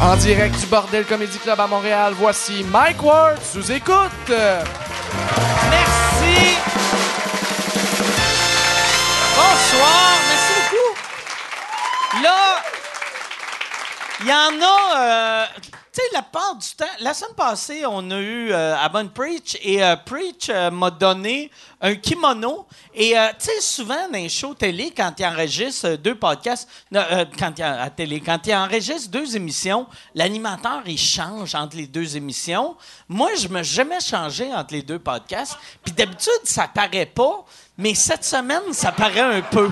En direct du Bordel Comedy Club à Montréal, voici Mike Ward sous écoute. Merci. Bonsoir. Merci beaucoup. Là, il y en a. euh, tu sais, la part du temps. La semaine passée, on a eu euh, à Bonne Preach et euh, Preach euh, m'a donné un kimono. Et euh, tu sais, souvent dans les shows télé, quand ils enregistrent euh, deux podcasts, non, euh, quand ils, à télé, quand ils enregistrent deux émissions, l'animateur, il change entre les deux émissions. Moi, je me suis jamais changé entre les deux podcasts. Puis d'habitude, ça paraît pas, mais cette semaine, ça paraît un peu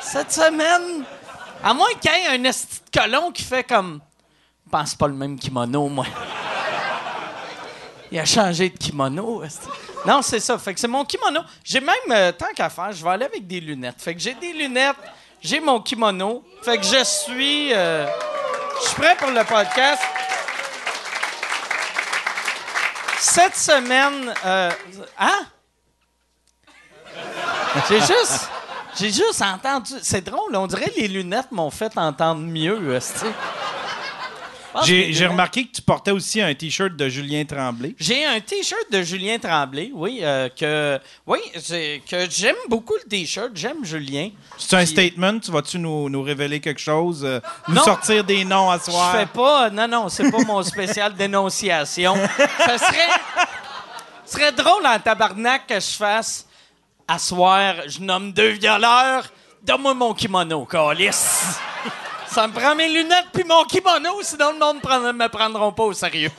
cette semaine, à moins qu'il y ait un esti de colon qui fait comme. Je pense pas le même kimono, moi. Il a changé de kimono. esti. Non, c'est ça. Fait que c'est mon kimono. J'ai même, euh, tant qu'à faire, je vais aller avec des lunettes. Fait que j'ai des lunettes, j'ai mon kimono. Fait que je suis. euh, je suis prêt pour le podcast. Cette semaine. euh, hein? J'ai juste. J'ai juste entendu. C'est drôle, on dirait les lunettes m'ont fait entendre mieux, esti. Ah, les J'ai j'ai lunettes. remarqué que tu portais aussi un T-shirt de Julien Tremblay. J'ai un t-shirt de Julien Tremblay, oui, euh, que oui, c'est- que j'aime beaucoup le t-shirt, j'aime Julien. C'est un Puis- statement? Tu vas-tu nous, nous révéler quelque chose? euh, nous Non. sortir des noms à soir? Je fais pas. Non, non, c'est pas mon spécial dénonciation. Ça serait, ce serait drôle en tabarnak que je fasse à soir, je nomme deux violeurs, donne-moi mon kimono, calice. Ça me prend mes lunettes puis mon kimono, sinon le monde ne me prendront pas au sérieux.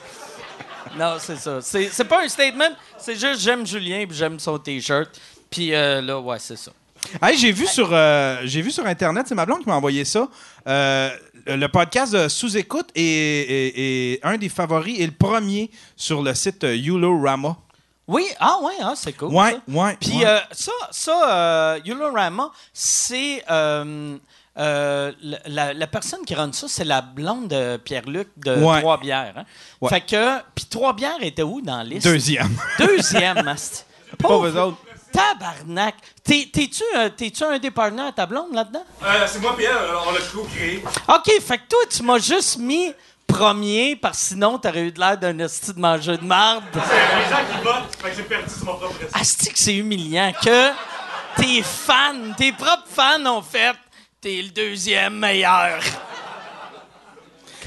Non, c'est ça. C'est c'est pas un statement, c'est juste j'aime Julien puis j'aime son T-shirt. Puis euh, là, ouais, c'est ça. Hey, j'ai vu sur euh, j'ai vu sur internet, c'est ma blonde qui m'a envoyé ça. euh, le podcast de Sous écoute est, est- est un des favoris et le premier sur le site euh, Yulorama. Oui, ah ouais, ah, c'est cool. Ouais, ça. ouais, Puis ouais. euh, ça, ça euh, Yolorama, c'est euh, euh, la- la, la personne qui run ça, c'est la blonde de Pierre-Luc de Ouais. Trois-Bières. hein. Ouais. Fait que, puis Trois-Bières était où dans la liste? Deuxième. Deuxième, Masti. Pauvres autres. Tabarnak. T'es- T'es-tu euh, t'es-tu un des partenaires à ta blonde là-dedans? Euh, c'est moi, Pierre, euh, on l'a co-créé. OK, fait que toi, tu m'as juste mis premier, parce que sinon, t'aurais eu de l'air d'un esti de mangeur de marde. C'est les gens qui votent, fait que j'ai perdu sur mon propre esprit. Asti que c'est humiliant que tes fans, tes propres fans ont fait t'es le deuxième meilleur.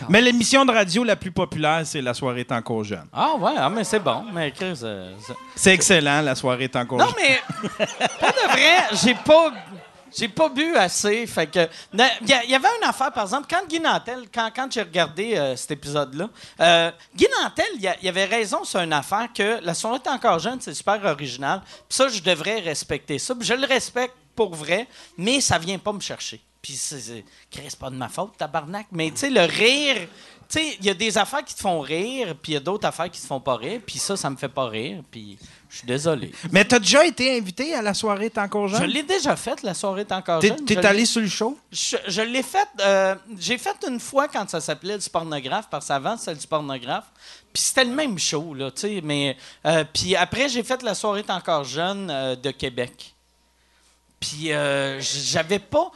Mais l'émission de radio la plus populaire, c'est La soirée est encore jeune. Ah ouais, ah mais c'est bon, mais Chris, euh, ça- C'est excellent, La soirée est encore Non jeune. mais pas de vrai, j'ai pas j'ai pas bu assez, fait que il y, a- y avait une affaire par exemple quand Guy Nantel, quand, quand j'ai regardé euh, cet épisode là, Guy Nantel, il y a- il y avait raison sur une affaire que la soirée est encore jeune, c'est super original. Puis ça je devrais respecter ça, puis je le respecte pour vrai, mais ça vient pas me chercher. Puis c'est- c'est Chris, c'est pas de ma faute, tabarnak, mais tu sais le rire tu sais, il y a des affaires qui te font rire, puis il y a d'autres affaires qui te font pas rire, puis ça, ça me fait pas rire, puis je suis désolé. Mais t'as déjà été invité à La soirée est encore Je jeune? l'ai déjà faite, la soirée est encore T'es jeune. Je t'es l'ai- allé sur le show? Je, je l'ai faite. euh, J'ai fait une fois quand ça s'appelait du pornographe, parce qu'avant, c'était du pornographe. Puis c'était le même show, là, tu sais. Mais. euh, puis après, j'ai fait la soirée est encore jeune euh, de Québec. Puis euh, j- j'avais pas.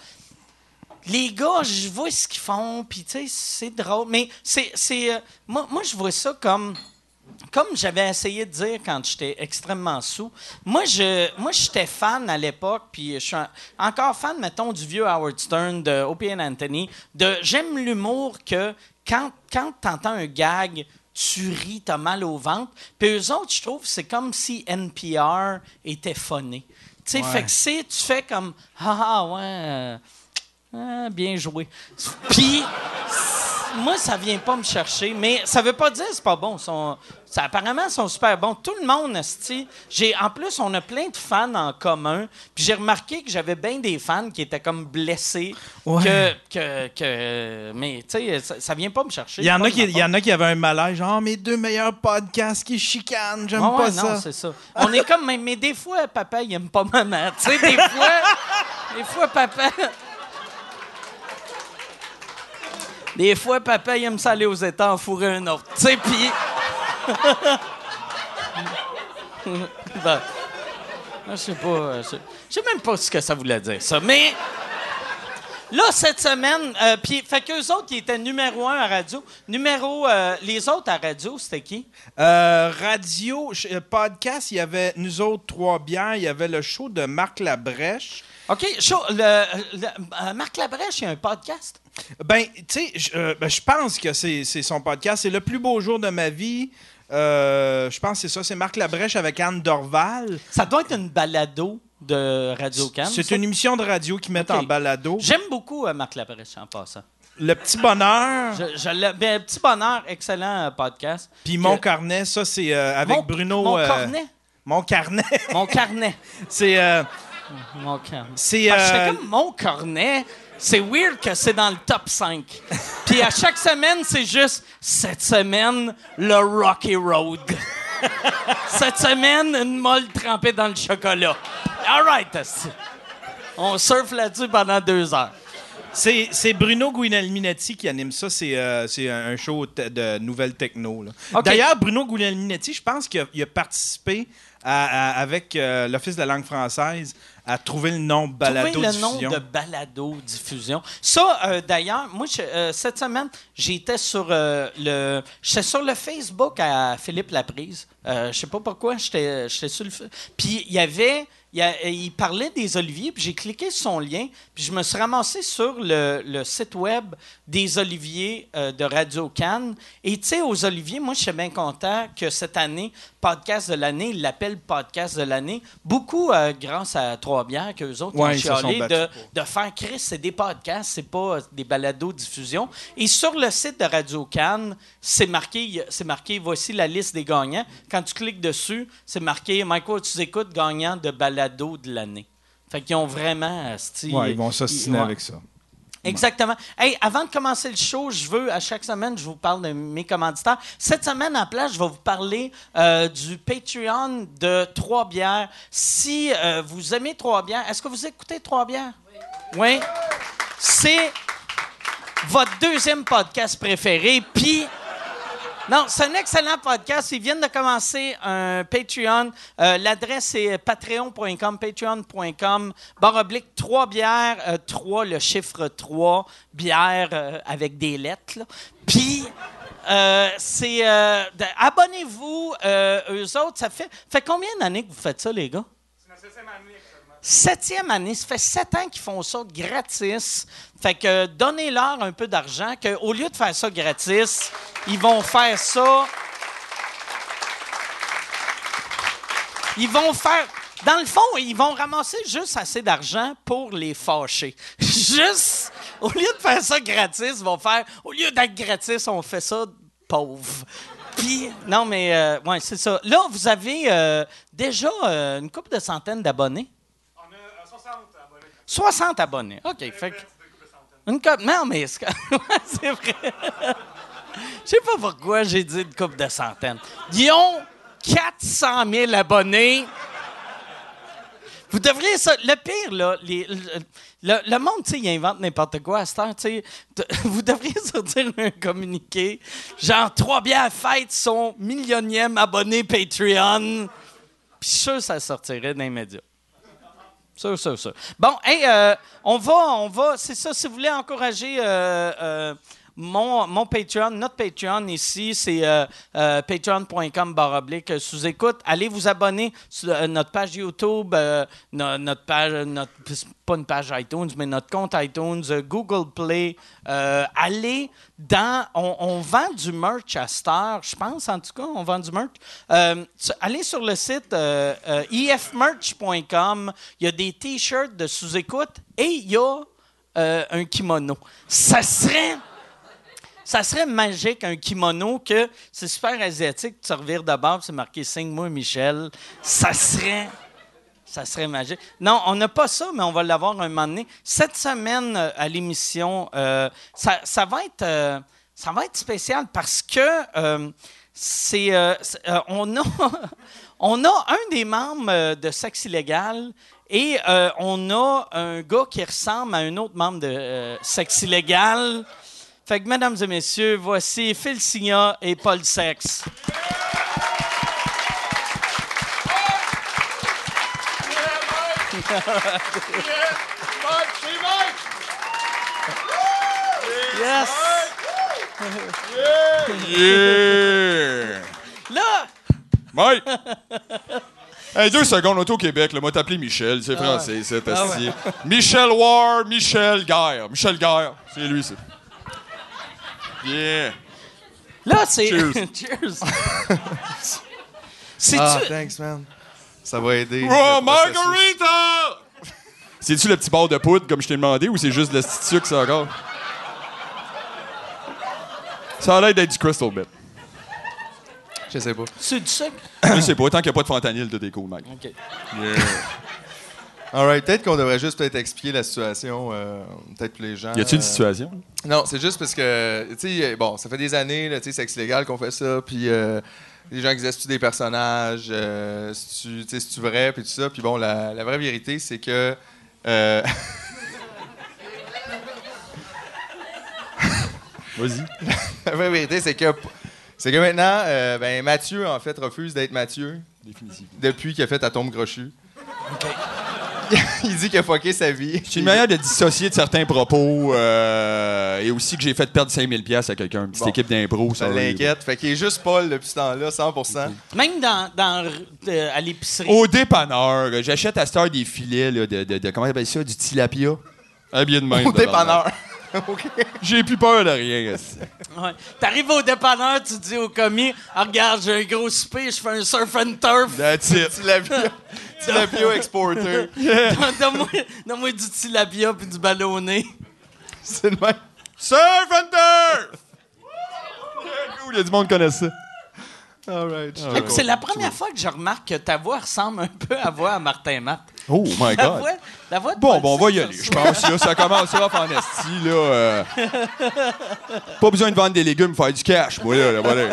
Les gars, je vois ce qu'ils font, puis tu sais, c'est drôle. Mais c'est. c'est, euh, moi, moi je vois ça comme comme j'avais essayé de dire quand j'étais extrêmement sous, moi, je, moi, j'étais fan à l'époque, puis je suis en- encore fan, mettons, du vieux Howard Stern, de O.P. and Anthony, de j'aime l'humour que quand, quand t'entends un gag, tu ris, t'as mal au ventre. Puis eux autres, je trouve, c'est comme si NPR était phoné. Tu sais, fait que c'est, tu fais comme, ah, ah ouais, euh, ah, bien joué. Puis, moi, ça vient pas me chercher, mais ça veut pas dire que c'est pas bon. Ils Sont, ça, apparemment, ils sont super bons. Tout le monde, esti. J'ai, en plus, on a plein de fans en commun. Puis j'ai remarqué que j'avais bien des fans qui étaient comme blessés. Ouais. Que, que, que- mais, tu sais, ça, ça vient pas me chercher. Il y en Pas a de qui, ma il y part. en a qui avaient un malaise, genre oh, mes deux meilleurs podcasts qui chicanent, j'aime Ouais, pas ouais, ça. Non, c'est ça. On est comme, mais, mais des fois, papa, il aime pas maman. Tu sais, des fois, des fois, papa. Des fois, papa, il aime ça aller aux états en fourrer un autre. Tu sais, puis. Ben, Ah, moi, je sais pas. euh, Je je sais même pas ce que ça voulait dire, ça. Mais. Là, cette semaine, euh, puis, fait qu'eux autres, ils étaient numéro un à radio. Numéro. euh, les autres à radio, c'était qui? Euh, radio, ch- euh, podcast, il y avait nous autres trois bières, il y avait le show de Marc Labrèche. OK, show, le, le- euh, Marc Labrèche, il y a un podcast. Ben, tu sais, je euh, ben, je pense que c'est c'est son podcast. C'est le plus beau jour de ma vie. Euh, je pense que c'est ça. C'est Marc Labrèche avec Anne Dorval. Ça doit être une balado de Radio-Can. C'est ça. une émission de radio qui met en Ok. balado. J'aime beaucoup euh, Marc Labrèche en passant. Le petit bonheur, Je, je l'aime. Ben, petit bonheur, excellent euh, podcast. puis mon Que- carnet, ça c'est euh, avec Mon- Bruno. Mon euh, cornet. Mon carnet, Mon carnet. c'est euh, Mon carnet. c'est Parce que euh, j'étais comme mon cornet. C'est weird que c'est dans le top 5. Puis à chaque semaine, c'est juste cette semaine, le Rocky Road. cette semaine, une molle trempée dans le chocolat. All right, esti. On surfe là-dessus pendant deux heures. c'est c'est Bruno Guinalminetti qui anime ça. C'est euh, c'est un un show te- de nouvelles techno. là. Ok. D'ailleurs, Bruno Guinalminetti, je pense qu'il a, il a participé à- à- avec euh, l'Office de la langue française à trouver le nom balado Trouvez le nom diffusion. de Balado Diffusion. Ça, euh, d'ailleurs, moi, je- euh, cette semaine, j'étais sur euh, le, j'étais sur le Facebook à Philippe Laprise. Euh, je sais pas pourquoi, j'étais, j'étais sur le. f- Puis il y avait, il y a- il parlait des oliviers. Puis j'ai cliqué sur son lien. Puis je me suis ramassé sur le, le site web des oliviers euh, de Radio Cannes. Et tu sais, aux oliviers, moi, je suis bien content que cette année, podcast de l'année, ils l'appellent podcast de l'année. Beaucoup euh, grâce à Trois Bières qu'eux autres Ouais, ont ils se sont chialé battus de, de faire Chris, c'est des podcasts, c'est pas euh, des balados diffusion. Et sur le site de Radio Cannes, c'est marqué, c'est marqué voici la liste des gagnants. Quand tu cliques dessus, c'est marqué Michael, tu écoutes gagnant de balado de l'année. Fait qu'ils ont vraiment euh, sti- Ouais, ils vont s'ostiner ils- ouais. avec ça. Exactement. Hey, avant de commencer le show, je veux, à chaque semaine, je vous parle de mes commanditaires. Cette semaine, en place, je vais vous parler euh, du Patreon de Trois Bières. Si euh, vous aimez Trois Bières, est-ce que vous écoutez Trois Bières? Oui. C'est votre deuxième podcast préféré, puis... Non, c'est un excellent podcast. Ils viennent de commencer un Patreon. Euh, L'adresse est patreon.com, patreon.com, barre oblique 3 bières, 3, le chiffre 3, bières euh, avec des lettres. là. Puis, euh, c'est. euh, de- Abonnez-vous, euh, eux autres. Ça fait, fait combien d'années que vous faites ça, les gars? C'est ma septième année actuellement. septième année. Ça fait sept ans qu'ils font ça gratis. Fait que euh, donnez-leur un peu d'argent, qu'au lieu de faire ça gratis, ils vont faire ça. Ils vont faire. Dans le fond, ils vont ramasser juste assez d'argent pour les fâcher. Juste, au lieu de faire ça gratis, ils vont faire. Au lieu d'être gratis, on fait ça pauvre. Puis, non, mais, euh, ouais, c'est ça. Là, vous avez euh, déjà euh, une couple de centaines d'abonnés. On a euh, 60 abonnés. 60 abonnés. OK, fait que. Une coupe. Non, mais c'est ouais, c'est vrai. Je sais pas pourquoi j'ai dit une coupe de centaines. Ils ont 400 000 abonnés. Vous devriez ça. Le pire, là, les- le, le- le monde, tu sais, il invente n'importe quoi à cette heure, tu sais. De- Vous devriez sortir un communiqué. Genre, trois bières fêtes sont millionième abonné Patreon. Puis je suis sûr que ça sortirait dans les médias. Sûr, sûr, sûr. Bon, hey, euh, on va, on va, c'est ça, si vous voulez encourager euh, euh, mon, mon Patreon, notre Patreon ici, c'est euh, euh, patreon.com baroblique sous écoute. euh, Allez vous abonner sur euh, notre page YouTube, euh, no- notre page, notre, c'est pas une page iTunes, mais notre compte iTunes, euh, Google Play. Euh, allez dans, on, on vend du merch à Star, je pense en tout cas, on vend du merch. Euh, tu- allez sur le site euh, euh, ifmerch.com, il y a des t-shirts de sous-écoute et il y a euh, un kimono. Ça serait ça serait magique un kimono que c'est super asiatique, tu revires de bord, c'est marqué signe-moi Michel. Ça serait ça serait magique. Non, on n'a pas ça, mais on va l'avoir un moment donné. Cette semaine euh, à l'émission, euh, ça, ça va être, euh, ça va être spécial parce que euh, c'est, euh, c'est- euh, on, a, on a un des membres euh, de Sexe Illégal et euh, on a un gars qui ressemble à un autre membre de euh, Sexe Illégal. Fait que, mesdames et messieurs, voici Phil Signa et Paul Sex. Mike, c'est Mike! Yes! Yeah! Là! Mike! Hey, deux secondes, on est au Québec, le mot appelé Michel, c'est français, c'est Ah asti. Michel War, Michel Guerre. Michel Guerre, c'est lui, c'est. Yeah! Là, c'est. Cheers. Ah, Cheers. C'est-tu. Ah, thanks, man. Ça va aider. Oh, le processus. Margarita! C'est-tu le petit bord de poudre, comme je t'ai demandé, ou c'est juste le petit sucre, ça encore? Ça a l'air d'être du Crystal Bet. Je sais pas. c'est du sucre? Je sais pas, tant qu'il n'y a pas de fentanyl, tout est cool, Mike. OK. Yeah. All right, peut-être qu'on devrait juste peut-être expliquer la situation, euh, peut-être pour les gens. Y a-tu une euh, situation? Non, c'est juste parce que, tu sais, bon, ça fait des années, là, tu sais, sexe légal qu'on fait ça, puis euh, les gens qui disent, tu des personnages, euh, c'est-tu- tu sais, c'est-tu vrai, puis tout ça, puis bon, la, la vraie vérité, c'est que... euh, Vas-y. la vraie vérité, c'est que... C'est que maintenant, euh, ben, Mathieu, en fait, refuse d'être Mathieu Définitivement. depuis qu'il a fait ta tombe crochue. Il dit qu'il a fucké sa vie. C'est une manière de dissocier de certains propos euh, et aussi que j'ai fait perdre 5000$ à quelqu'un, une petite Bon. équipe d'impro. Ça va, l'inquiète. Fait qu'il est juste Paul depuis ce temps-là, 100%. Même dans, dans, euh, à l'épicerie. Au dépanneur, euh, j'achète à cette heure des filets là, de, de, de- Comment on appelle ça Du tilapia. Un billet de main. Au dépanneur. OK. J'ai plus peur de rien. esti. Ouais. T'arrives au dépanneur, tu dis au commis Ah, Regarde, j'ai un gros souper, je fais un surf and turf. That's it. Tilapia. Tilapia exporter. Donne-moi donne-moi du tilapia puis du ballonné. C'est le même. Surf and turf! Il y a du monde qui connaît ça. All right. Ah, C'est la première fois que je remarque que ta voix ressemble un peu à la voix à Martin Matt. Oh my La god. voix, la voix de Bon, Paul bon, on va y Saint- aller, je pense. Là, ça commence off en esti, là. euh. Pas besoin de vendre des légumes, faire du cash, moi, là, là, voilà.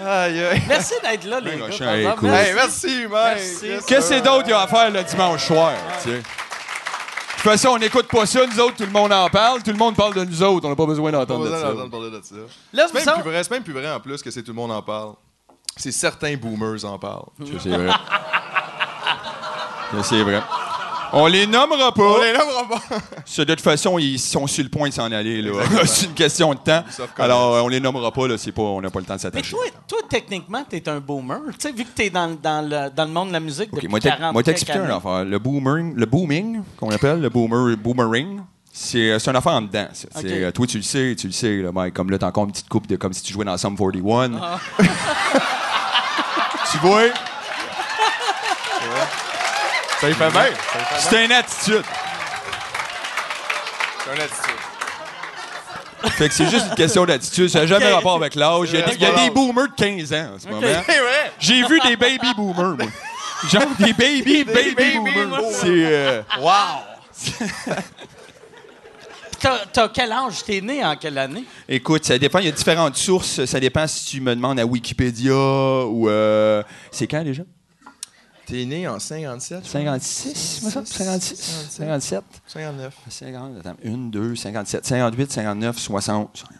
Aïe, aïe. Merci d'être là, les Ouais, gars. Rochelle, Ça va, écoute. merci. Hey, merci, Mike. Merci. Yes, Qu'est-ce sir. que c'est d'autre qu'il y a à faire le dimanche soir, tu sais? De toute façon, on n'écoute pas ça, nous autres, tout le monde en parle, tout le monde parle de nous autres, on n'a pas besoin Pas d'entendre de besoin ça. d'entendre parler de ça. Là, C'est vous même, plus autres, vrai, c'est même plus vrai en plus que c'est tout le monde en parle. C'est certains boomers en parlent. Ça, C'est vrai. Ça, C'est vrai. On les nommera pas. là, on va Ça, de toute façon, ils sont sur le point de s'en aller. là. c'est une question de temps. savent comment. Alors, euh, on les nommera pas. Là, c'est pas on n'a pas le temps de mais s'attacher. toi, toi, techniquement, t'es un boomer. Tu sais, vu que t'es dans, dans, le, dans le monde de la musique OK, depuis moi, t'ex- 40 moi, t'expliquer quelques un années. affaire. Le booming, le booming qu'on appelle, le boomer, boomerang, c'est c'est un affaire en dedans. ça. OK. C'est, euh, toi, tu le sais, tu le sais, là, Mike. Comme là, t'as encore une petite coupe de comme si tu jouais dans Sum 41. tu vois? Ça y fait bien. C'est une attitude. C'est un attitude. Fait que c'est juste une question d'attitude. Ça n'a jamais OK. rapport avec l'âge. Il y a, des- il y a C'est vrai. des boomers de 15 ans en ce moment. C'est vrai. J'ai vu des baby boomers, moi. Genre des baby, baby, baby boomers. boomers. C'est. euh, Wow. Puis T'as t'as quel âge? T'es né en quelle année? Écoute, ça dépend. Il y a différentes sources. Ça dépend si tu me demandes à Wikipédia ou. euh, C'est quand déjà? T'es né en 57, 56, me semble? 56, 57, 59. 50, attends, 1, 2, 57, 58, 59, 60. 60.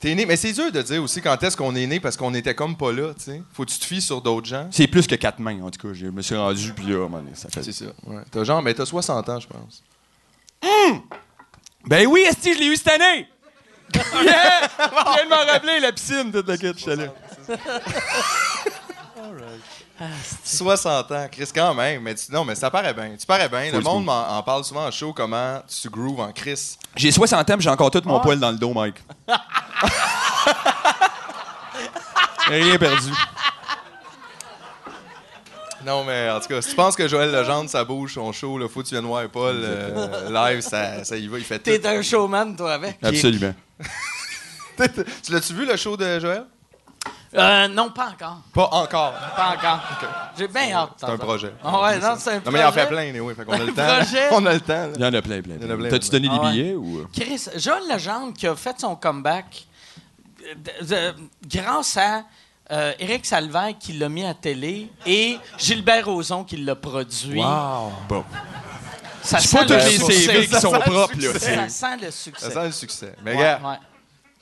T'es né, mais c'est dur de dire aussi quand est-ce qu'on est né parce qu'on était comme pas là, tu sais. Faut que tu te fies sur d'autres gens. C'est plus que quatre mains, en tout cas. Je me suis rendu, puis là, à un moment donné, ça fait. C'est ça. Ouais. T'as genre, mais t'as 60 ans, je pense. Ben oui, Esti, je l'ai eu cette année! yeah! Je viens de m'en rappeler, la piscine, toute la quête, je suis allé. 60 ans, Chris, quand même. Mais tu- non, mais ça paraît bien. Tu parais bien. Faut Le le monde m'en- en parle souvent en show comment tu grooves en Chris. J'ai 60 ans, puis j'ai encore tout Ah. mon poil dans le dos, Mike. J'ai Rien perdu. Non, mais en tout cas, si tu penses que Joël Legendre, ça bouge son show, là, faut que tu viennes voir Paul euh, live, ça, ça y va, il fait tout. T'es un showman, toi, avec? Absolument. Tu l'as-tu vu le show de Joël? Euh, non, pas encore. Pas encore. Pas encore. J'ai bien hâte. C'est un projet. Ah ouais, non, c'est un projet. Non, mais il en fait plein, anyway, fait qu'on a le temps. Projet. On a le temps. là. Il y en a plein, plein. Il y en a plein. plein, T'as-tu plein. donné Ah ouais. les billets euh? ou. Chris, Joël Legendre qui a fait son comeback euh, de- de- grâce à euh, Éric Salvaire qui l'a mis à télé et Gilbert Rozon qui l'a produit. Bon. Ça C'est sent pas tous le les succès. CV qui Ça sont sent le propres, là. succès. c'est- Ça sent le succès. Ça sent le succès. Mais Ouais, regarde, ouais.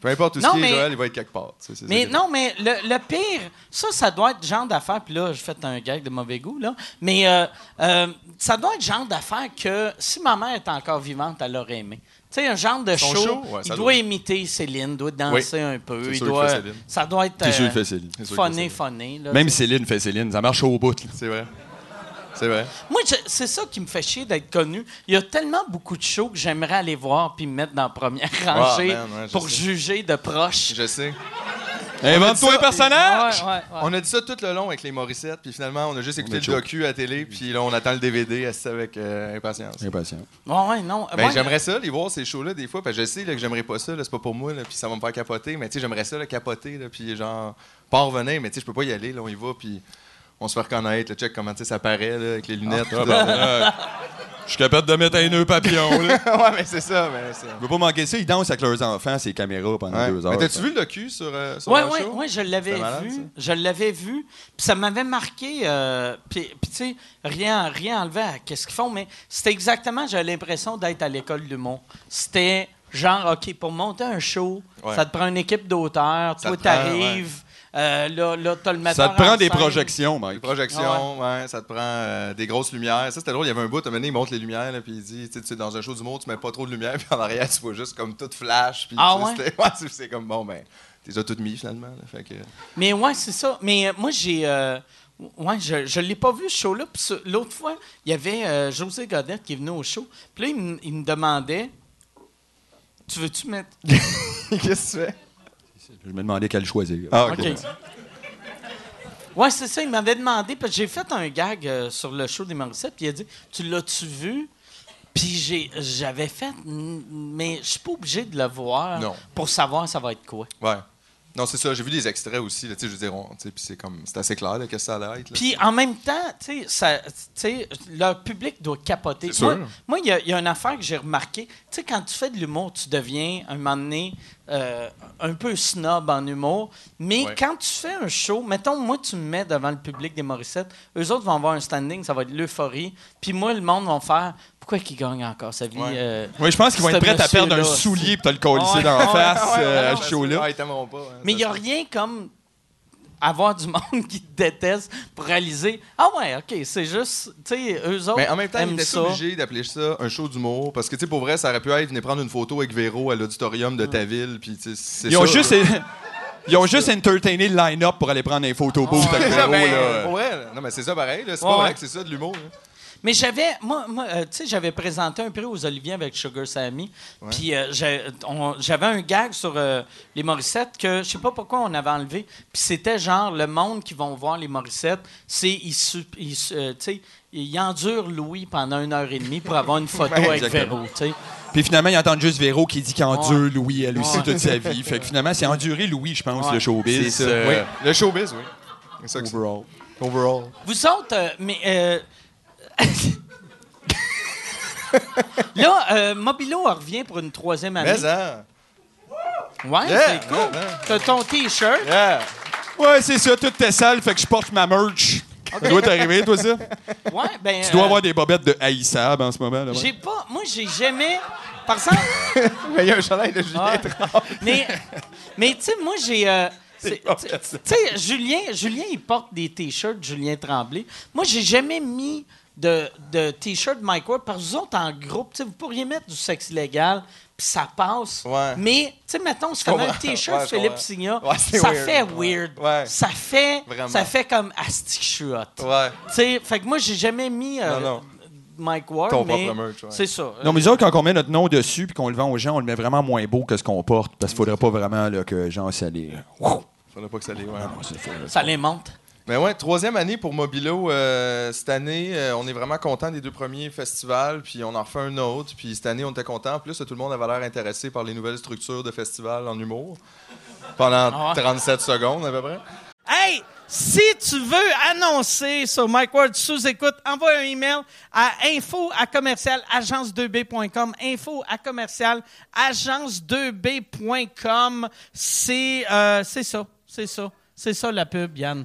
Peu importe où Non, ce qui est, mais- Joël, il va être quelque part. tu sais, c'est ça Mais qui est- non, mais le, le pire, ça, ça doit être genre d'affaires. Puis là, je fait un gag de mauvais goût, là. Mais euh, euh, ça doit être genre d'affaires que si ma mère est encore vivante, elle aurait aimé. Tu sais, un genre de Son show. show, ouais, il doit, ça doit. imiter Céline, doit danser un peu. C'est Il sûr qu'il doit, fait Céline. ça doit être. C'est sûr euh, qu'il fait Céline. C'est sûr qu'il fait Funny, Céline. funny. là. Même Céline fait Céline, ça marche au bout. là. C'est vrai. C'est vrai. Moi, je- c'est ça qui me fait chier d'être connu. Il y a tellement beaucoup de shows que j'aimerais aller voir puis me mettre dans la première rangée Ah, man, ouais, je pour sais. juger de proche. Je sais. Invente-toi un personnage! Ah, Ouais, ouais, ouais. On a dit ça tout le long avec les Morissette, puis finalement, on a juste écouté est le chaud. docu à télé, puis là, on attend le DVD assis avec euh, impatience. Impatient. Ouais, Ah ouais, non. euh, Ben, Ouais. j'aimerais ça, les voir, ces shows-là, des fois, parce que je sais là, que j'aimerais pas ça, là, c'est pas pour moi, là, puis ça va me faire capoter, mais tu sais, j'aimerais ça, là, capoter, là, puis genre, pas en revenir, mais tu sais, je peux pas y aller, là, on y va, puis on se fait reconnaître, le check, comment tu sais, ça paraît, là, Ah. avec les lunettes. tout ça. ben, Je suis capable de mettre un nœud papillon. là. ouais, mais c'est ça, mais c'est... Je veux pas manquer ça. Ils dansent avec leurs enfants, ces caméras pendant Ouais. deux heures. Mais t'as-tu vu le docu sur, euh, sur Oui, leur oui, show? je l'avais C'était malade, vu. ça. Je l'avais vu. Puis ça m'avait marqué. euh, puis, puis tu sais, rien, rien enlevé à qu'est-ce qu'ils font, mais c'était exactement, j'ai l'impression d'être à l'école du monde. C'était genre, OK, pour monter un show, Ouais. ça te prend une équipe d'auteurs, Ça toi, te prend, t'arrives, euh, là, là, t'as le Ça metteur te prend en des scène. projections, Des Mike. Ah, projections, ouais, ça te prend euh, des grosses lumières. Ça, c'était drôle, il y avait un bout, à un moment donné, il monte les lumières, là, puis il dit, tu sais, tu es dans un show du monde, tu mets pas trop de lumière, puis en arrière, tu vois juste comme tout flash, puis Ah tu sais, ouais? c'était- ouais, c'est- c'est comme, bon, ben, t'es déjà tout mis, finalement, là, fait que... Mais ouais, c'est ça. Mais euh, moi, j'ai. euh, ouais, je, je l'ai pas vu, ce show-là. Puis ce- l'autre fois, il y avait euh, José Godette qui est venu au show. Puis là, il me- il me demandait Tu veux-tu mettre. Qu'est-ce que tu fais? Je me demandais quel choisir. Ah, OK. OK. Ouais, c'est ça, il m'avait demandé, parce que j'ai fait un gag euh, sur le show des Morissette, puis il a dit Tu l'as-tu vu Puis j'ai- j'avais fait, Mm, mais je suis pas obligé de le voir Non. pour savoir ça va être quoi. Ouais. Non, c'est ça, j'ai vu des extraits aussi, là, tu sais, je veux dire, on- tu sais, puis c'est comme, c'est assez clair, là, que ça allait être, là. Puis en même temps, tu sais, ça- tu sais, leur public doit capoter. C'est Moi, sûr. moi, il y, a- il y a une affaire que j'ai remarqué. Tu sais, quand tu fais de l'humour, tu deviens, un moment donné, euh, un peu snob en humour. Mais Ouais. quand tu fais un show, mettons, moi, tu me mets devant le public des Morissettes, eux autres vont avoir un standing, ça va être l'euphorie. Puis moi, le monde va faire pourquoi qu'il gagne encore sa vie Ouais. euh? Oui, je pense qu'ils vont Ce être prêts à perdre un monsieur-là, soulier pour te le coller Ouais, dans la ouais, face Ouais, euh, ouais, à non, ce ça, show-là. ouais, ils t'aimeront pas. hein, Mais il ça, n'y a ça. rien comme avoir du monde qui te déteste pour réaliser Ah ouais, OK, c'est juste, tu sais, eux autres. Mais en même temps, ils aiment étaient ça. obligés d'appeler ça un show d'humour parce que, tu sais, pour vrai, ça aurait pu être venez prendre une photo avec Véro à l'auditorium de ta ville, puis, tu sais, c'est Ils ont ça, juste. là. Ils ont juste entertainé le line-up pour aller prendre un photo booth C'est avec ça, Véro, ben, là. pour vrai, là. Non, mais c'est ça pareil. là. C'est Ouais, pas ouais. vrai que c'est ça de l'humour. hein. là. Mais j'avais, moi, moi, euh, tu sais, j'avais présenté un prix aux Oliviers avec Sugar Sammy. Puis euh, j'ai- on- j'avais un gag sur euh, les Morissettes que je sais pas pourquoi on avait enlevé. Puis c'était genre le monde qui vont voir les Morissettes, c'est ils, su- ils su- euh, tu sais, ils endurent Louis pendant une heure et demie pour avoir une photo avec exactement. Véro. tu sais. Puis finalement, ils entendent juste Véro qui dit qu'il endure Ouais. Louis, elle aussi, Ouais. toute sa vie. Fait que finalement, c'est endurer Louis, je pense, Ouais. le showbiz. C'est ça. euh, Oui. Le showbiz, oui. C'est ça que c'est. Overall. Overall. Vous autres, euh, mais. euh, Là, euh, Mobilo revient pour une troisième année. Mais, hein. Ouais, Yeah, c'est cool. yeah, yeah. T'as ton T-shirt. Yeah. Ouais, c'est ça, toute t'es sale, fait que je porte ma merch. Ça doit t'arriver, toi, ça? Ouais, ben, Tu dois euh, avoir des bobettes de haïssable en ce moment. Là, ouais. Ah J'ai pas. Moi, j'ai jamais. Par exemple. Mais il y a un chandail de Ah. Julien. mais, mais tu sais, moi, j'ai. euh, c'est- tu tu sais, Julien, Julien, il porte des T-shirts Julien Tremblay. Moi, j'ai jamais mis de, de T-shirt Mike Ward parce que vous autres, en groupe, tu sais, vous pourriez mettre du sexe illégal, puis ça passe. Ouais. Mais, tu sais, mettons, si tu mets un comprends. T-shirt Ouais, je Philippe comprends. Signa, Ouais, c'est ça weird. fait Ouais. weird. Ouais. Ça fait Vraiment. ça fait comme asti que je suis hot. Ouais. Tu sais, fait que moi, j'ai jamais mis euh, Non, non. Mike Ward, Ton mais propre merch, ouais. c'est ça. Non, mais disons, quand on met notre nom dessus puis qu'on le vend aux gens, on le met vraiment moins beau que ce qu'on porte. Parce qu'il faudrait pas vraiment là, que gens s'allient. Faudrait pas que ça les. ouais. Ça les monte. Mais ouais, troisième année pour Mobilo. euh, cette année, euh, on est vraiment content des deux premiers festivals, puis on en refait un autre. Puis cette année, on était content. En plus, tout le monde avait l'air intéressé par les nouvelles structures de festivals en humour pendant Ah ouais. 37 secondes à peu près. Hey, si tu veux annoncer sur Mike Ward sous écoute, envoie un email à info à commercial agence2b.com. Info à commercial agence2b.com. C'est euh, c'est ça, c'est ça, c'est ça la pub, Yann.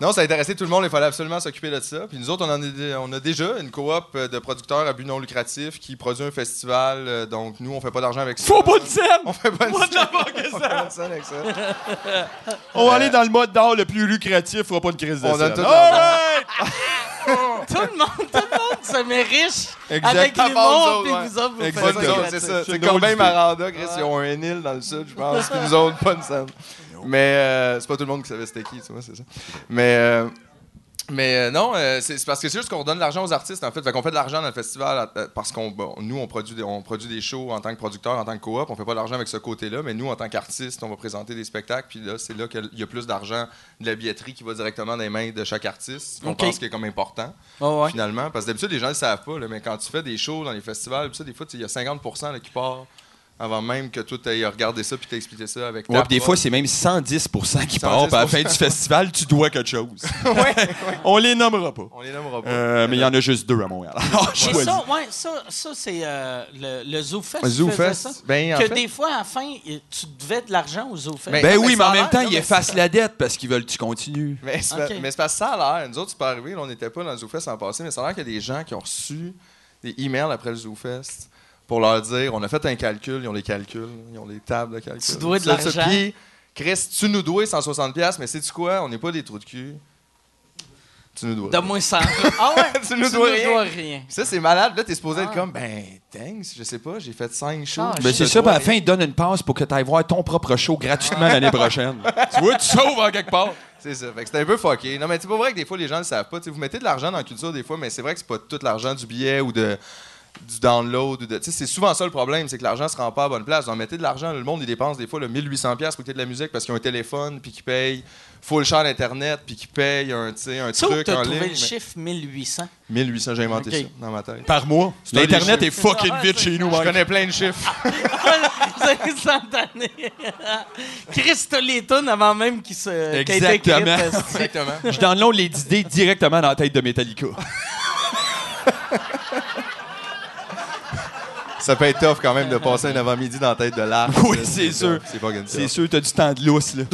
Non, ça a intéressé tout le monde, il fallait absolument s'occuper de ça. Puis nous autres, on, en est- on a déjà une coop euh, de producteurs à but non lucratif qui produit un festival. euh, Donc nous, on fait pas d'argent avec ça. Faut pas le dire! On fait pas de que on fait pas de scène avec ça. On va aller dans le mode d'art le plus lucratif, fera pas de crise de On a scène. tout All dans- right! Tout le monde, tout le monde se met riche Exact. avec À part l'humour, nous puis autres, vous autres, vous faites ça Exactement, c'est gratis. ça. C'est une drôle Corbin d'idée. Maranda, Chris, ils ont un île dans le sud, je pense, puis nous autres, pas une scène. Mais euh, c'est pas tout le monde qui savait c'était qui, tu vois, c'est ça. Mais, euh, mais euh, non, euh, c'est c'est parce que c'est juste qu'on donne de l'argent aux artistes, en fait. Fait qu'on fait de l'argent dans le festival euh, parce qu'on bon, nous, on produit, des, on produit des shows en tant que producteur, en tant que coop. On fait pas d'argent avec ce côté-là, mais nous, en tant qu'artistes, on va présenter des spectacles, puis là, c'est là qu'il y a plus d'argent de la billetterie qui va directement dans les mains de chaque artiste, ce qu'on Ok. pense qui est comme important Ouais, ouais. finalement. Parce que d'habitude, les gens ne le savent pas, là, mais quand tu fais des shows dans les festivals, pis ça, des fois, tu sais, il y a 50 là, qui part avant même que toi, tu aies regardé ça puis t'aies expliqué ça avec ta Ouais, pis des fois, propre- c'est même 110 qui part. puis à la fin du festival, tu dois quelque chose. On les nommera pas. On les nommera pas. Euh, mais il y en a juste deux à Montréal. Alors, Mais choisis. ça, ouais, ça, ça c'est euh, le, le ZooFest. Le tu faisais ZooFest, ça? ben, en que fait- des fois, à la fin, tu devais de l'argent aux ZooFest. Ben, Ben non, mais oui, mais ça en a même l'air, temps, non, ils mais effacent la dette parce qu'ils veulent que tu continues. Mais c'est pas- Ok. mais c'est parce que ça a l'air. Nous autres, c'est pas arrivé. là, on n'était pas dans le ZooFest en passé, mais ça a l'air qu'il y a des gens qui ont reçu des emails après le ZooFest pour leur dire on a fait un calcul, ils ont les calculs, ils ont les tables de calcul. Tu dois de Ça, ça, l'argent. Puis, Chris, tu nous dois 160$, piastres, mais c'est tu quoi On n'est pas des trous de cul. Tu nous dois. De moins 100. Ah ouais? Tu nous dois rien. rien. Ça, c'est malade. Là, t'es supposé être comme, ben, thanks, je sais pas, j'ai fait cinq shows. Ah, Ben je c'est ça, puis à la fin, ils te donnent une passe pour que tu ailles voir ton propre show gratuitement l'année prochaine. tu vois, tu sauves en quelque part. C'est ça. Fait que c'était un peu fucké. Non, mais c'est pas vrai que des fois, les gens le savent pas. Tu sais, vous mettez de l'argent dans la culture des fois, mais c'est vrai que c'est pas tout l'argent du billet ou de du download. ou de- tu sais, C'est souvent ça le problème, c'est que l'argent se rend pas à bonne place. Donc, mettez de l'argent, le monde, il dépense des fois le 1800$ pour écouter de la musique parce qu'ils ont un téléphone, puis qu'ils payent full cher d'Internet, puis qu'ils payent un, tu sais, un Tu sais où truc en t'as ligne. trouvé le mais- chiffre 1800? 1800, j'ai inventé Ok. ça dans ma tête. Par mois. un L'Internet des est fucking vite chez nous. Je Mike. connais plein de chiffres. C'est instantané. Chris, t'as les tonnes avant même qu'ils se. qu'elles aient été Exactement. écrites, parce que- Exactement. Je download les idées directement dans la tête de Metallica. Ça peut être tough quand même de passer un avant-midi dans la tête de l'arbre. Oui, c'est sûr. C'est pas comme ça. C'est sûr, t'as du temps de lousse, là.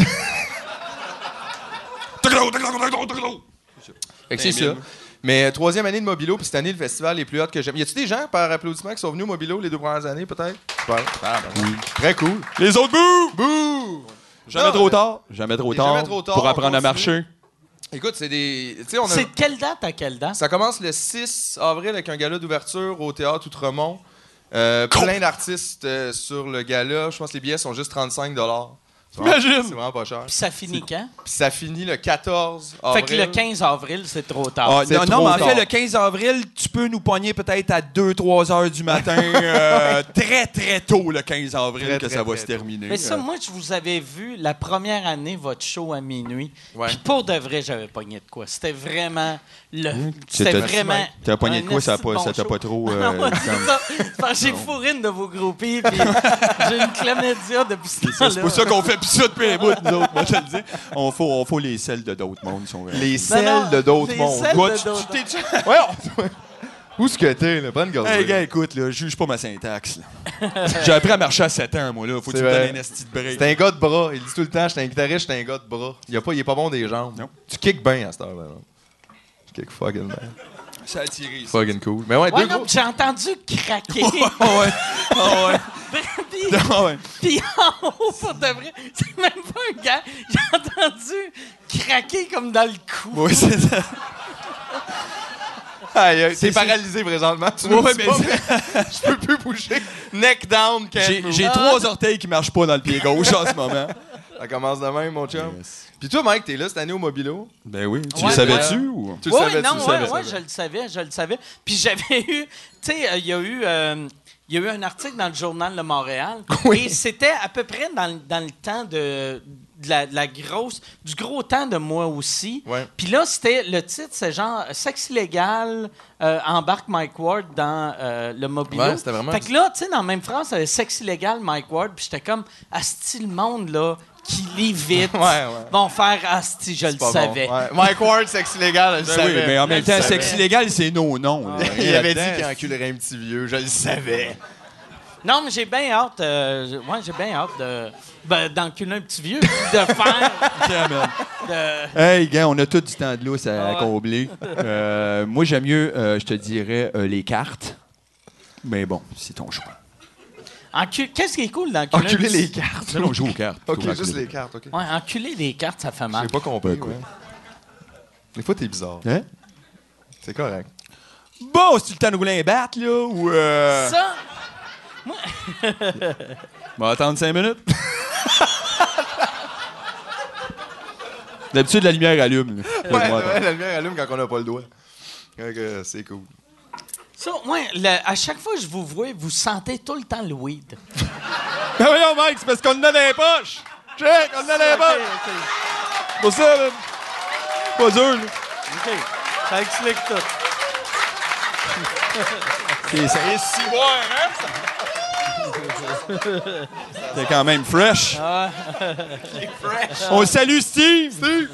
Fait que c'est Ben, ça. mille. Mais euh, troisième année de Mobilo, puis cette année, le festival est plus hot que jamais. Y a-tu des gens par applaudissement qui sont venus au Mobilo les deux premières années, peut-être? Super. Ah, ben, Très cool. Les autres, bouh! Bouh! Jamais Non, euh, trop mais- tard. Jamais trop Il est jamais tard. trop tard, Pour on apprendre à continue. marcher. Écoute, c'est des. Tu sais, on a- C'est de quelle date à quelle date? Ça commence le 6 avril avec un gala d'ouverture au théâtre Outremont. Euh, plein d'artistes euh, sur le gala. Je pense que les billets sont juste 35 C'est vraiment- Imagine! C'est vraiment pas cher. Puis ça finit quand? Puis ça finit le 14 Fait avril. que le 15 avril, c'est trop tard. Ah, c'est non, non, trop mais en fait, tard. le 15 avril, tu peux nous pogner peut-être à 2-3 heures du matin. euh, très, très tôt, le 15 avril, Très, que très, ça va très se tôt. terminer. Mais ça, Euh, moi, je vous avais vu la première année, votre show à minuit. Ouais. Puis pour de vrai, j'avais pogné de quoi. C'était vraiment le. t'as- C'était vraiment. Hein? T'as pogné de un quoi, ça a esti pas- bon ça t'a show. pas trop... euh, Non, moi, c'est comme- ça. C'est parce que j'ai fourré une de vos groupies, puis j'ai une chlamydia depuis ce temps-là. C'est pour ça qu'on fait plus ça depuis un bout, nous autres, moi, je te le dis. On faut, on faut les selles de d'autres mondes, ils sont vrais. Les Non, non, selles de d'autres les mondes. selles Toi, de tu- d'autres tu t'es- Ouais, on- Où ce que t'es, là? Prends une gorgée. Hey, gars, écoute, là, juge pas ma syntaxe. là. J'ai appris à marcher à 7 ans, moi, là. Faut que C'est tu me donnes vrai. un esti de break. C'est un gars de bras. Il dit tout le temps, j'étais un guitariste, j'étais un gars de bras. Il, a pas, il est pas bon des jambes. Non. Tu kicks bien à cette heure-là. non? Tu kicks fucking bien. Ça a tiré, ici. Fucking cool. Mais Ouais, ouais, deux non, gros- puis j'ai entendu craquer. Ah ouais. Ah ouais. Puis- Ah ouais. Puis en haut, pour de vrai, c'est même pas un gars. J'ai entendu craquer comme dans le cou. Oui, c'est ça. Aïe, aïe, C'est- T'es paralysé présentement. Tu Ouais, me dis mais pas, je peux plus bouger. Neck down, can't J'ai move. j'ai trois orteils qui marchent pas dans le pied gauche en ce moment. Ça commence de même, mon chum. Puis toi, Mike, t'es là cette année au Mobilo. Ben oui. Tu Ouais, le savais-tu ouais. ou? Tu Ouais, le savais, non, tu ouais, le savais. ouais, je le savais, je le savais. Puis j'avais eu, tu sais, euh, il y a eu, euh, il y a eu un article dans le journal de Montréal, et c'était à peu près dans, le- dans le temps de, de la, de la grosse, du gros temps de moi aussi. Ouais. Puis là, c'était le titre, c'est genre Sexe illégal euh, embarque Mike Ward dans euh, le mobile. Ouais, c'était vraiment- Fait que là, tu sais, dans la même phrase, c'était Sexe illégal Mike Ward, puis j'étais comme, asti le monde là qui lit vite, Ouais, ouais. vont faire asti, je le Pas bon. savais. Ouais. Mike Ward, sexe illégal, je le Ben oui, savais. mais en même temps, savais. Ah, sexe illégal, c'est non, non. là. Il avait dit qu'il enculerait un petit vieux, je le savais. Non, mais j'ai bien hâte. euh, j'ai- ouais, j'ai bien hâte de. Ben, d'enculer un petit vieux, puis de faire. Yeah, man. de- Hey, gars, on a tout du temps de lousse à, à Ah ouais. combler. Euh, moi, j'aime mieux, euh, je te dirais, euh, les cartes. Mais bon, c'est ton choix. encu- Qu'est-ce qui est cool Ah, d'enculer un Enculer petit- les cartes. Non, on joue aux cartes. Ok, plutôt juste qu'enculer. les cartes, ok. Ouais, enculer des cartes, ça fait mal. J'ai pas compris, Ben, quoi. ouais. Des fois, t'es bizarre. Hein? C'est correct. Bon, c'est le temps de rouler un bat, là, ou... Euh... Ça, On va attendre cinq minutes. D'habitude, la lumière allume. là. Laisse-moi Ouais, attendre. ouais, la lumière allume quand on n'a pas le doigt. Donc, euh, c'est cool. ça, moi, le- à chaque fois que je vous vois, vous sentez tout le temps le weed. Ben voyons, Mike, c'est parce qu'on en a dans les poches. Check, on en a dans les poches. C'est Pour ça, man. Pas dur, là. Ça explique tout. C'est ça. Et si voir, hein? T'es quand même fresh. On le salue Steve. Steve.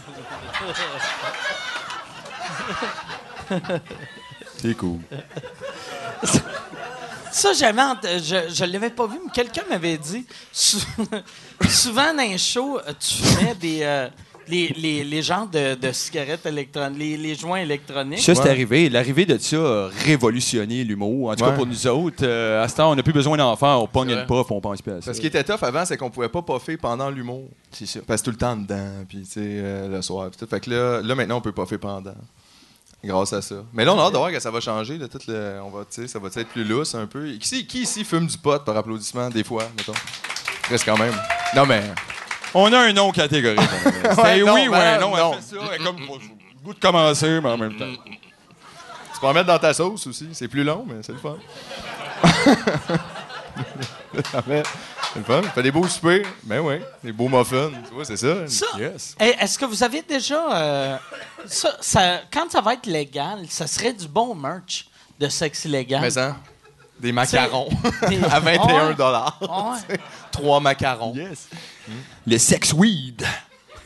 C'est cool. Ça, j'avais. ent- Je, je l'avais pas vu, mais quelqu'un m'avait dit. sou- souvent, dans les shows, tu fumais des. euh, les, les, les genres de, de cigarettes électroniques, les, les joints électroniques. Ça, c'est arrivé. L'arrivée de ça a révolutionné l'humour. En tout cas, Ouais. pour nous autres, euh, à ce temps, on n'a plus besoin d'enfants. On pogne C'est une vrai. puff, on pense plus à ça. Parce qu'il était tough avant, c'est qu'on pouvait pas puffer pendant l'humour. C'est ça. Parce que tout le temps dedans, puis tu sais, euh, le soir. puis tout. Fait que là, là, maintenant, on peut puffer pendant. Grâce à ça. Mais là, on a hâte de voir que ça va changer. Là, tout le, on va, tu sais, ça va être plus lousse un peu. Qui, c'est- qui ici fume du pot par applaudissement, des fois, mettons? Reste quand même. Non, mais... On a un nom catégorique. C'est Ouais, un non, oui ou ben, un non. non. Mm. Elle fait ça, elle est comme le goût de commencer, mais en même temps. Tu peux en mettre dans ta sauce aussi. C'est plus long, mais c'est le fun. Ça fait- c'est le fun. Fait des beaux soupers. Ben oui. Des beaux muffins. Tu vois, c'est ça. Ça, Yes. eh, est-ce que vous avez déjà. euh, ça, ça- quand ça va être légal, ça serait du bon merch de sexe illégal. Mais hein, des macarons. Des- à 21 Ah ouais. Trois macarons. Le sex weed.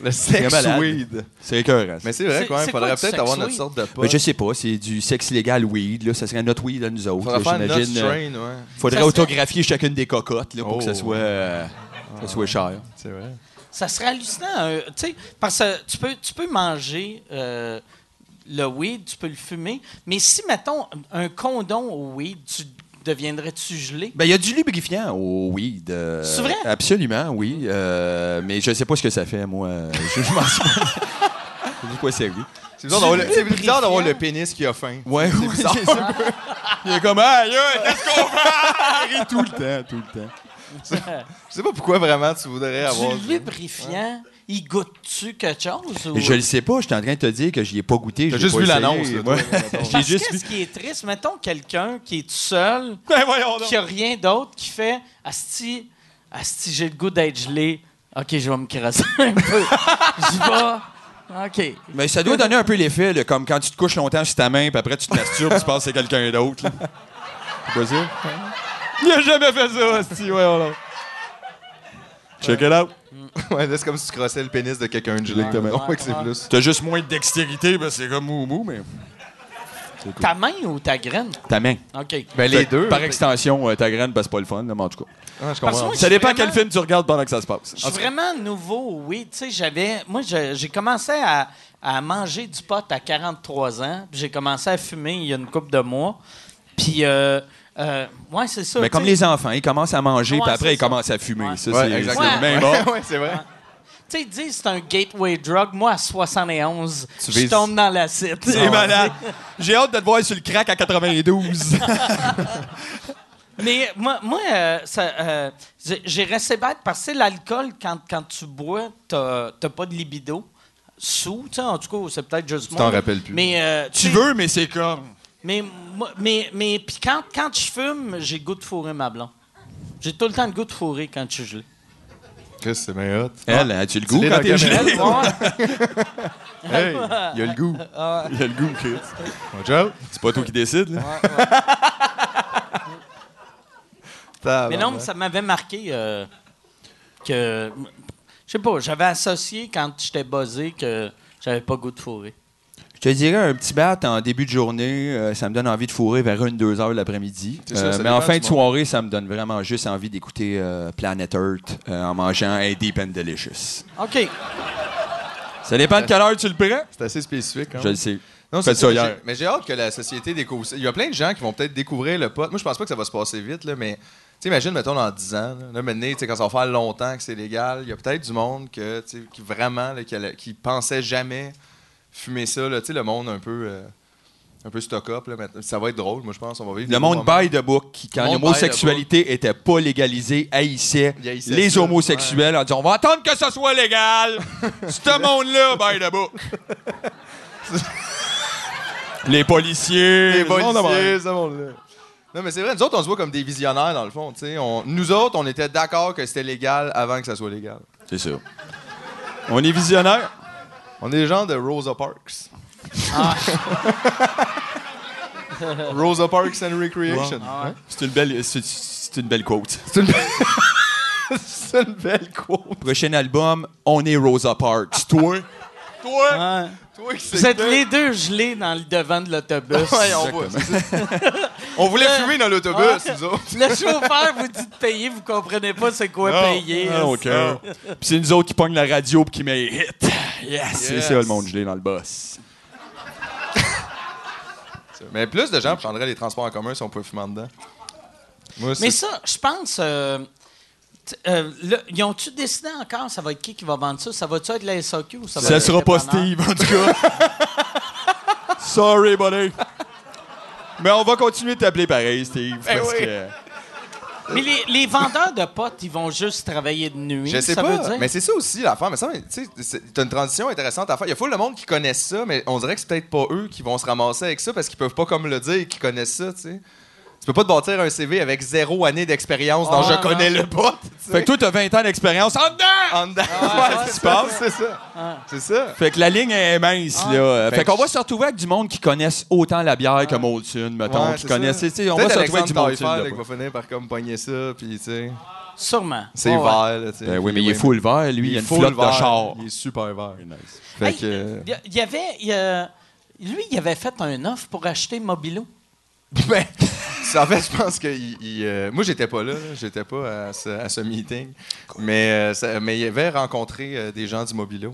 Le sex malade. weed. C'est écœurant. ça. Mais c'est vrai C'est- quand même. c'est Faudrait quoi du peut-être sex avoir notre weed? sorte de pot. Ben, je sais pas, c'est du sexe illégal weed, là. Ça serait notre weed à nous autres. Faudrait là, faire notre J'imagine. euh, strain, ouais. faudrait Ça serait- autographier chacune des cocottes là, pour que ça Oh. Ah. soit, euh, ça soit cher. C'est vrai. Ça serait hallucinant. euh, tu sais, parce que tu peux, tu peux manger euh, le weed, tu peux le fumer, mais si, mettons, un condom au weed, tu deviendrais-tu gelé? Ben, il y a du lubrifiant au weed. euh, C'est vrai? Absolument, oui. euh, mais je sais pas ce que ça fait, moi. Euh, Je, je m'en suis pas. Je dis quoi, c'est oui. C'est bizarre d'avoir le- Du c'est bizarre d'avoir le lubrifiant. pénis qui a faim. Ouais, ouais, c'est ça. Il est comme, aïe, aïe, qu'est-ce qu'on fait? Il rit tout le temps, tout le temps. Je sais pas pourquoi vraiment tu voudrais avoir. du lubrifiant, il goûte-tu quelque chose? ou- Mais Je le sais pas, je suis en train de te dire que j'y ai pas goûté. T'as j'ai juste pas vu essayé, l'annonce, là, moi. toi, là, mettons. J'ai Parce juste que vu. ce qui est triste, mettons quelqu'un qui est tout seul, Ben voyons qui a rien d'autre, qui fait Asti, Asti, j'ai le goût d'être gelé. OK, je vais me crasser un peu. Je vais. OK. Mais ça doit donner un peu l'effet, là, comme quand tu te couches longtemps sur ta main, puis après tu te masturbes, tu penses que c'est quelqu'un d'autre. là. C'est pas ça? Il a jamais fait ça, hostie, voyons là. Check it out. Ouais, là, c'est comme si tu crossais le pénis de quelqu'un de gelé. Exactement. Non, que c'est Ouais. plus. T'as juste moins de dextérité, parce que c'est comme mou mou, mais. Ta main ou ta graine? Ta main. OK. Ben les Fait que, deux. Par extension, euh, ta graine, parce que c'est pas le fun, là, mais en tout cas. Ah, je Parce que comprends. moi, Ça je suis dépend quel vraiment- film tu regardes pendant que ça se passe. Je suis vraiment nouveau, oui. Tu sais, j'avais. Moi, je- j'ai commencé à, à manger du pot à 43 ans. puis J'ai commencé à fumer il y a une couple de mois. Puis, euh, euh, ouais, c'est ça. Mais comme tu sais. les enfants, ils commencent à manger, Ouais, puis c'est après ils ça. commencent à fumer. Ouais. Ça, Ouais, c'est exactement. c'est bien Ouais. bon. ouais, c'est vrai. Tu sais, ils disent que c'est un gateway drug. Moi, à 71, Tu je vises- tombe dans l'acide. Ah C'est malade. J'ai hâte de te voir sur le crack à 92. Mais moi, moi euh, ça, euh, j'ai- j'ai resté bête parce que tu sais, l'alcool, quand, quand tu bois, t'as t'as pas de libido. Sous, tu sais, en tout cas, c'est peut-être juste moi. t'en rappelles plus. Mais, euh, sais, tu veux, mais c'est comme. Mais, moi- mais, mais puis quand, quand je fume, j'ai le goût de fourrer ma blonde. J'ai tout le temps le goût de fourrer quand je suis gelé. Chris, c'est bien hot. Elle, as-tu le goût goût l'es quand quand dans t'es t'es la gelé? gelé? caméra. Ouais. Hey, il y a le goût. Il a le goût, Chris. Watch out. C'est pas toi qui décide, là. mais non, mais ça m'avait marqué euh, que. Je sais pas, j'avais associé quand j'étais buzzé que j'avais pas le goût de fourrer. Je te dirais un petit bat en début de journée, euh, ça me donne envie de fourrer vers une, deux heures l'après-midi. Euh, C'est ça, ça mais en dépend fin du de moment. soirée, ça me donne vraiment juste envie d'écouter euh, Planet Earth euh, en mangeant un Deep and Delicious. OK. Ça dépend de quelle heure tu le prends. C'est assez spécifique. hein. Je le sais. Non, Faites c'est ça mais hier. j'ai- Mais j'ai hâte que la société découvre ça. Il y a plein de gens qui vont peut-être découvrir le pot. Moi, je pense pas que ça va se passer vite, là, mais tu sais, imagine, mettons, dans 10 ans, là, là, maintenant, tu sais, quand ça va faire longtemps que c'est légal, il y a peut-être du monde que, tu sais, qui vraiment, là, qui, allait- qui pensait jamais fumer ça. là. Tu sais, le monde un peu, euh, un peu stock-up. là, maintenant. Ça va être drôle, moi, je pense. On va vivre Le des monde beaux moments. by the book, qui, quand Le monde l'homosexualité était pas légalisée, haïssait Il haïssait les ça, homosexuels en disant on va attendre que ça soit légal. Ce monde-là, by the book. les policiers. Les le monde de même. policiers, ce monde-là. Non, mais c'est vrai, nous autres, on se voit comme des visionnaires, dans le fond. tu sais. On- nous autres, on était d'accord que c'était légal avant que ça soit légal. C'est sûr. On est visionnaire. On est les gens de Rosa Parks. Ah. Rosa Parks and Recreation. C'est une belle, c'est, c'est une belle quote. C'est une belle quote. Prochain album, on est Rosa Parks. Toi, Toi, Ouais. toi qui sais Vous êtes que- les deux gelés dans le devant de l'autobus. Ouais, on, voit, c'est ça. On voulait Le- fumer dans l'autobus, Ouais. nous autres. Le chauffeur vous dit de payer, vous comprenez pas c'est quoi payer. Ah, ok. Puis c'est nous autres qui pognent la radio puis qui met hit. Yes, c'est ça le monde gelé dans le boss. Mais plus de gens prendraient les transports en commun si on pouvait fumer en dedans. Moi, Mais c'est ça, je pense. euh, t- euh, là, ils ont-tu décidé encore ça va être qui qui va vendre ça? Ça va-tu être la SAQ ou ça va Ça être sera le pas dépanneur? Steve, en tout cas. Sorry, buddy. Mais on va continuer de t'appeler pareil, Steve. parce Eh oui. que- Mais les, les vendeurs de potes, ils vont juste travailler de nuit. Je sais ça pas, veut dire? mais c'est ça aussi l'affaire. Mais ça, mais, tu sais, c'est t'as une transition intéressante à faire. Il y a full le monde qui connaissent ça, mais on dirait que c'est peut-être pas eux qui vont se ramasser avec ça parce qu'ils peuvent pas comme le dire qu'ils connaissent ça, tu sais. Tu peux pas te bâtir un CV avec zéro année d'expérience dans Ah, Je connais non. le bot. tu sais. Fait que toi, Ah, t'as 20 ans d'expérience en dedans! En dedans. Ouais, c'est ça, C'est ça. Ah. C'est ça. Fait que la ligne est mince, là. Fait, Fait qu'on que- va se retrouver avec du monde qui connaissent autant la bière que Molson, mettons. Ouais, qui c'est connaissent, ça. tu sais, on va Peut-être se retrouver Alexandre avec du Molson. Taillefer, de là, qui pas. va finir par comme pogner ça, puis tu sais, Sûrement. c'est Ouais, ouais. vert, là, tu sais. Ben oui, mais il est full vert, lui. Il, a une full flotte de vert. char. Il est super vert. Fait Hey, que... euh, Il y a- il y avait. il y a- lui, il avait fait un offre pour acheter Mobilo. Ben, en fait, je pense que il- il, euh, moi, j'étais pas là, là. j'étais pas à ce, à ce meeting, mais, euh, ça- mais il avait rencontré euh, des gens du Mobilo.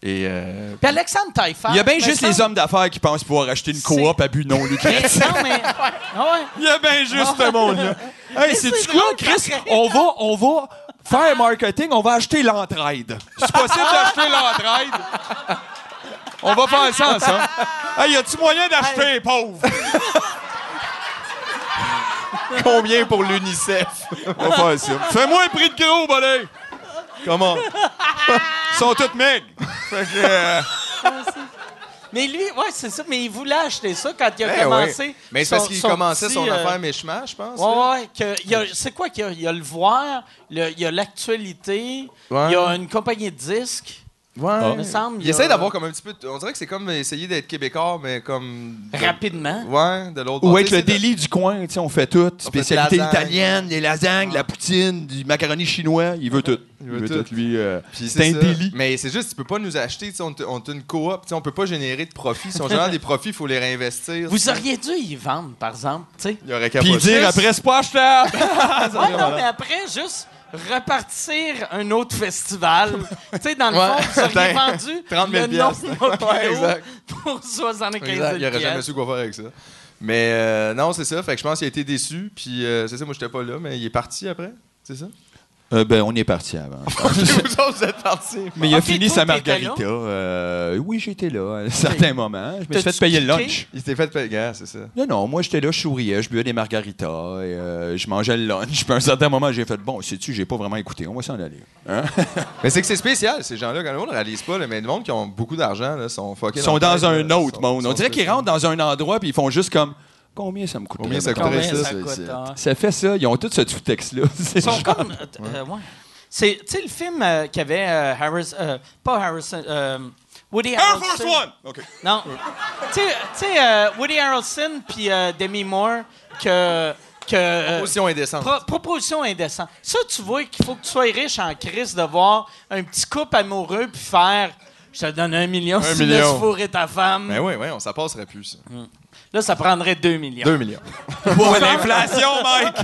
Et euh, Puis Alexandre Taillefer. Il y a bien Ah, mais juste ça- les hommes d'affaires qui pensent pouvoir acheter une coop à but non Mais lucratif. non, mais. Ah ouais. Il y a bien juste ce monde-là. Hey, c'est du c'est quoi, drôle, Chris? On va, on va faire marketing, on va acheter l'entraide. C'est possible d'acheter l'entraide? On va faire ça ensemble. Hey, y a-tu moyen d'acheter, pauvre? combien pour l'UNICEF? On va faire ça. Fais-moi un prix de gros, bonnet. Comment? Ils sont tous maigres. Mais lui, ouais, c'est ça. Mais il voulait acheter ça quand il a Ben commencé. ouais. Mais c'est son- parce qu'il son commençait petit, son euh, affaire Mishma, je pense. là. Ouais, ouais, que il y a- c'est quoi qu'il y a? Il y a le voir, le- il y a l'actualité, Ouais. il y a une compagnie de disques. Ouais. Il me semble, il Il y a- essaie d'avoir comme un petit peu. de- On dirait que c'est comme euh, essayer d'être québécois, mais comme. de- Rapidement. Ouais, de l'autre Ou bord. être le Essayer de- délit du coin, tu sais, on fait tout. fait de Spécialité lasagne. Ah. italienne, les lasagnes, la poutine, du macaroni chinois. Il veut tout. Il veut veut tout. tout, lui. euh, Puis C'est un ça. délit. Mais c'est juste, tu peux pas nous acheter, tu sais, on est on est une coop, tu sais, on peut pas générer de profits. Si on génère des profits, il faut les réinvestir. Vous auriez dû y vendre, par exemple, tu sais. Il y aurait qu'à Puis pas- dire après, c'est pas achetable. Ouais, non, mais après, juste repartir un autre festival. tu sais, dans le Ouais. fond, vous auriez Ben, vendu 30 000 le nom piastres. de Ouais, Mobilo exact. pour 75 000 Exact, il aurait jamais su quoi faire avec ça. Mais euh, non, c'est ça. Fait que je pense qu'il a été déçu. Puis euh, c'est ça, moi, j'étais pas là, mais il est parti après. C'est ça? Euh, ben, on est parti avant. vous autres, vous êtes partis. Mais il a Ok, fini toi, sa t'étais margarita. Euh, oui, j'étais là à un certain moment. Je me suis fait payer le kické? lunch. Il s'était fait payer. Gars, c'est ça. Non, non, moi j'étais là, je souriais, je buvais des margaritas, et, euh, je mangeais le lunch. Puis à un certain moment, j'ai fait Bon, sais-tu, j'ai pas vraiment écouté, on va s'en aller. Hein? Mais c'est que c'est spécial, ces gens-là. Quand on ne réalise pas, là, mais le monde qui ont beaucoup d'argent là, sont fuckés. Ils sont dans un euh, autre monde. On dirait qu'ils rentre rentrent dans un endroit, puis ils font juste comme Combien ça me coûte Combien ça Combien ça, ça c'est- coûte? c'est- hein? Ça fait ça, ils ont tout ce sous-texte-là. C'est Ils sont genre- comme. euh, euh, ouais. C'est, tu sais, le film euh, qu'avait euh, Harris. euh, pas Harrison. euh, Woody Harrelson. OK. Non. tu sais- tu sais, euh, Woody Harrelson puis euh, Demi Moore que. que euh, Position indécente. pro- proposition indécente. Ça, tu vois qu'il faut que tu sois riche en crise de voir un petit couple amoureux puis faire. je te donne un million Un si tu million. Ben laisses fourrer ta femme. Mais oui, oui, on s'en passerait plus, ça. Là, ça prendrait 2 millions. Deux millions. Wow, l'inflation, Mike!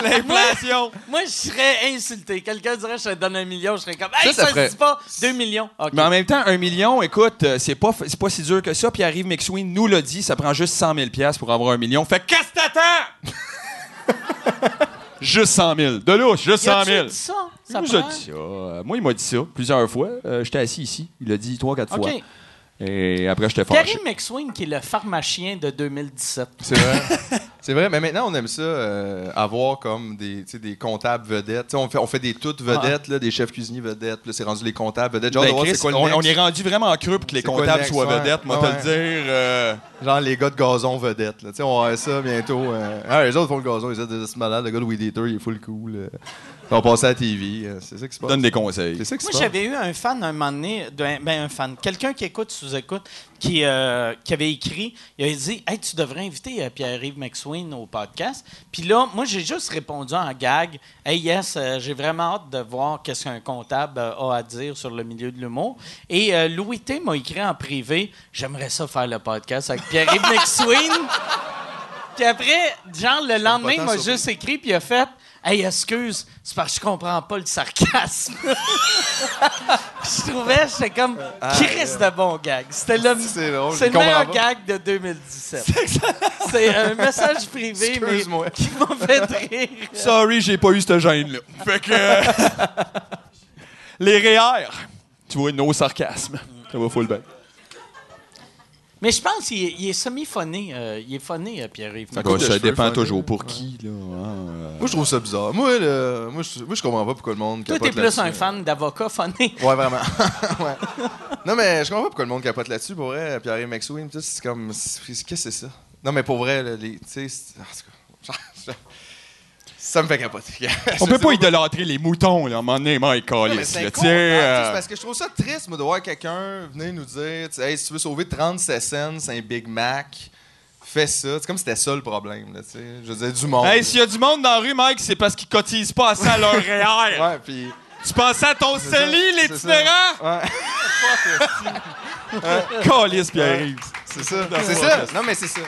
L'inflation! Moi, je serais insulté. Quelqu'un dirait je te donne un million, je serais comme Hey, ça ça, se ferait- dit pas 2 millions. OK. Mais en même temps, un million, écoute, euh, c'est pas, c'est pas si dur que ça. Puis arrive McSween nous l'a dit, ça prend juste 100 000 piastres pour avoir un million. Fait que qu'est-ce que t'attends? juste 100 000. De louche, juste Y 100 a-tu 000. dit ça? Il Ça nous a prend? dit ça. Euh, Moi, il m'a dit ça plusieurs fois. Euh, J'étais assis ici. Il l'a dit trois, quatre OK. fois. Et après, j'étais fâché. Gary McSween, qui est le pharmacien de 2017. C'est vrai. C'est vrai, mais maintenant, on aime ça, euh, avoir comme des, tu sais, des comptables vedettes. Tu sais, on, fait, on fait des toutes vedettes, là, des chefs cuisiniers vedettes. puis Là, c'est rendu les comptables vedettes. Genre, Ben, de voir Chris, c'est quoi le on, next. on est rendu vraiment cru pour que les C'est quoi le comptables next, soient ouais. Ah vedettes, moi, Ouais, te le dire. euh, Genre les gars de gazon vedettes. Là. Tu sais, on va ça bientôt. euh. Ah, les autres font le gazon, ils étaient malades. Le gars de Weed Eater, il est full cool. euh. Ils vont passer à la TV. euh. C'est ça qui se passe. donne des conseils. C'est ça qui se Moi, passe. j'avais eu un fan un moment donné, d'un- ben, un fan, quelqu'un qui écoute, sous-écoute, qui, euh, qui avait écrit, il avait dit Hey, tu devrais inviter euh, Pierre-Yves McSween au podcast. Puis là, moi, j'ai juste répondu en gag Hey, yes, euh, j'ai vraiment hâte de voir qu'est-ce qu'un comptable euh, a à dire sur le milieu de l'humour. Et euh, Louis T m'a écrit en privé J'aimerais ça faire le podcast avec Pierre-Yves McSween. Puis après, genre, le lendemain, il tant m'a surpris. juste écrit, puis il a fait Hey, excuse, c'est parce que je comprends pas le sarcasme. Puis je trouvais, j'étais comme Chris de bon gag. C'était le, Ah, C'est drôle, c'est je le meilleur comprends gag de 2017. C'est un message privé, mais Excuse-moi. qui m'a fait rire. Sorry, j'ai pas eu cette gêne-là. Fait que. les REER. Tu vois, nos sarcasmes. Ça va full back. Mais je pense qu'il est- il est semi-phoné. euh, il est phoné, euh, Pierre-Yves. coupe de cheveux, fin, pour qui, là. hein, euh. Moi, je trouve ça bizarre. Moi, là, moi, je, moi, je comprends pas pourquoi le monde. Toi, capote t'es plus un là-dessus. euh. fan d'avocat phoné. Ouais, vraiment. Ouais. Non, mais je comprends pas pourquoi le monde capote là-dessus. Pour vrai, Pierre-Yves McSween, tout, c'est comme. c'est- Qu'est-ce que c'est ça? Non, mais pour vrai, là, les. Tu sais, c'est- en tout cas, ça me fait capoter. On peut pas idolâtrer les moutons, là. À un moment donné, Mike Non, Callis, mais c'est là, tu sais, inconfortable, tu sais, c'est euh, parce que je trouve ça triste, moi, de voir quelqu'un venir nous dire tu sais, Hey, si tu veux sauver 37 cents, c'est un Big Mac, fais ça. C'est comme si c'était ça le problème, là, tu sais. Je veux dire, du monde. Hey, s'il y a du monde dans la rue, Mike, c'est parce qu'ils cotisent pas assez à leur REER. Ouais, puis. Tu pensais à ton C'est ça, CELI, c'est l'itinérant? Ouais. Callis, Pierre-Yves. C'est ça. C'est ça. Non, mais c'est ça.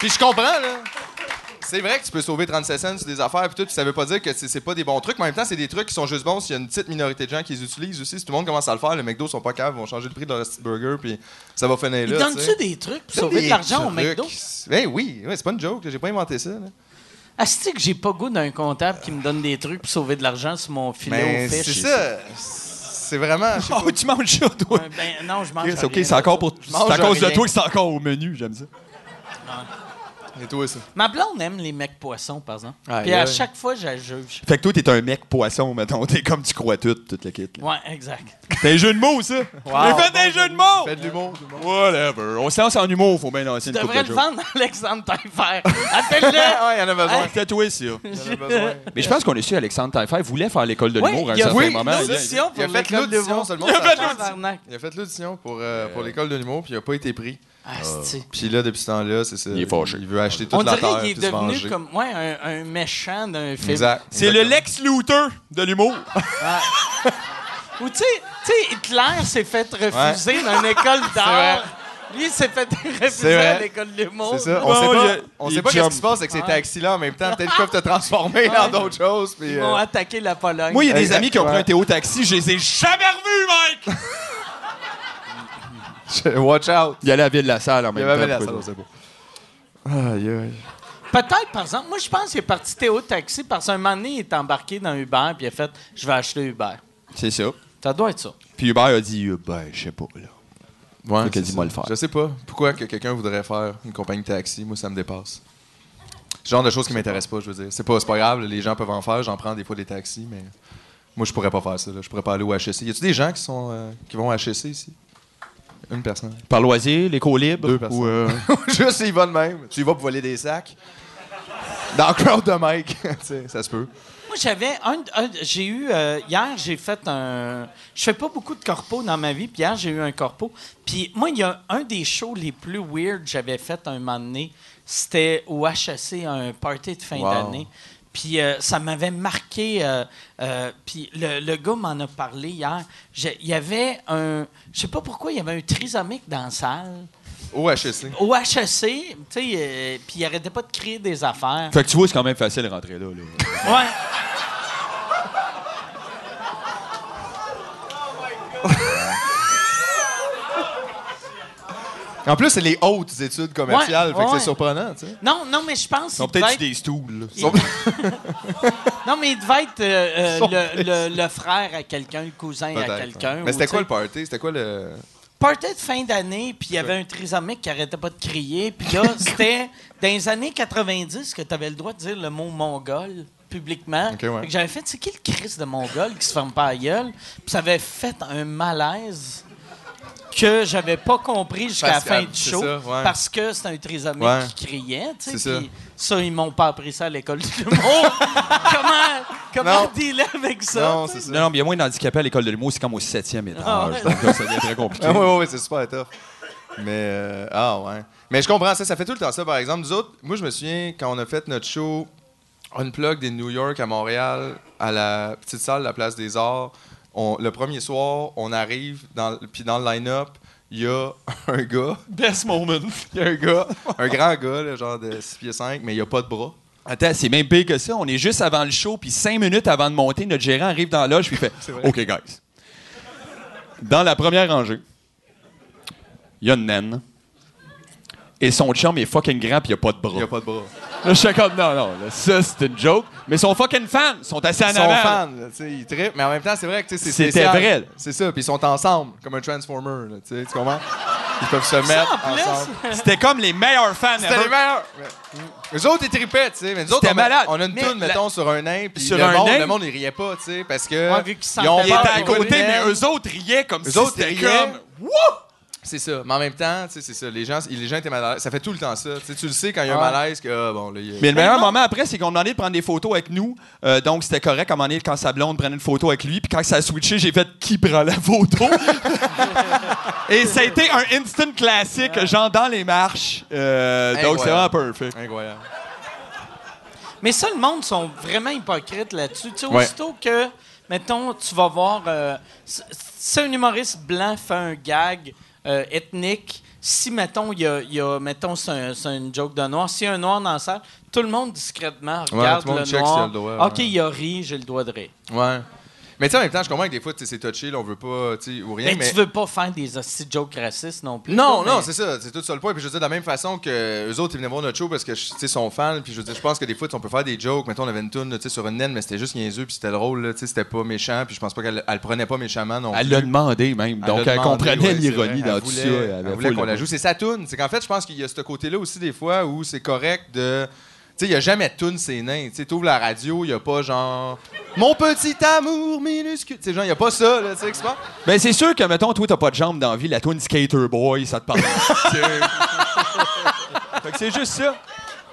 Puis je comprends, là. C'est vrai que tu peux sauver 37 cents sur des affaires puis tout, puis ça veut pas dire que c'est c'est pas des bons trucs, mais en même temps, c'est des trucs qui sont juste bons s'il y a une petite minorité de gens qui les utilisent aussi. Si tout le monde commence à le faire, le McDo sont pas caves, vont changer le prix de leur petit burger, puis ça va finir Il là. donne-tu des trucs pour sauver de l'argent au McDo? Ben oui, ouais, c'est pas une joke, là, j'ai pas inventé ça. là. Asti Ah, que j'ai pas goût d'un comptable qui me donne des trucs pour sauver de l'argent sur mon filet Mais au c'est fish. ça. C'est vraiment. je sais pas. Oh, tu manges ça, toi. Ouais, ben non, je mange Chris, rien. OK, c'est encore pour. C'est à mange cause de rien. toi que c'est encore au menu, j'aime ça. Et toi, ça. Ma blonde aime les mecs poissons, par exemple. Aïe, Puis à aïe. chaque fois, je la juge. Fait que toi, t'es un mec poisson, mettons. T'es comme tu crois tout, toute la kit. là. Ouais, exact. T'es un jeu de mots, ça. J'ai fait un jeu de mots. Fais de l'humour, tout le monde. Whatever. On se lance en humour, faut bien lancer Tu une coupe devrais de le jokes. vendre à Alexandre Taillefer. Appelle-le. Ah, il y en a besoin. Ouais, tatoué, ça. Il y en a besoin. Mais je pense qu'on est sûr, Alexandre Taillefer voulait faire l'école de Oui, l'humour à un il a certain fait moment. une audition Il pour a fait l'école de l'audition, l'humour. seulement. Tabarnak. Il a fait l'audition pour, euh, pour l'école de l'humour, puis il a pas été pris. Asti. Puis là, depuis ce temps-là, c'est ça. Il est fâché. Il veut acheter toute Ah, On Euh, la dirait terre qu'il est puis se devenu venger. comme ouais, un, un méchant d'un film. Exact. C'est le Exactement. Lex Luthor de l'humour. Ou tu sais, tu sais, Hitler s'est fait refuser dans une école d'art. Lui, il s'est fait refuser vrai. à l'école de l'humour. C'est ça. Bon, On sait il pas, a- on il sait pas qu'est-ce jump. qui se passe avec ces Ouais. taxis-là en même temps. Peut-être qu'ils peuvent te transformer en d'autres choses. Puis, Ils euh, m'ont attaqué la Pologne. Moi, il y a des Exact, amis qui ont pris ouais. un Théo Taxi, je les ai jamais revus, Mike! je- Watch out. Il allait à Ville-la-Salle en Il y même temps. avait la salle, pourquoi on sait pas. Aïe, aïe. Peut-être, par exemple, moi, je pense qu'il est parti Théo Taxi parce qu'un moment donné, il est embarqué dans Uber puis il a fait Je vais acheter Uber. pas. C'est ça. Ça doit être ça. Puis Hubert a dit, euh, ben, je sais pas, là. Ouais, Fait qu'elle c'est dit, moi, ça. le faire. Je sais pas pourquoi que quelqu'un voudrait faire une compagnie de taxi. Moi, ça me dépasse. Ce genre de choses qui m'intéresse pas, je veux dire. C'est pas, c'est pas grave, les gens peuvent en faire. J'en prends des fois des taxis, mais moi, je pourrais pas faire ça. là. Je pourrais pas aller au HEC. Y a-tu des gens qui, sont, euh, qui vont au HEC ici? Une personne. Par loisir, l'éco-libre. Deux personnes. ou, euh, Juste, il va de même. Tu y vas pour voler des sacs. Dans le crowd de Mike. Tu sais, ça se peut. Moi, j'avais un, un- j'ai eu euh, hier, j'ai fait un. Je fais pas beaucoup de corpos dans ma vie, puis hier j'ai eu un corpo. Puis moi, il y a un des shows les plus weird que j'avais fait un moment donné. C'était au HEC, un party de fin Wow. d'année. Puis euh, ça m'avait marqué. euh, euh, puis le, le gars m'en a parlé hier. J'ai- Il y avait un. Je sais pas pourquoi, il y avait un trisomique dans la salle. Au E HEC. Au HEC, tu sais, euh, puis il arrêtait pas de créer des affaires. Fait que tu vois, c'est quand même facile de rentrer là. là. Ouais. En plus, c'est les hautes études commerciales, Ouais, fait que ouais. c'est surprenant, tu sais. Non, non, mais je pense Ils ont qu'il devait peut-être être- des stools. là. Ils sont- Non, mais il devait être euh, euh, Son le, le- le frère à quelqu'un, le cousin à Peut-être, quelqu'un. ouais. Mais c'était ou, quoi le tu sais, party? C'était quoi le. Party de fin d'année, puis il y avait un trisomique qui arrêtait pas de crier. Puis là, c'était dans les années 90 que tu avais le droit de dire le mot mongol publiquement. Ok, ouais. Fait que J'avais fait, c'est qui le Chris de mongol qui se ferme pas la gueule? Puis ça avait fait un malaise que j'avais pas compris jusqu'à la Parce fin que- du c'est show. ça, ouais. Parce que c'était un trisomique Ouais. qui criait, tu sais. C'est ça. puis ça, ils m'ont pas appris ça à l'école de l'humour. comment comment Non. dealer avec ça? non, tu sais? c'est ça. Non, non, mais il y a moins d'handicapés à l'école de l'humour, c'est comme au septième étage. Ah ouais. Donc là, ça devient très compliqué. Ah, oui, oui, oui, c'est super tough. Mais, euh, ah ouais. Mais je comprends ça, ça fait tout le temps ça, par exemple. Nous autres, moi, je me souviens, quand on a fait notre show Unplug des New York à Montréal, à la petite salle de la Place des Arts, on- le premier soir, on arrive, dans, puis dans le line-up, il y a un gars. Best moment. Il y a un gars, un grand gars, là, genre de 6 pieds 5, mais il a pas de bras. Attends, c'est même pire que ça. On est juste avant le show, puis cinq minutes avant de monter, notre gérant arrive dans la loge, puis il fait vrai. OK, guys. Dans la première rangée, il y a une naine. Et son chum est fucking grand, puis il a pas de bras. Il a pas de bras. Là, je suis comme non, non, là, ça, c'est une joke. Mais son fucking fan, ils sont assis en Ils sont avant. fans, là, tu sais, ils trippent, mais en même temps, c'est vrai que tu sais, c'est C'était spécial. vrai, là. C'est ça, puis ils sont ensemble, comme un Transformer, là, tu sais, tu comprends? Ils peuvent se mettre en plus, ensemble. C'était comme les meilleurs fans C'était ever. les meilleurs! Les autres, ils trippaient, tu sais, mais nous autres, C'était on, met- malade. on a une Mais toune, la- mettons, sur un nain, puis Sur le, un monde, nain? le monde, il riait pas, tu sais, parce que... Ouais, vu qu'ils ils ont sentaient Ils étaient peur à pour côté, une mais naine. eux autres riaient comme Eux si autres, c'était ils riaient. comme Wouh! C'est ça, mais en même temps, tu sais, c'est ça, les gens, les gens étaient mal à l'aise. Ça fait tout le temps ça, tu sais, tu le sais quand il y a un Ouais. malaise que, ah, bon, là, il y a- Mais le meilleur moment après, c'est qu'on demandait de prendre des photos avec nous. Euh, donc, c'était correct. À un moment donné, quand sa blonde prenait une photo avec lui, puis quand ça a switché, j'ai fait qui prend la photo. Et ça a été un instant classique, genre dans les marches. Euh, donc, c'est vraiment Incroyable. perfect. Incroyable. Mais ça, le monde sont vraiment hypocrites là-dessus. Tu sais, Ouais. aussitôt que, mettons, tu vas voir. euh, si- si un humoriste blanc fait un gag euh, ethnique, si, mettons, il y a, il y a- mettons, c'est un- c'est une joke de noir, s'il y a un noir dans la salle, tout le monde discrètement Ouais, regarde tout le monde le check noir. s'il a le doigt, OK, ouais. il a ri, j'ai le doigt de rire. Ouais. Mais tu sais, en même temps, je comprends que des fois, tu sais, c'est touché, là, on veut pas, tu sais, ou rien, Mais, tu veux pas faire des hosties de jokes racistes non plus. Eh, Non, là, non, mais- c'est ça, c'est tout ça le point. Puis je veux dire, de la même façon que eux autres, ils venaient voir notre show parce que, je- tu sais, sont fans. Puis je veux dire, je pense que des fois, tu sais, on peut faire des jokes. Mettons, on avait une toune, tu sais, sur une naine, mais c'était juste niaiseux, puis c'était drôle, là, tu sais, c'était pas méchant. Puis je pense pas qu'elle elle le prenait pas méchamment non Elle plus. l'a demandé même. Elle Donc, l'a elle demandé, comprenait ouais, c'est l'ironie vrai. dans Elle tout voulait- ça. Elle avait Elle voulait full qu'on la de- joue. C'est sa toune. C'est qu'en fait, je pense qu'il y a ce côté-là aussi, des fois, où c'est correct de. Tu sais, il n'y a jamais de toune, c'est nain. Tu sais, t'ouvres la radio, il n'y a pas genre. Mon petit amour minuscule. Tu sais, genre, il n'y a pas ça, là, tu sais, qu'est-ce que c'est pas? Ben, c'est sûr que, mettons, toi, t'as pas de jambes dans la vie. La toune Skater Boy, ça te parle. Fait que c'est juste ça.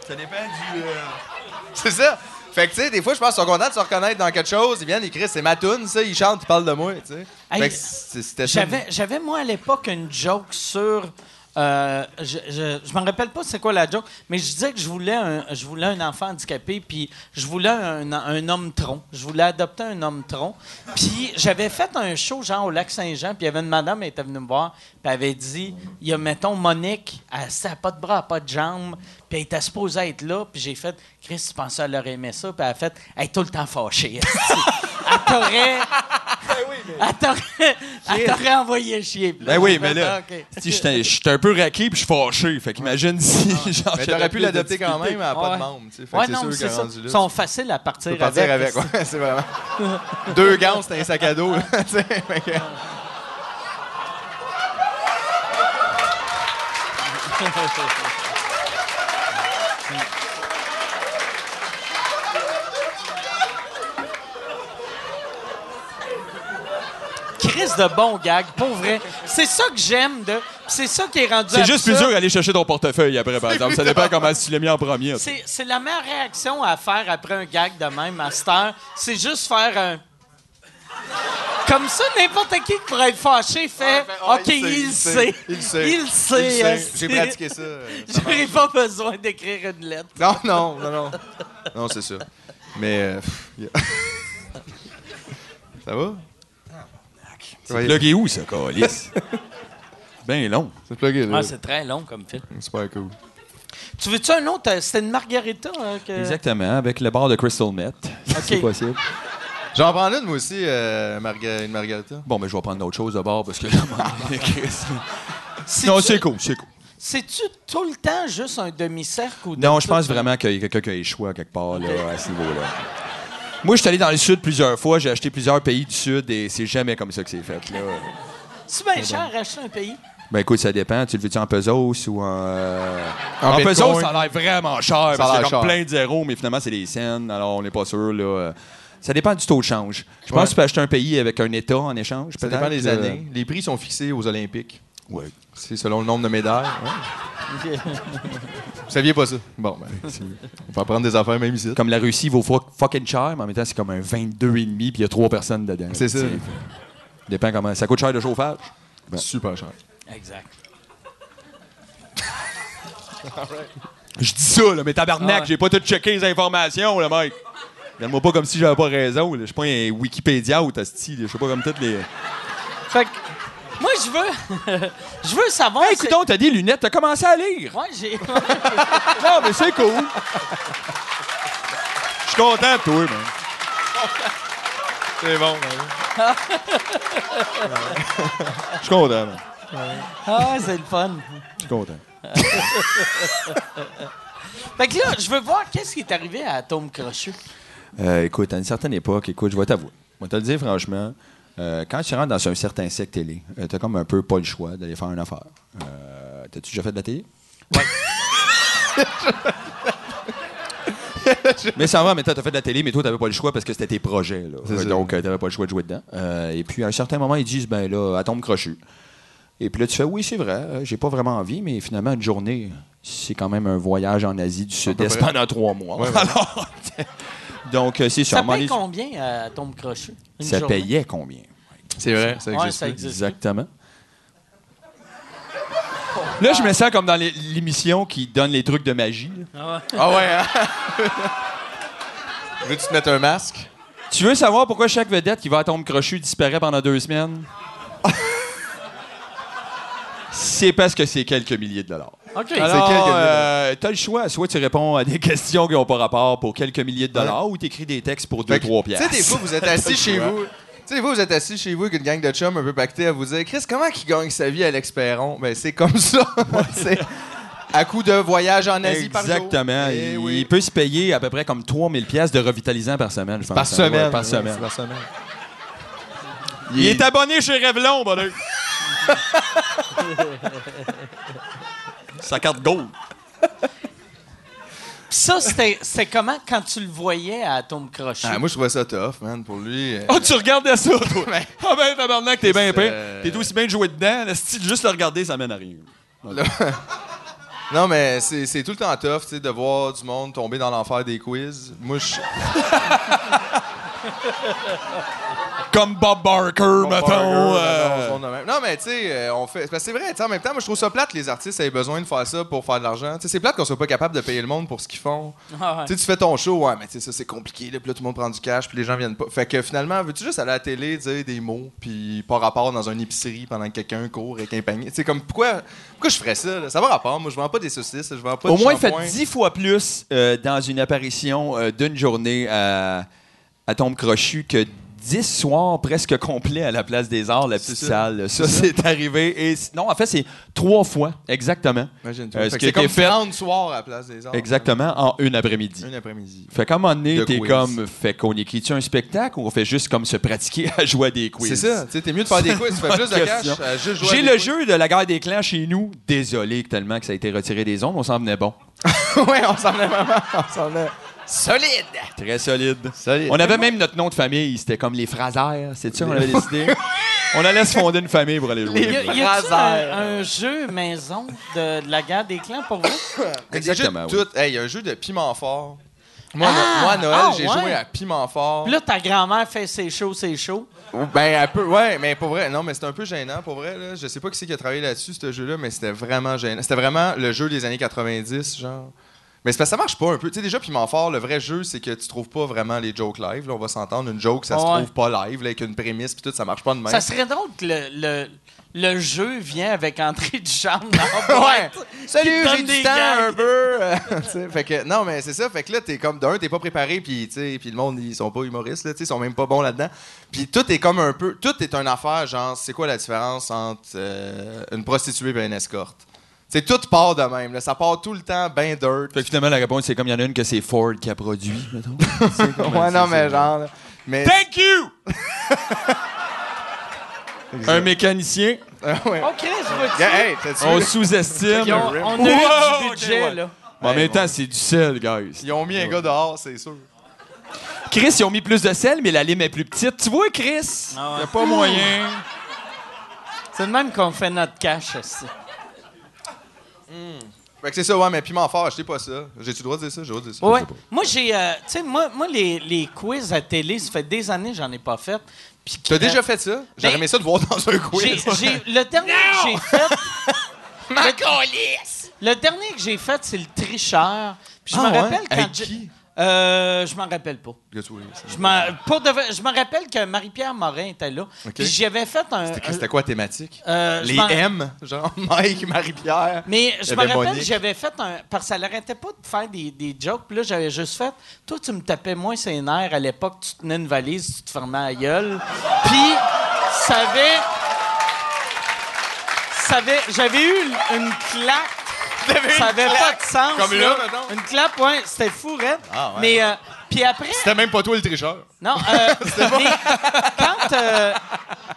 Ça dépend du. euh, C'est ça. Fait que, tu sais, des fois, je pense qu'ils sont contents de se reconnaître dans quelque chose. Ils viennent, ils crient, c'est ma toune, ça, ils chantent, ils parlent de moi, tu sais. Hey, fait que c'est- c'était ça. J'avais, j'avais, moi, à l'époque, une joke sur. euh, je, je, je m'en rappelle pas c'est quoi la joke, mais je disais que je voulais un, je voulais un enfant handicapé, puis je voulais un, un homme tronc. Je voulais adopter un homme tronc. Puis j'avais fait un show, genre, au lac Saint-Jean, puis il y avait une madame, elle était venue me voir, puis elle avait dit il y a, mettons, Monique, elle n'a pas de bras, elle a pas de jambes, puis elle était supposée être là, puis j'ai fait Chris, tu pensais qu'elle aurait aimé ça, puis elle a fait Elle est tout le temps fâchée. esti. elle t'aurait. Ben Elle t'aurait- elle t'aurait envoyé chier. puis Ben oui, mais là, Ok. si je suis un peu raqué puis je suis fâché. Fait qu'imagine si. genre, Mais j'aurais t'aurais pu plus l'adopter quand d'activité. même, elle n'a pas Ouais. de membre, tu sais. Fait Ouais, que non, mais c'est c'est sûr ça. qu'elle Ils est sont faciles à partir, Tu peux partir avec, ouais, c'est vraiment. Deux gants, c'est un sac à dos, là, tu sais. Fait que- Eh, Chris de bon gag, pour vrai. C'est ça que j'aime de. C'est ça qui est rendu. C'est juste plus absurde. dur d'aller chercher ton portefeuille après, par exemple. Ça dépend comment tu l'as mis en premier. C'est, c'est la meilleure réaction à faire après un gag de même à cette heure. C'est juste faire un. Comme ça, n'importe qui qui pourrait être fâché fait Ouais, fait, ouais, OK, il le sait. Il le sait. Il le sait. Il le sait. esti. J'ai pratiqué ça. euh, ça marche. J'aurais pas besoin d'écrire une lettre. Non, non, non, non. Non, c'est ça. Mais. euh, pff, yeah. ça va? Ah, C'est Ouais. plugué où, ça, Calis? ben long. C'est plugué, là. Ah, c'est très long comme film. Super cool. Tu veux-tu un autre? Euh, C'était une margarita. hein, que... Exactement, avec le bar de Crystal Meth. si C'est possible. J'en prends une, moi aussi, euh, marga- une margarita. Bon, mais je vais prendre d'autres choses de bord parce que là, mon Dieu, Chris. C'est-tu- Non, c'est cool, c'est cool. C'est-tu tout le temps juste un demi-cercle? ou Non, de- je pense vraiment qu'il y a quelqu'un qui a échoué à quelque part là, à ce niveau-là. Moi, je suis allé dans le Sud plusieurs fois, j'ai acheté plusieurs pays du Sud et c'est jamais comme ça que c'est fait. Là. C'est bien cher à acheter un pays. Ben écoute, ça dépend. Tu le veux-tu en pesos ou en. euh, En en Bitcoin. pesos, ça a l'air vraiment cher. Ça a parce qu'il y a l'air comme cher. plein de zéros, mais finalement, c'est des scènes, alors on n'est pas sûr. Là. euh, Ça dépend du taux de change. Je pense que tu peux acheter un pays avec un État en échange. Ça peut-être, dépend des euh, années. Les prix sont fixés aux Olympiques. Ouais. C'est selon le nombre de médailles. Ouais. Vous saviez pas ça? Bon, ben, c'est- on peut apprendre des affaires même ici. Comme la Russie vaut fuck- fucking cher, mais en même temps, c'est comme un 22,5 puis il y a trois personnes dedans. C'est ça. Tu sais, Dépend comment. Ça coûte cher de chauffage. Super cher. Exact. Je dis ça, là, mais tabarnak, Ouais. j'ai pas tout checké les informations, là, mec. Regarde-moi pas comme si j'avais pas raison. là. Je suis pas un Wikipédia ou Tasti. Je suis pas comme toutes les. Fait que, moi, je veux... je veux savoir... Hey, c'est- Ah, écoute, donc, t'as des lunettes, t'as commencé à lire. Ouais, j'ai... Non, mais c'est cool. Je suis content de toi, man. C'est bon. Je suis content, man. ah, c'est le fun. Je suis content. Fait que là, je veux voir qu'est-ce qui est arrivé à Tom Crochu. Euh, écoute, à une certaine époque, écoute, je vais t'avouer. Je vais te le dire franchement. euh, quand tu rentres dans un certain secte télé, euh, t'as comme un peu pas le choix d'aller faire une affaire. Euh, T'as-tu déjà fait de la télé? Ouais. mais ça va, mais toi, t'as fait de la télé, mais toi, t'avais pas le choix parce que c'était tes projets. là. C'est Euh, ça. donc, euh, t'avais pas le choix de jouer dedans. Euh, et puis, à un certain moment, ils disent, ben là, à tombe crochu. Et puis là, tu fais, oui, c'est vrai, euh, j'ai pas vraiment envie, mais finalement, une journée, c'est quand même un voyage en Asie du Sud-Est près. pendant trois mois. Alors, donc, euh, c'est Ça sûrement paye les- combien à Tom Crochu? Une Ça journée? payait combien? C'est vrai, ça Ouais, existe. ça existe. Exactement. Là, je me sens comme dans les- l'émission qui donne les trucs de magie. là. Ah ouais, hein? Veux-tu te mettre un masque? Tu veux savoir pourquoi chaque vedette qui va à tombe crochue disparaît pendant deux semaines? c'est parce que c'est quelques milliers de dollars. OK. Alors, quelques milliers de dollars. euh, t'as le choix. Soit tu réponds à des questions qui n'ont pas rapport pour quelques milliers de dollars ou t'écris des textes pour deux, Fait que, trois Tu pièces. sais, des fois, vous êtes assis chez choix. vous. Tu sais, vous, vous êtes assis chez vous avec une gang de chums un peu pactés à vous dire Chris, comment qu'il gagne sa vie à l'expéron? Ben, c'est comme ça. c'est à coup de voyage en Asie par jour. Exactement. Eh il, oui. il peut se payer à peu près comme 3000 pièces de revitalisant par semaine, je pense. Par Ouais, semaine. par oui, semaine. Par semaine. Il, est abonné chez Revlon, bonheur. Sa carte gold. Pis ça, c'était c'était comment quand tu le voyais à Tom Crochu? Ah, moi, je trouvais ça tough, man, pour lui. euh, Oh, tu regardais ça, toi. Ah ben, tabarnak, t'es bien peint. euh, T'es aussi bien de jouer dedans. Le style, juste le regarder, ça mène à rien. Non, mais c'est c'est tout le temps tough, tu sais, de voir du monde tomber dans l'enfer des quiz. Moi, je. Comme Bob Barker, mettons. euh, Mettons, on a même- Non, mais tu sais, euh, on fait. c'est parce que C'est vrai, tu sais, en même temps, moi, je trouve ça plate, les artistes avaient besoin de faire ça pour faire de l'argent. Tu sais, c'est plate qu'on soit pas capable de payer le monde pour ce qu'ils font. Ah ouais. Tu sais, tu fais ton show, ouais, mais tu sais, ça, c'est compliqué, là, puis là, tout le monde prend du cash, puis les gens viennent pas. Fait que finalement, veux-tu juste aller à la télé, dire des mots, puis pas rapport dans une épicerie pendant que quelqu'un court avec un panier? Tu sais, comme, pourquoi, pourquoi je ferais ça? là? Ça va rapport, moi, je vends pas des saucisses, je vends pas Au du moins, il fait shampoing. 10 fois plus euh, dans une apparition euh, d'une journée à, à Tombe Crochu que 10 soirs presque complets à la place des arts, la petite ça. salle. Ça, c'est arrivé. Et, c- non, en fait, c'est trois fois, exactement. Imagine-toi. Euh, Fait ce que qui a c'est été comme fait- 30 soirs à la place des arts. Exactement, en une après-midi. Un après-midi. Fait qu'à un moment donné, De t'es quiz. comme, fait qu'on écrit-tu un spectacle ou on fait juste comme se pratiquer à jouer à des C'est quiz? ça. Tu sais, t'es mieux de faire des quiz, tu fais plus de cash. Question. à juste jouer à J'ai des le quiz. jeu de la guerre des clans chez nous. Désolé tellement que ça a été retiré des ondes, on s'en venait bon. ouais, on s'en est vraiment. On s'en est. Solide! Très solide. Solide. On avait même notre nom de famille, c'était comme les Frasers, c'est ça, on avait décidé. on allait se fonder une famille pour aller Y jouer. a, y a-tu un, un jeu maison de, de la guerre des clans pour vous? Exactement, Il oui. y a tout. Hey, il y a un jeu de piment fort. Moi, Ah! no- moi, à Noël, Ah, j'ai ouais? joué à piment fort. Puis là, ta grand-mère fait c'est chaud, c'est chaud. Ben, un peu, ouais, mais pour vrai, non, mais c'était un peu gênant, pour vrai. Là. Je sais pas qui c'est qui a travaillé là-dessus, ce jeu-là, mais c'était vraiment gênant. C'était vraiment le jeu des années 90, genre. Mais c'est parce que ça marche pas un peu. Tu sais, déjà, Piment Fort, le vrai jeu, c'est que tu trouves pas vraiment les jokes live. Là, on va s'entendre, une joke, ça se Ouais. trouve pas live, là, avec une prémisse, puis tout, ça marche pas de même. Ça serait drôle que le, le, le jeu vient avec entrée de chambre dans la Ouais. boîte. Salut, Qui te j'ai donne des du temps gags. un peu. Tu sais, fait que, non, mais c'est ça. Fait que là, t'es comme, d'un, t'es pas préparé, puis tu sais, puis le monde, ils sont pas humoristes, là, tu sais, ils sont même pas bons là-dedans. Puis tout est comme un peu. Tout est une affaire, genre, c'est quoi la différence entre euh, une prostituée et une escorte? Tu sais, tout part de même. là. ça part tout le temps, ben dirt. Fait que finalement, la réponse, c'est comme il y en a une que c'est Ford qui a produit, mettons. C'est comme- ouais, non, c'est- mais genre. là. Mais, Thank you! Un mécanicien, ouais. Oh, Chris, vois-tu? Yeah, hey, t'as-tu on vu, là? sous-estime. Ils ont- on a eu Wow, du ok, budget, ouais. là. Mais en même temps, c'est du sel, guys. Ils ont mis un gars dehors, c'est sûr. Chris, ils ont mis plus de sel, mais la lime est plus petite. Tu vois, Chris? Ah ouais. Ah. Y a pas moyen. C'est de même qu'on fait notre cash, aussi. Fait que c'est ça, ouais, mais piment fort, achetez pas ça. J'ai-tu le droit de dire ça? J'ai le droit de dire ça. Ouais. Je sais pas. Moi, j'ai. euh, tu sais, moi, moi les, les quiz à télé, ça fait des années que j'en ai pas fait. Puis que- T'as déjà fait ça? J'aurais Ben, aimé ça de voir dans un J'ai- quiz. j'ai- le dernier que j'ai fait. Ma Le dernier que j'ai fait, c'est le tricheur. Puis je Ah me ouais? rappelle quand. Avec j'ai- qui? Euh, je m'en rappelle pas. Je m'en, pour de vrai, je me rappelle que Marie-Pierre Morin était là. Puis j'avais fait un. C'était c'était quoi la thématique? euh, je Les m'en- M, genre Mike, Marie-Pierre. Mais je Il y me avait rappelle, Monique. j'avais fait un. Parce que ça l'arrêtait pas de faire des, des jokes. Puis là, j'avais juste fait. Toi, tu me tapais moins ses nerfs à l'époque. Tu tenais une valise, tu te fermais la gueule. Puis, ça avait. ça avait- J'avais eu une- une claque. Ça avait pas de sens. Comme là, mettons. Une claque, ouais. C'était fou, raide. Ah, ouais. Mais. euh, puis après. C'était même pas toi le tricheur. Non, euh, mais quand euh,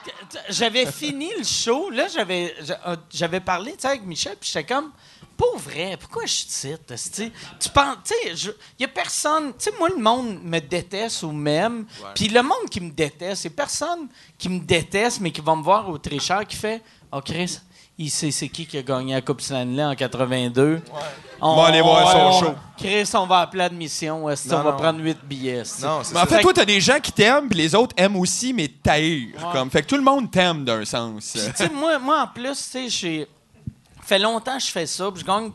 t- j'avais fini le show, là, j'avais j'a- euh, j'avais parlé tu sais, avec Michel, puis j'étais comme, pour vrai, pourquoi je cite? esti? Tu penses, tu sais, je- il y a personne, tu sais, moi, le monde me déteste ou même, puis le monde qui me déteste, c'est personne qui me déteste, mais qui va me voir au tricheur, qui fait, oh Chris, il sait c'est qui qui a gagné la Coupe Stanley en 82. On va aller voir son on- show. Chris, on va appeler l'admission, esti, Non, on va non. prendre 8 billets. esti. Non, c'est Mais en ça. fait, toi, t'as des gens qui t'aiment, puis les autres aiment aussi, mais t'haïrent. Ouais. Comme. Fait que tout le monde t'aime d'un sens. Puis, tu sais, moi, moi, en plus, tu sais, j'ai- fait longtemps que je fais ça, puis je gagne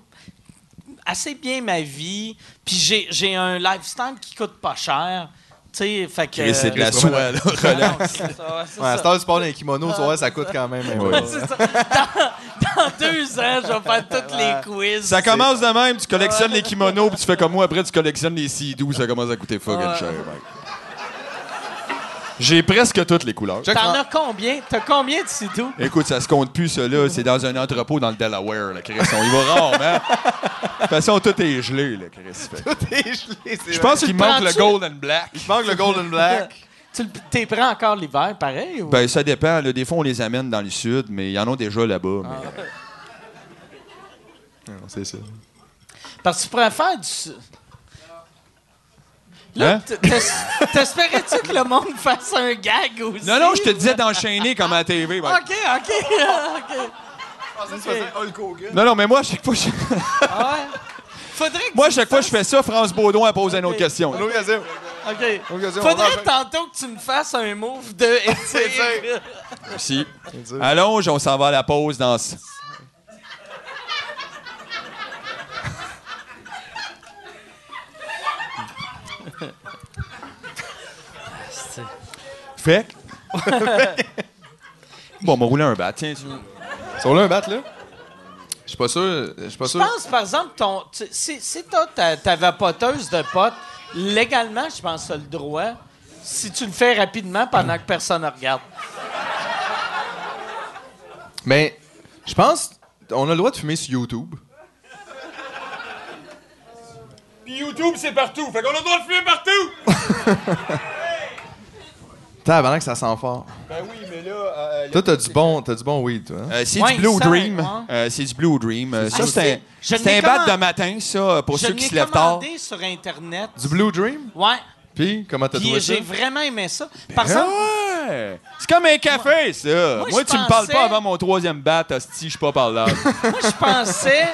assez bien ma vie, puis j'ai, j'ai un lifestyle qui coûte pas cher. Tu sais, fait que. Chris, c'est de la Chris, soie, là. Ah non, c'est ça, ouais, c'est Ouais, à ça. cette heure, tu parles d'un kimono, tu vois, ça coûte quand même. hein, Ouais. ouais. C'est ça. Dans, dans deux ans, je vais faire tous les quiz. Ça commence de même, tu collectionnes les kimonos, puis tu fais comme moi, après tu collectionnes les sidous, ça commence à coûter fucking Ouais. cher, mec. J'ai presque toutes les couleurs. Check, T'en Fran- as combien? T'as combien de sidous? Écoute, ça se compte plus, ça, là. C'est dans un entrepôt dans le Delaware, là, Chris. On y va rarement. De toute façon, tout est gelé, là, Chris. Fait que- Je Je pense qu'il manque le prends-tu- gold and black. qu'il manque le Golden Black. Tu le- t'es prends encore l'hiver, pareil? Ou? Ben, ça dépend. Là. Des fois, on les amène dans le sud, mais ils en ont déjà là-bas. Ah. mais- Non, c'est ça. Parce que tu pourrais faire du. Là, Hein? t- t'es- t'espérais-tu que le monde fasse un gag aussi? Non, non, je te disais d'enchaîner comme à la TV. mec. OK, OK, OK. Non, non, mais moi, à chaque fois, je... Ah ouais? Faudrait que moi, à tu chaque fois que je fais ça, France Baudouin pose une autre Ok. question. là. Nous, Yazim. fasses- OK. Nous, Yazim, on Faudrait enchaîne. tantôt que tu me fasses un move de étire. Merci. Allonge, on s'en va à la pause dans... ce- Fait que- Bon, on m'a roulé un bat. Tiens, tu- Sont là un bat, là? Je suis pas sûr. Je suis pas Je sûr. pense, par exemple, ton, tu- si, si toi, ta, ta vapoteuse de potes, légalement, je pense que t'as le droit, si tu le fais rapidement pendant que personne ne regarde. Mais je pense. On a le droit de fumer sur YouTube. YouTube, c'est partout. Fait qu'on a le droit de fumer partout. T'as avant que ça sent fort. Ben oui, mais euh, là... Toi, t'as du bon, t'as du bon weed, toi. hein? Euh, c'est Ouais, du Blue ça, Dream. ouais. Euh, c'est du Blue Dream. Euh, Ah, ça, c'est un, je c'est l'ai un bat commandé- de matin, ça, pour je ceux l'ai qui se lèvent tard. commandé sur Internet. Du Blue Dream? Ouais. Puis, comment t'as Puis trouvé ça? j'ai vraiment aimé ça. Par Ah exemple, ouais! C'est comme un café, ça! Moi, moi, je tu me parles pensais- pas avant mon troisième bat, hostie, je suis pas parlable. Moi, je pensais,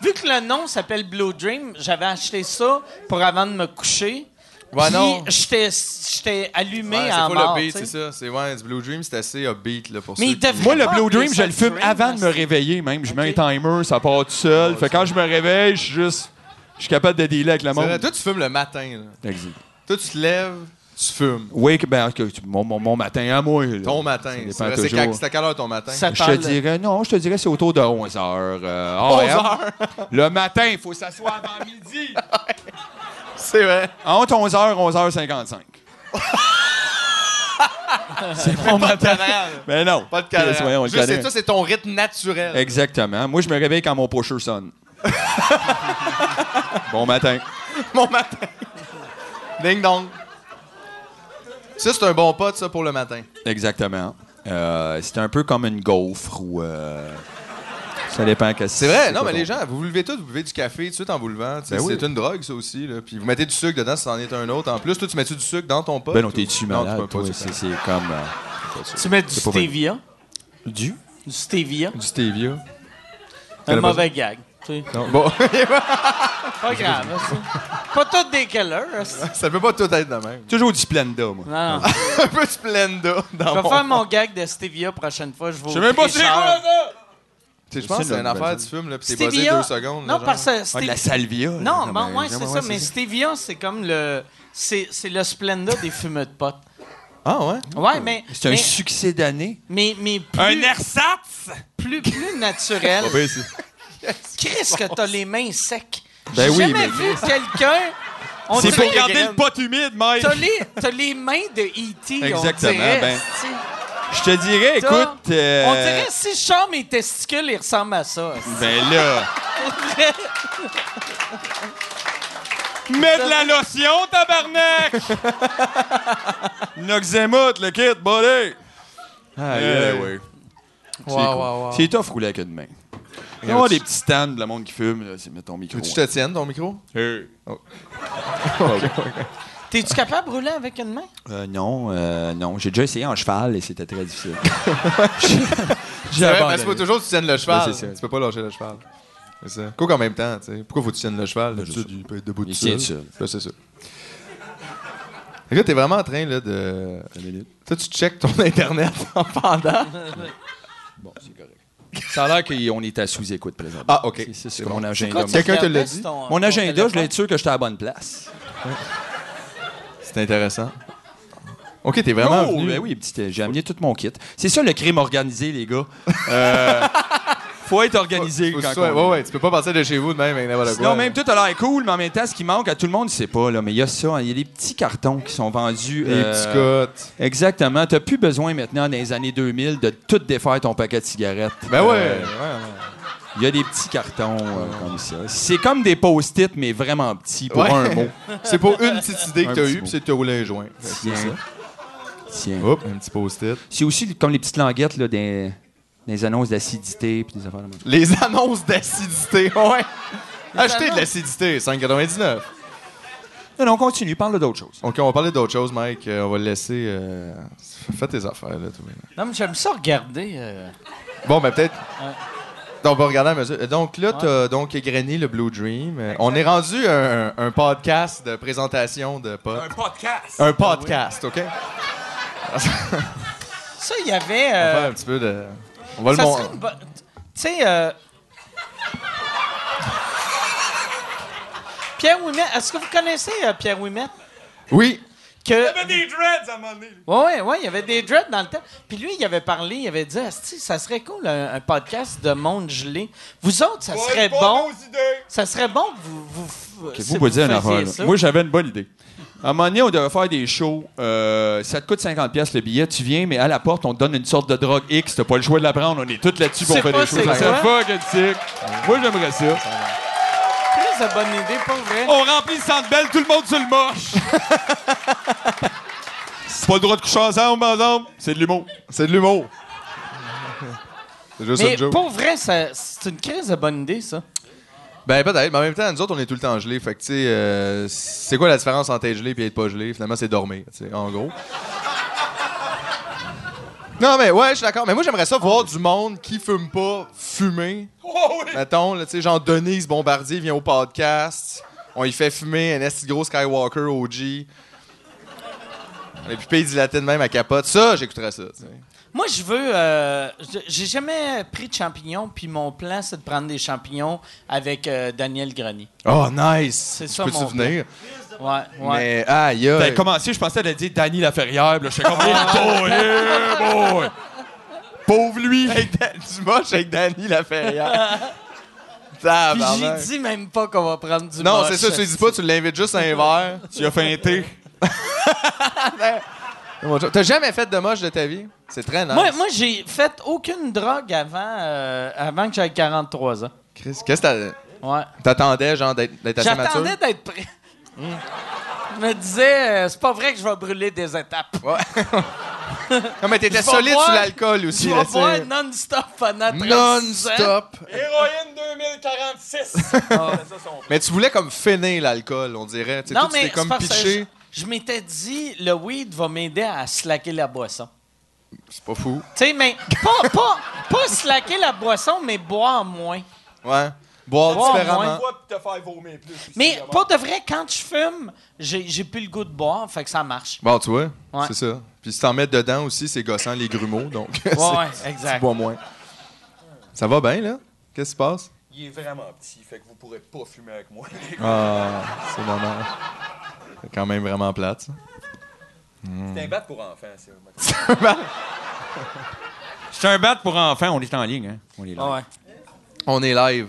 vu que le nom s'appelle Blue Dream, j'avais acheté ça pour avant de me coucher. Ouais, Puis non. j'étais- J'étais allumé Ouais, c'est en pas mort. le beat, tu sais. c'est ça. C'est ouais, du Blue Dream, c'est assez upbeat là, pour Mais ceux il qui- devrait Moi, le pas Blue appeler Dream, je ça le fume Ah, Dream, avant de me parce que- réveiller, même. Je mets un Ok. timer, ça part tout seul. Fait quand je me réveille, je suis juste. Je suis capable de dealer avec le C'est vrai, monde. Toi, tu fumes le matin. là. Exit. Toi, tu te lèves, tu fumes. Wake, ben, ok, tu- mon, mon- mon matin à moi. là. Ton matin. dépend C'est vrai, c'est toujours. quand- c'est à quelle heure ton matin? Ça Je te parle- dirais, non, je te dirais, c'est autour de 11 heures. euh, AM. Le matin, il faut s'asseoir avant midi. C'est vrai. Entre 11 h 11 h 55. c'est mon matin. Mais non. Pas de calme. Soyons, on le Juste, connaît. c'est- ça, c'est ton rythme naturel. Exactement. Moi, je me réveille quand mon pocheur sonne. bon matin. Mon matin. Ding dong. Ça, c'est un bon pote, ça, pour le matin. Exactement. Euh, c'est un peu comme une gaufre ou. euh, ça dépend que C'est vrai, non, mais les gens, vous vous levez tous, vous buvez du café tout de suite en vous levant. tu sais, Ben oui. C'est une drogue, ça aussi. Là. Puis vous mettez du sucre dedans, si c'en est un autre. En plus, toi, tu mets-tu du sucre dans ton pot? Ben non, t'es-tu Non, tu malade? peux pas, toi? tu c'est, c'est comme. euh, Tu mets du C'est pas vrai. stevia. du? Du stevia. Du stevia. Un connais pas mauvais gag. tu sais. Non, bon, Pas grave, hein, ça. Pas toutes des Keller. hein, ça. ça peut pas tout être de même. Toujours du Splenda, moi. Non, non. un peu Splenda dans Je vais mon- faire mon gag de stevia prochaine fois. Je vais Je sais même pas c'est quoi, Tu sais, Je pense que C'est c'est une une affaire, nouvelle. tu fumes, là, puis t'es buzzé Stevia. deux secondes. là, non, genre. parce que Ah, de Stevia. la salvia. là, Non, genre, bon, mais- ouais, c'est ça. Mais Stevia, c'est comme le. C'est c'est le Splenda des fumeux de potes. Ah ouais? Ouais, mais. C'est un mais, succès d'année. mais, mais plus, ersatz! plus, plus Ah, Oh, naturel. Chris, que t'as les mains secs. Ben J'ai oui, jamais mais- vu quelqu'un. on C'est dirait- pour garder le pot humide, Mike. T'as les, t'as les mains de E.T. Exactement, On dirait, ben, esti. Je te dirais, T'as- écoute. euh, On dirait si je sors mes testicules, ils ressemblent à ça. esti. Ben là. Mets de la lotion, tabarnak! Noxémut, le kit, buddy! Ah, yeah, oui. Wow, wow, wow. C'est tough rouler avec une main. Il y a des petits stands, le monde qui fume, là, c'est mettre ton micro. Veux-tu que je te tienne ton micro? Hey. T'es-tu capable de rouler avec une main? Euh, non, euh, non. J'ai déjà essayé en cheval et c'était très difficile. J'ai C'est vrai, abandonné. parce que faut toujours que tu tiennes le cheval. Ouais, c'est ça. tu peux pas lâcher le cheval. C'est ça. Quoi qu'en même temps, tu sais. Pourquoi faut que tu tiennes le cheval? Ben, je D'habitude, sais il peut être debout Il tout tient seul. seul. Ben, c'est ça. Fait que là, t'es vraiment en train là, de. Toi, tu checkes ton Internet en pendant. Bon, c'est correct. Ça a l'air qu'on est à sous-écoute présentement. Ah, ok. C'est- C'est c'est C'est mon bon. agenda. Quoi, tu Quelqu'un te l'a regardais dit? sur ton- Mon ton agenda, je téléphone? voulais être sûr que j'étais à la bonne place. C'est intéressant. Ok, t'es vraiment. Oh, venu. ben oui, petit, euh, j'ai amené tout mon kit. C'est ça le crime organisé, les gars. Euh, faut être organisé Faut que quand tu sois- on- ouais, ouais, tu peux pas partir de chez vous de même avec n'importe quoi. Sinon, même tout à l'heure est cool, mais en même temps, ce qui manque à tout le monde, c'est pas, là, mais il y a ça, hein. il y a des petits cartons qui sont vendus. Les euh, petits cotes. Exactement. T'as plus besoin maintenant, dans les années 2000, de tout défaire ton paquet de cigarettes. Ben ouais. Euh, Il y a des petits cartons euh, comme ça. C'est comme des post-it, mais vraiment petits, pour Ouais. un mot. ouais. C'est pour une petite idée que Un t'as petit eue, mot. puis c'est de te rouler un joint. C'est Tiens. ça. Tiens. Hop, un petit post-it. C'est aussi comme les petites languettes là, des, des annonces d'acidité puis des affaires de même. Les annonces d'acidité, ouais. Achetez de annonces. l'acidité, 5,99. Non, non, on continue, parle d'autre chose. OK, on va parler d'autre chose, Mike. Euh, on va le laisser. euh, Fais tes affaires, là, toi. là. Non, mais j'aime ça regarder. euh. Bon, ben peut-être. Donc, on va regarder à mesure. Euh, Donc, là, t'as donc égrené le Blue Dream. Euh, On est rendu à un, un podcast de présentation de potes. podcast! Un podcast, OK? Euh, Ça, il y avait. On va euh, faire un petit peu de. On ça va le serait montrer. une bonne. Tu sais. euh, Pierre Ouimet, est-ce que vous connaissez euh, Pierre Ouimet? Oui. Que... J'avais des dreads à un moment donné. là. Ouais, ouais, ouais, il y avait des dreads dans le temps. Puis lui, il avait parlé, il avait dit, Asti, ça serait cool un, un podcast de monde gelé. Vous autres, ça Faut serait être bon. aux idées. Ça serait bon que vous. vous, Ok, si vous pouvez dire une faisiez affaire. ça. là. Moi, j'avais une bonne idée. À un moment donné, on devait faire des shows. euh, ça te coûte 50$ piastres le billet. Tu viens, mais à la porte, on te donne une sorte de drogue X. T'as pas le choix de la prendre. On est tous là-dessus pour C'est faire pas des shows. c'est Ça serait quoi? fucking sick. Moi, j'aimerais ça. Plus de bonne idée, pas vrai. On remplit le centre belle, tout le monde sur le moche. C'est pas le droit de coucher ensemble, ensemble. C'est de l'humour. C'est de l'humour. C'est juste Mais une joke. pour vrai, ça- c'est une crise de bonne idée, ça. Ben peut-être, mais en même temps, nous autres, on est tout le temps gelés. Fait que, tu sais, euh, c'est quoi la différence entre être gelé et être pas gelé? Finalement, c'est dormir, tu sais, en gros. Non, mais ouais, je suis d'accord. Mais moi, j'aimerais ça voir du monde qui fume pas fumer. Oh oui! Mettons, là, tu sais, genre Denise Bombardier vient au podcast. On y fait fumer un esti gros Skywalker OG. Et puis, pays dilaté de même à capote. Ça, j'écouterais ça, tu sais. Moi, je veux. euh, je- J'ai jamais pris de champignons, puis mon plan, c'est de prendre des champignons avec euh, Daniel Grenier. Oh, nice! C'est Tu ça, peux mon souvenir. Ouais, ouais. Ben, Mais aïe, aïe. T'avais commencé, Ben, je pensais à dire Danny Laferrière. puis Là, je suis comme, oh, boy, boy. Pauvre lui! du moche avec Danny Laferrière. Puis Tabarnak. j'ai dit même pas qu'on va prendre du Non, moche. c'est ça, tu lui dis pas, tu l'invites juste à un verre. Tu as feinté. Mon Dieu. T'as jamais fait de moche de ta vie? C'est très nice. Moi, moi j'ai fait aucune drogue avant, euh, avant que j'aie 43 ans. Chris, qu'est-ce que t'a- Ouais. t'attendais, genre, d'être d'être assez mature? J'attendais d'être prêt. Je me disais, euh, c'est pas vrai que je vais brûler des étapes. Non, mais t'étais Je vais solide boire- sur l'alcool aussi. Tu là, vas tu boire sais. non-stop pendant 36 ans. Non-stop. Héroïne 2046. Mais tu voulais comme finir l'alcool, on dirait. Tu sais, Non, toi, tu mais t'es c'est comme parce que pitché. Je, je m'étais dit, le weed va m'aider à slacker la boisson. C'est pas fou. Tu sais, mais pas, pas, pas slacker la boisson, mais boire moins. Ouais. Boire Boire différemment. moins. Mais pour de vrai, quand je fume, j'ai j'ai plus le goût de boire, fait que ça marche. Bon, tu vois, Ouais. c'est ça. Puis si t'en mets dedans aussi, c'est gossant les grumeaux, donc c'est- Ouais, ouais, tu exact. bois moins. Ça va bien, là? Qu'est-ce qui se passe? Il est vraiment petit, fait que vous pourrez pas fumer avec moi. Hmm. Ah, c'est dommage. C'est quand même vraiment plate, ça. C'est un bat pour enfants, ça. C'est un bat pour enfants. On est en ligne. Hein? On Ah est là. Ouais. On est live.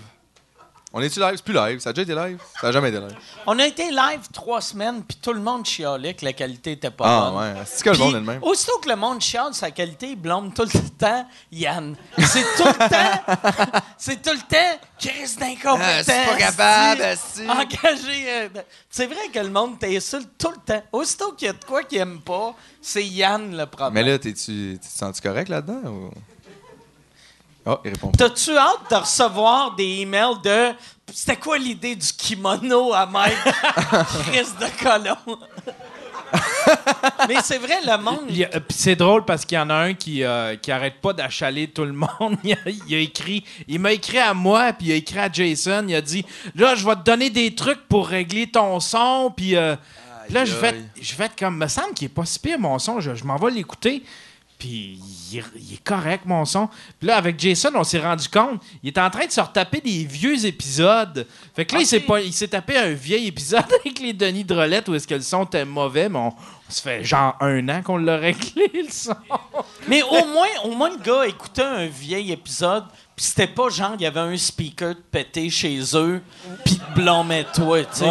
On est-tu live? C'est plus live. Ça a déjà été live? Ça a jamais été live. On a été live trois semaines, puis tout le monde chialait que la qualité était pas Ah, bonne. ouais. C'est que le monde Puis, est le même. Aussitôt que le monde chiale sa qualité, il blâme tout le temps Yann. C'est tout le temps. c'est tout le temps Chris d'incompétent. Ah, c'est pas capable, asti, asti. Engagé. euh, de- c'est vrai que le monde t'insulte tout le temps. Aussitôt qu'il y a de quoi qu'il aime pas, c'est Yann le problème. Mais là, t'es-tu t'es sens-tu correct là-dedans? Ou... Oh, il répond. pas. T'as-tu hâte de recevoir des emails de c'était quoi l'idée du kimono à Mike Chris de colon? Mais c'est vrai, le monde. Il y a- euh, pis c'est drôle parce qu'il y en a un qui, euh, qui arrête pas d'achaler tout le monde. Il a, il a écrit, il m'a écrit à moi, puis il a écrit à Jason. Il a dit Là, je vais te donner des trucs pour régler ton son. Puis euh, puis là, je vais, aïe. je vais être comme, me semble qu'il est pas si pire mon son. Je, je m'en vais l'écouter. Puis il, il est correct, mon son. Puis là, avec Jason, on s'est rendu compte, il est en train de se retaper des vieux épisodes. Fait que là, il s'est pas- il s'est tapé un vieil épisode avec les Denis Drolette où est-ce que le son était mauvais, mais on, on se fait genre un an qu'on l'a réglé, le son. Mais au moins, au moins, le gars écoutait un vieil épisode, puis c'était pas genre, il y avait un speaker de pété chez eux, puis te blâmait toi, tu sais. Puis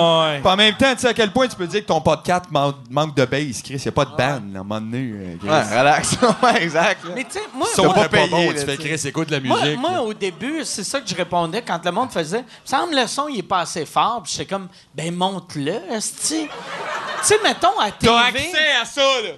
en même temps, tu sais à quel point tu peux dire que ton podcast man- manque de base, Chris. Il a pas de ban, là, à un moment donné. euh, Chris. Ouais, relax. ouais, exact. là. Mais tu sais, moi, Ils sont moi, pas payés. payé, tu là, fais tu sais. Chris, écoute de la moi- musique. moi, au début, c'est ça que je répondais quand le monde faisait. Ça me semble le son, il est pas assez fort, puis j'étais comme, ben monte-le, esti. Tu sais, mettons, à TV. T'as accès à ça, là.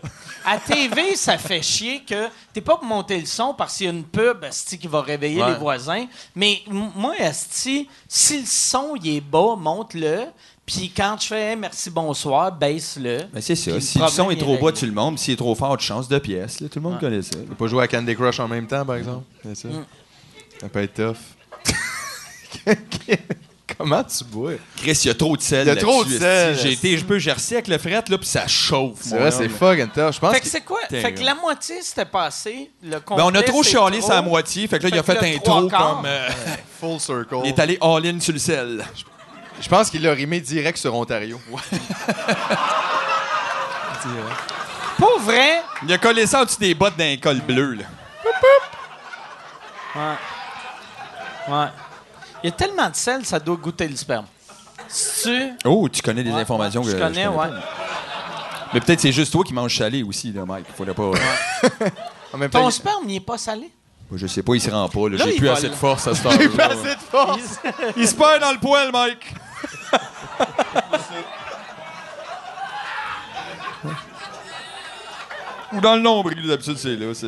À TV, ça fait chier que t'es pas pour monter le son parce qu'il y a une pub asti, qui va réveiller Ouais. les voisins. Mais m- moi, asti, si le son il est bas, monte-le. Puis quand je fais hey, merci bonsoir, baisse-le. Mais Ben, c'est ça. Puis Si le problème son est trop bas, réglé. tu le montes. S'il est trop fort, tu chances de pièce. là. Tout le monde connaît ça. On peut pas jouer à Candy Crush en même temps, par exemple. C'est ça. Ça peut être tough. Comment tu bois? Chris, il y a trop de sel. Il y a trop de là-dessus, sel, esti. J'ai été, je peux gercer avec le fret, là, puis ça chauffe. C'est mon homme. vrai, c'est fucking tough. Je pense Fait que que c'est quoi? Terrible. Fait que la moitié c'était passé. Le Ben, on a complet, trop c'est chialé trop. sa moitié. Fait que là, il a Fait que fait le un trois trop quarts. comme. euh, full circle. Il est allé all-in sur le sel. Je pense qu'il l'a rimé direct sur Ontario. Pour vrai, Il a collé ça en dessous des bottes d'un col bleu. Là. Ouais. Ouais. Il y a tellement de sel, ça doit goûter le sperme. C'est-tu? Oh, tu connais des Ouais, informations ouais, que je connais, ouais. pas. Mais peut-être c'est juste toi qui manges salé aussi, là, Mike. Faudrait pas. En même temps, Ton il- sperme, il est pas salé? Je sais pas, il se rend pas. là. Là, J'ai il plus vole. assez de force à ce temps-là. Assez de force. Il se perd dans le poêle, Mike. Ou dans le nombril, d'habitude, c'est là. c'est-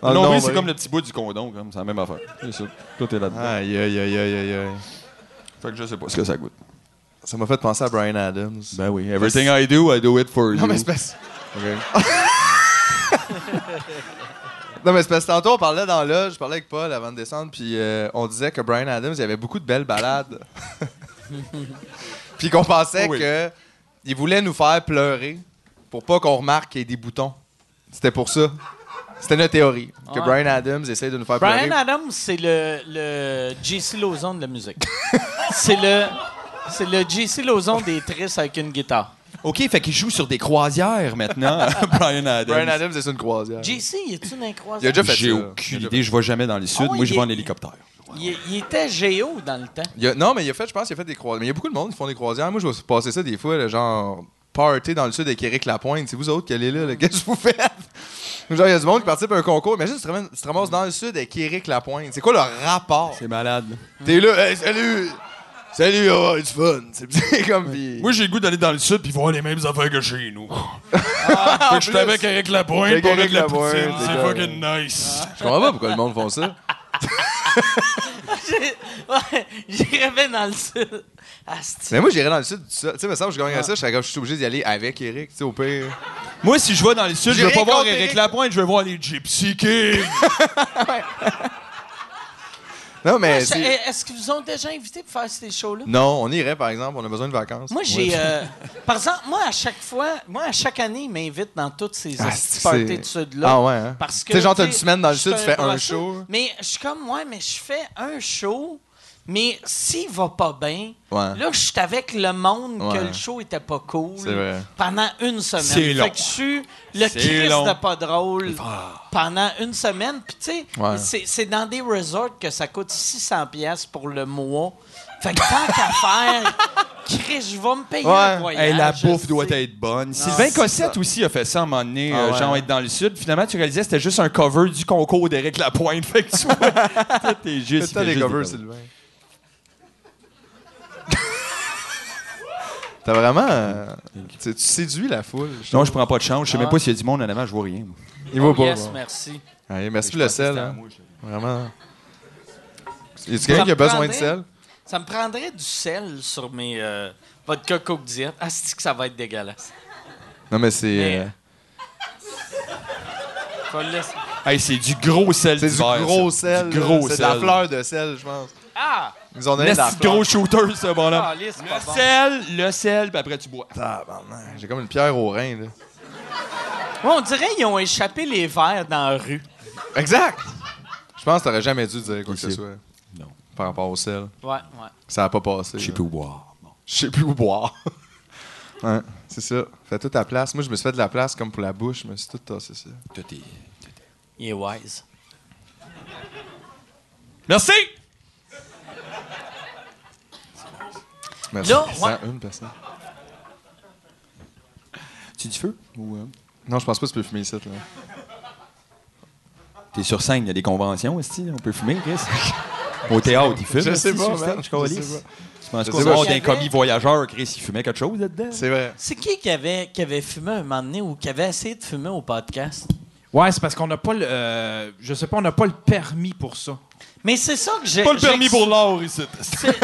Dans le le nombril, c'est nombril. comme le petit bout du condom, comme c'est la même affaire. C'est ça. Tout est là-dedans. Aïe, aïe, aïe, aïe, aïe, aïe. Fait que je sais pas ce que ça goûte. Ça m'a fait penser à Brian Adams. Ben oui, everything I do, I do it for Non, you. mais c'est parce... non, mais c'est parce que tantôt, on parlait dans là, je parlais avec Paul avant de descendre, puis euh, on disait que Brian Adams, il y avait beaucoup de belles balades. puis qu'on pensait Oui. que il voulait nous faire pleurer pour pas qu'on remarque qu'il y ait des boutons. C'était pour ça. C'était notre théorie. Que Ouais. Brian Adams essaie de nous faire Brian pleurer. Adams, c'est le, le JC Lozon de la musique. c'est le c'est le JC Lozon des tristes avec une guitare. OK, fait qu'il joue sur des croisières maintenant, Brian Adams. Brian Adams, c'est une croisière. JC, il est-tu un Il a déjà fait ça. J'ai Il a aucune déjà idée, je vais jamais dans le sud. Ah oui, Moi, je vais en il- hélicoptère. Il, il était géo dans le temps. Il y a- non, mais il a fait, je pense, il a fait des croisières. Mais il y a beaucoup de monde qui font des croisières. Moi, je vois passer ça des fois, là, genre party dans le sud avec Eric Lapointe. C'est vous autres qui allez là, là, qu'est-ce que vous faites? Genre, il y a du monde qui participe à un concours. Imagine, tu te ramasses, tu te ramasses dans le sud avec Eric Lapointe. C'est quoi le rapport? C'est malade. là. T'es là, hey, salut! Salut, oh, it's fun! C'est- C'est comme. pis- Moi, j'ai le goût d'aller dans le sud puis voir les mêmes affaires que chez nous. en Ah, Fait que je suis plus, avec Eric Lapointe Avec pour avec Éric la Lapointe, poutine. c'est C'est comme- fucking nice. Je comprends pas pourquoi le monde font ça. ouais, j'y rêvais dans le sud. Asti. Mais moi, j'irais dans le sud, tout ça. Tu sais, me semble, je gagne à ça, je serais comme, je suis obligé d'y aller avec Eric, tu sais, au pire. Moi, si je vais dans le sud, je vais J'ai pas voir rencontré Eric Éric- Lapointe, je vais voir les Gypsy Kings. Non, mais. Ça- Eh, c'est- Eh, Est-ce qu'ils vous ont déjà invité pour faire ces shows-là? Non, on irait, par exemple, on a besoin de vacances. Moi, j'ai. euh, par exemple, moi, à chaque fois, moi, à chaque année, ils m'invitent dans toutes ces Ah, hosties c'est- parties de sud-là. Ah ouais, hein? Parce que. Tu sais, genre, t'as tu sais, une semaine dans le je sud, suis tu fais un brasseux, show. Mais je suis comme, ouais, mais je fais un show, mais s'il va pas bien, Ouais. là, je suis avec le monde que Ouais. le show était pas cool. C'est vrai. Pendant une semaine. C'est long. Fait que je suis le C'est Christ long. de pas drôle Ah. pendant une semaine. Puis, tu sais, Ouais. c'est- c'est dans des resorts que ça coûte 600$ piastres pour le mois. Fait que tant qu'à faire, Chris, je vais me payer un Ouais. voyage. Hey, la je bouffe sais. doit être bonne. Sylvain c'est Cossette aussi a fait ça à un moment donné, Ah euh, ouais. genre être dans le sud. Finalement, tu réalisais que c'était juste un cover du concours d'Éric Lapointe. Fait que tu vois, t'es juste. il euh, Fais-toi fait des juste des covers, Sylvain. T'as vraiment. euh, Tu tu séduis la foule. je Non, trouve. je prends pas de chance. Je sais même pas s'il y a du monde en avant, je vois rien. moi. Il va pas. Yes, bon. merci. Allez, merci pour le sel. hein. Vraiment. Y a Ça quelqu'un qui a besoin de prendrait- sel? Ça me prendrait du sel sur mes euh, vodka Coke Diet. Ah, c'est que ça va être dégueulasse. Non, mais c'est. Mais- euh, Faut le laisser. Hey, c'est du gros sel C'est du d'hiver, gros ça. sel. Du là. gros C'est de sel. la fleur de sel, je pense. Ah! Ils nous ont donné de la Nasty de fleur. gros shooter, ce Ah, bonhomme. lisse, Le pas bon. sel, le sel, puis après tu bois. Tabarnak, J'ai comme une pierre au rein, là. Ouais, on dirait qu'ils ont échappé les verres dans la rue. Exact! Je pense que t'aurais jamais dû dire quoi que ce Ici. soit. Non. Par rapport au sel. Ouais, ouais. Ça a pas Je passé. sais là. plus où boire. Non. Je sais plus où boire. ouais, Hein, c'est ça. Fais toute ta place. Moi, je me suis fait de la place comme pour la bouche, mais c'est tout tassé, ça. Tout est- Il est wise. Merci! Merci. Là, Cent ouais. une personne. Tu dis feu? Ou, euh, Non, je pense pas que tu peux fumer ici, là. T'es sur scène, il y a des conventions aussi, on peut fumer, Chris. Au théâtre, ils fument. Je sais aussi, pas, sur man. scène, Je je calisse. sais pas. Tu penses Je quoi? sais pas. Oh, Il y d'un avait- commis voyageur, Chris, il fumait quelque chose là-dedans? C'est vrai. C'est qui qui avait, qui avait fumé un moment donné ou qui avait essayé de fumer au podcast? Ouais, c'est parce qu'on n'a pas le. euh, je sais pas, on n'a pas le permis pour ça. Mais c'est ça que j'ai. l'or ici. C'est-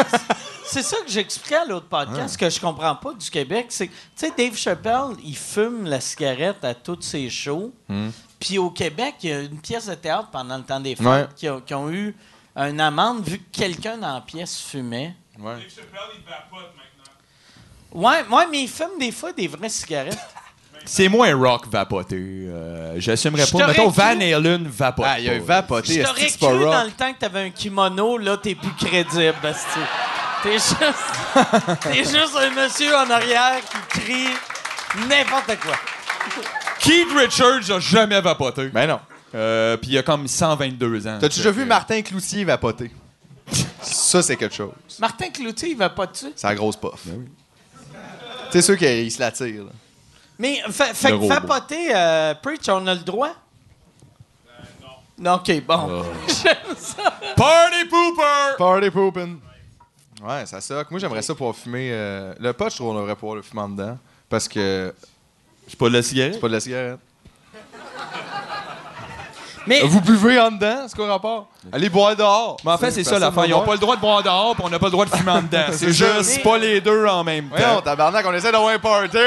C'est ça que j'expliquais à l'autre podcast que je comprends pas du Québec, c'est que, tu sais Dave Chappelle, il fume la cigarette à toutes ses shows. Hmm. Puis au Québec, il y a une pièce de théâtre pendant le temps des fêtes Ouais. qui, ont, qui ont eu une amende vu que quelqu'un dans la pièce fumait. Ouais. Je te parle, il vapote maintenant. Ouais, ouais, mais il fume des fois des vraies cigarettes. C'est moins rock vapoté. Euh, J'assumerais Je pas. t'aurais Mettons, cru- Van Halen vapote. Ah, il y a pas. un vapoté. Je est-ce t'aurais que c'est cru pas rock? dans le temps que t'avais un kimono, là, t'es plus crédible, Basti. T'es juste... t'es juste un monsieur en arrière qui crie n'importe quoi. Keith Richards a jamais vapoté. Ben non. Euh, Puis il y a comme 122 ans. T'as-tu déjà vu Marc? Martin Cloutier vapoter? ça, c'est quelque chose. Martin Cloutier, il va pas dessus. C'est la grosse puff. T'es sûr qu'il se la tire, là. Mais fa- fait que robot. vapoter, euh, Preach, on a le droit? Euh, non. OK, Euh. bon. J'aime ça. Party Pooper! Party poopin'. Ouais, ça soque. Moi, j'aimerais ça pour fumer. euh, Le pot, je trouve qu'on devrait pouvoir le fumer en dedans. Parce que C'est pas de la cigarette? c'est pas de la cigarette. Mais Vous buvez en dedans, c'est quoi le rapport? Allez boire dehors. Mais en fait, c'est ça l'affaire. Ils ont pas le droit de boire dehors, puis on n'a pas le droit de fumer en dedans. C'est C'est juste juste- pas les deux en même Voyons, temps. tabarnak, on essaie d'avoir un party.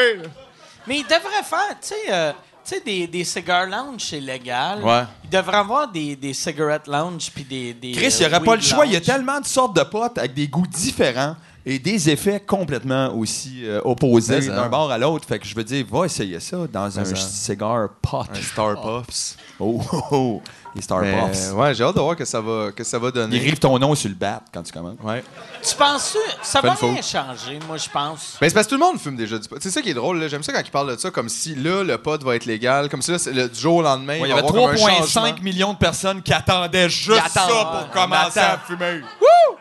Mais il devrait faire, tu sais, euh, tu sais, des, des cigar lounge, c'est légal. Ouais. Il devrait avoir des, des cigarette lounge puis des, des. Chris, il euh, n'y aurait pas le weed choix. Il y a lounge. tellement de sortes de potes avec des goûts différents et des effets complètement aussi euh, opposés Mais, d'un hein. bord à l'autre. Fait que je veux dire, va essayer ça dans un hein. cigare pot. Un Star Pops. Oh, oh, oh. Les Star Mais, euh, Pops. ouais, j'ai hâte de voir que ça va, que ça va Ils donner. grivent ton nom sur le bat quand tu commences. Ouais. Tu penses ça Fais va une faute. rien changer, moi je pense. Ben, c'est parce que tout le monde fume déjà du pot. C'est ça qui est drôle. là. J'aime ça quand ils parlent de ça, comme si là, le pot va être légal. Comme si là, c'est le, du jour au lendemain, Ouais, il y va avait avoir comme un changement. 3,5 millions de personnes qui attendaient juste Ils attendent, ça ouais, pour on commencer attend. à fumer. Ben,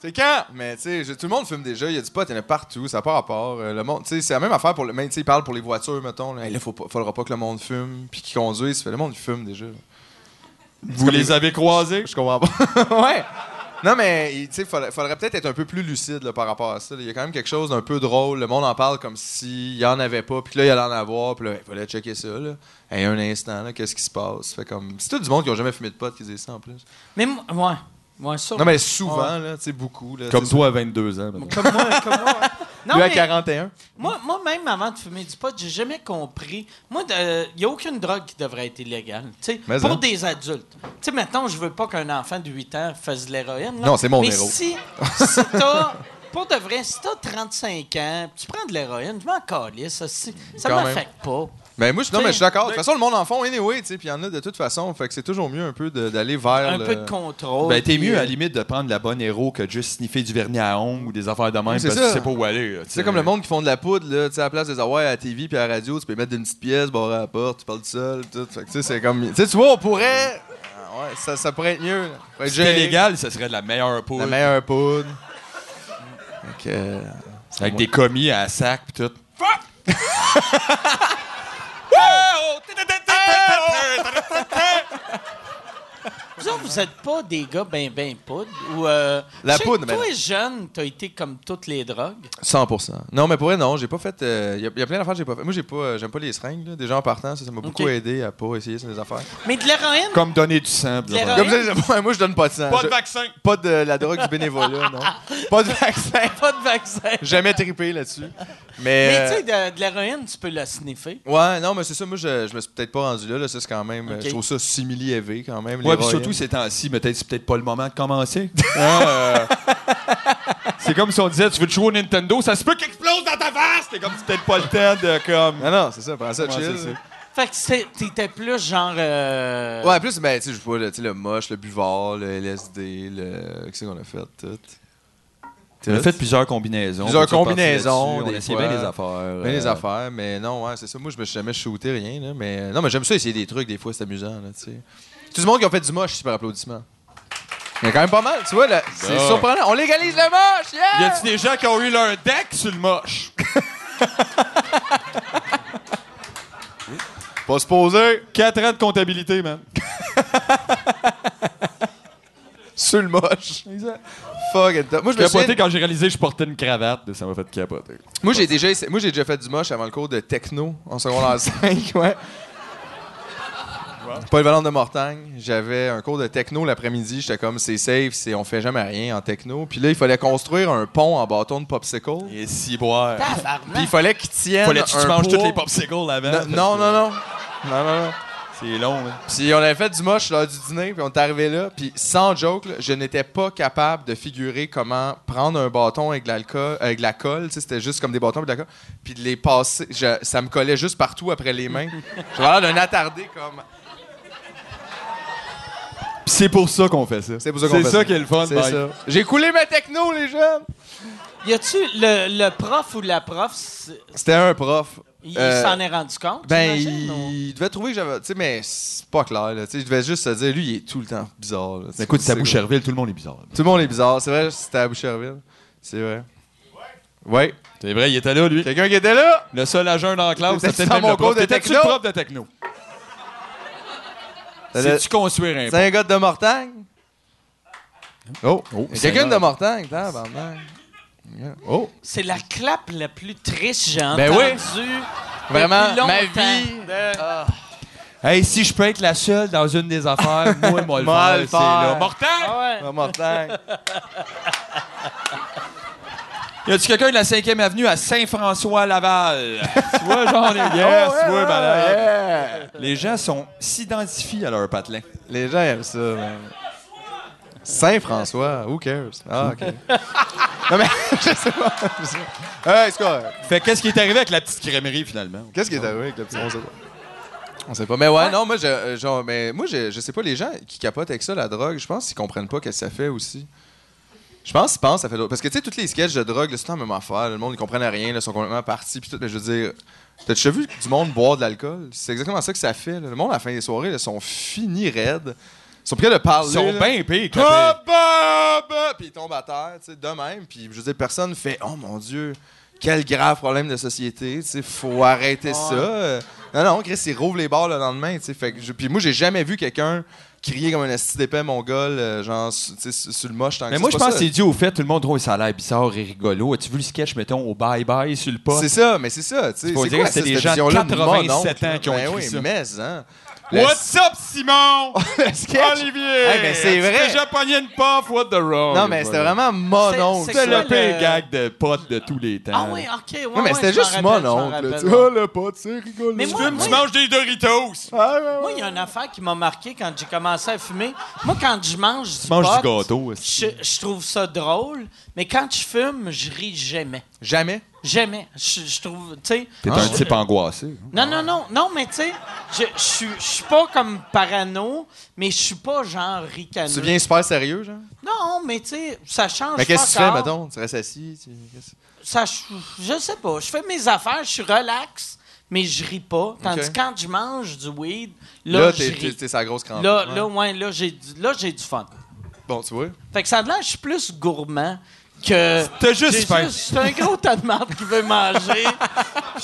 C'est quand? Mais tu sais, je- tout le monde fume déjà, il y a du pot, il y en a partout, ça n'a pas rapport. Euh, le monde, tu sais, c'est la même affaire pour le. Même, tu sais, ils parlent pour les voitures, mettons. Là, Hey, là, faut pas, faudra pas que le monde fume, puis qu'ils conduisent. Fait, Le monde fume déjà. Vous les avez croisés? Je comprends pas. ouais! Non, mais il- tu sais, faudrait, faudrait peut-être être un peu plus lucide là, par rapport à ça. là. Il y a quand même quelque chose d'un peu drôle. Le monde en parle comme s'il y en avait pas, puis que là, il allait en avoir, puis là, il fallait checker ça. Là. Hey, un instant, là, qu'est-ce qui se passe? Fait comme... C'est tout du monde qui n'a jamais fumé de pot qui disent ça en plus. Mais moi, ouais. Moi, ça. Non, mais souvent, là, tu sais, beaucoup. Là, Ah. Comme C'est- toi à 22 ans. Comme moi, comme moi. ouais. Non, Lui à mais 41. moi, moi, même avant de fumer du pot, j'ai jamais compris. Moi, il n'y a aucune drogue qui devrait être illégale. tu sais, Mais pour hein. des adultes. Tu sais, maintenant, je veux pas qu'un enfant de 8 ans fasse de l'héroïne. là. Non, c'est mon mais héros. Si, si t'as. Pour de vrai, si t'as 35 ans, puis tu prends de l'héroïne, je m'en calisse. Ça, ça Quand même. m'affecte pas. Ben moi, je, non, T'sais, mais je suis d'accord. De toute ben- façon, le monde en fond, anyway, tu sais, puis il y en a de toute façon. Fait que c'est toujours mieux un peu de- d'aller vers. Un Euh, le- peu de contrôle. Ben, t'es puis, mieux à euh, la limite de prendre la bonne héros que de juste sniffer du vernis à ongles ou des affaires de même parce C'est que ça. tu sais pas où aller. là, tu C'est sais. comme le monde qui font de la poudre, là, tu sais, à la place des avoir à la TV puis à la radio, tu peux mettre une petite pièce, barrer à la porte, tu parles tout seul, tout. Fait que, tu sais, c'est comme. Tu sais, tu vois, on pourrait. Ah ouais, ça, ça pourrait être mieux. là. Pourrait être Si c'était géré. légal, ça serait de la meilleure poudre. La meilleure poudre. Fait que, euh, Avec des commis à sac pis tout. euh, Vous autres, vous êtes pas des gars ben ben poudre ou euh, La je sais que poudre, Toi ben- jeune, t'as été comme toutes les drogues. 100%. Non, mais pour vrai, non, j'ai pas fait. Il y, a- y a plein d'affaires que j'ai pas fait. Moi, j'ai pas, euh, j'aime pas les seringues, là. Déjà en partant, ça, ça m'a beaucoup aidé à pas essayer sur les affaires. Mais de l'héroïne, Comme donner du sang. De pis l'héroïne. genre. Comme ça, moi, je donne pas de sang. Pas de Je- vaccin. Pas de la drogue du bénévolat, non. Pas de vaccin. pas de vaccin. Jamais trippé là-dessus. Mais. Mais tu euh, sais, de, de l'héroïne, tu peux la sniffer. Ouais, non, mais c'est ça. Moi, je, je me suis peut-être pas rendu là. là. Ça, c'est quand même. euh, Ok. Je trouve ça simili-élevé quand même. Ouais, les puis Royals. surtout ces temps-ci, mais peut-être c'est peut-être pas le moment de commencer. Hein, euh, c'est comme si on disait tu veux te jouer au Nintendo, ça se peut qu'il explose dans ta vase. C'est comme si peut-être pas le temps de comme. Non, non, c'est ça. Prends ça, Ouais, chill. c'est Fait que c'est- t'étais plus genre. euh, Ouais, en plus, ben, tu sais, je vois le, tu sais, le moche, le buvard, le LSD, le. Qu'est-ce qu'on a fait, tout? On a fait plusieurs combinaisons. Plusieurs on est parti combinaisons, là-dessus, On des essayait fois. bien les affaires. Mais les euh, affaires, mais non, ouais, c'est ça. Moi, je me suis jamais shooté rien, là. Mais euh, non, mais j'aime ça essayer des trucs, des fois, c'est amusant, là, tu sais. Tout le monde qui a fait du moche, super applaudissement. Il y en a quand même pas mal, tu vois, là. C'est Ah. surprenant. On légalise le moche, yeah! Y a-tu des gens qui ont eu leur deck sur le moche? Pas se poser 4 ans de comptabilité, man. sur le moche. Fuck it up. Moi, je me Capoté souviens- quand j'ai réalisé que je portais une cravate, ça m'a fait capoter. Moi, j'ai déjà, essa- moi, j'ai déjà fait du moche avant le cours de techno en secondaire 5, ouais. Paul Valente de Mortagne, j'avais un cours de techno l'après-midi, j'étais comme c'est safe, c'est on fait jamais rien en techno. Puis là, il fallait construire un pont en bâton de popsicle. Et si boire. tabarnak. Puis il fallait qu'il tienne Fallait-tu que un tu manges poids. toutes les popsicles avant? Non, non, non. Non, non, non. C'est long, hein. Puis on avait fait du moche lors du dîner, puis on est arrivé là, puis sans joke, là, je n'étais pas capable de figurer comment prendre un bâton avec de l'alcool, euh, avec de la colle, tu sais, c'était juste comme des bâtons avec de la colle, puis de les passer, je- ça me collait juste partout après les mains. J'avais l'air d'un attardé comme. Pis c'est pour ça qu'on fait ça. C'est pour ça qu'on fait ça. qui est le fun, C'est Mike. ça. J'ai coulé ma techno, les jeunes. Y a-tu le, le prof ou la prof, c'est- C'était un prof. il Euh, s'en est rendu compte? Ben, j'imagine, ou- il devait trouver que j'avais. Tu sais, mais c'est pas clair, là. Tu sais, je devais juste se dire, lui, il est tout le temps bizarre. là. Mais Écoute, c'est à C'est- Boucherville, tout le monde est bizarre. Tout le monde est bizarre. C'est vrai, c'était à Boucherville. C'est vrai. Ouais. C'est vrai, il était là, lui. Quelqu'un qui était là? Le seul agent dans la classe, T'étais-tu c'était dans même mon le cours prof. de T'étais-tu le techno? prof de techno? T'allais- Sais-tu construire un C'est un gars de Mortagne? Oh! Oh, Il y a Quelqu'un de Seigneur. Mortagne, hein, tabarnak. Yeah. Oh! C'est la clap la plus triste que j'ai Ben oui. entendue. Vraiment, depuis ma longtemps. vie. Hey, si je peux être la seule dans une des affaires, moi, moi, le Moi, faire, le c'est faire. là. Mortel! Ah ouais. De Mortagne. Y a-tu quelqu'un de la 5e avenue à Saint-François-Laval? tu vois, genre, les... yes, tu vois, malade. Oh, Yeah. Les gens sont s'identifient à leur patelin. Les gens aiment ça. man. Saint-François, who cares? Ah, ok. Non, mais je sais pas. Je sais pas. Ouais, c'est correct. Fait qu'est-ce qui est arrivé avec la petite crèmerie finalement? Qu'est-ce qui est arrivé avec le petit On sait pas. On sait pas. Mais ouais, non, moi, je, euh, genre, mais moi je, je sais pas, les gens qui capotent avec ça, la drogue, je pense qu'ils comprennent pas qu'est-ce que ça fait aussi. Je pense qu'ils pensent que ça fait d'autres. Parce que, tu sais, toutes les sketchs de drogue, là, c'est tout la même affaire. là. Le monde, ils comprennent rien, là, ils sont complètement partis. Puis tout, mais je veux dire, t'as déjà vu du monde boire de l'alcool? C'est exactement ça que ça fait. là. Le monde, à la fin des soirées, là, sont finis raides. Ils sont prêts de parler. Ils sont là. bien pires. que la Ah, bah, bah, Puis il tombe à terre, tu sais, de même. Puis je veux dire, personne fait Oh mon Dieu, quel grave problème de société, tu sais, faut arrêter ça. Euh, Non, non, Chris, il rouvre les bars le lendemain, tu sais. Fait que je- Puis moi, j'ai jamais vu quelqu'un crier comme un esti d'épais mongol, euh, genre, su- tu sais, su- sur le moche tant que Mais ça. moi, C'est je pas pense que ça. c'est dû au fait, tout le monde trouve ça a l'air bizarre et rigolo. As-tu vu le sketch, mettons, au bye-bye sur le pot? C'est ça, mais c'est ça, tu sais. C'est pas dire quoi que c'est ça, des cette gens de vision-là mon 87 oncle, ans là? qui ont Ben écrit oui, ça. mais, hein. Le- What's up, Simon? le sketch? Olivier! Hey, mais c'est Tu t'es vrai. déjà pogné une puff, what the wrong? Non, mais c'était vraiment mon C'est- oncle. c'est C'est quoi le pire le- gag de potes de tous les temps. Ah oui, ok, ouais. Non, mais ouais, c'était je m'en juste mon rappelle, je m'en oncle. là, rappelle, tu sais. ouais. Oh, le pote, tu sais, rigolo. Mais moi, moi, Tu manges des Doritos! moi, il y a une affaire qui m'a marqué quand j'ai commencé à fumer. Moi, quand je mange du, manges du pot, gâteau, Je, est-ce je trouve ça drôle, mais quand je fume, je ris jamais. Jamais. Jamais. Je, je trouve, tu sais. T'es Ah un type angoissé. Non, non, non, non, mais tu sais, je, je, suis- je suis pas comme parano, mais je suis pas genre ricaneux. Tu deviens super sérieux, genre? Non, mais tu sais, ça change. Mais qu'est-ce que tu fais, encore. mettons? Tu restes assis? tu- qu'est-ce- ça, je, je sais pas. Je fais mes affaires, je suis relax, mais je ris pas. Tandis que Ok. quand je mange du weed, là, Là, je t'es- t'es ris. t'es sa grosse crampe. Là, Ouais. là, ouais, là, j'ai du, là, j'ai du fun. Bon, tu vois. Fait que ça a l'air, je suis plus gourmand que. T'as juste J'ai faim. juste- C'est un gros tas de marde qui veut manger.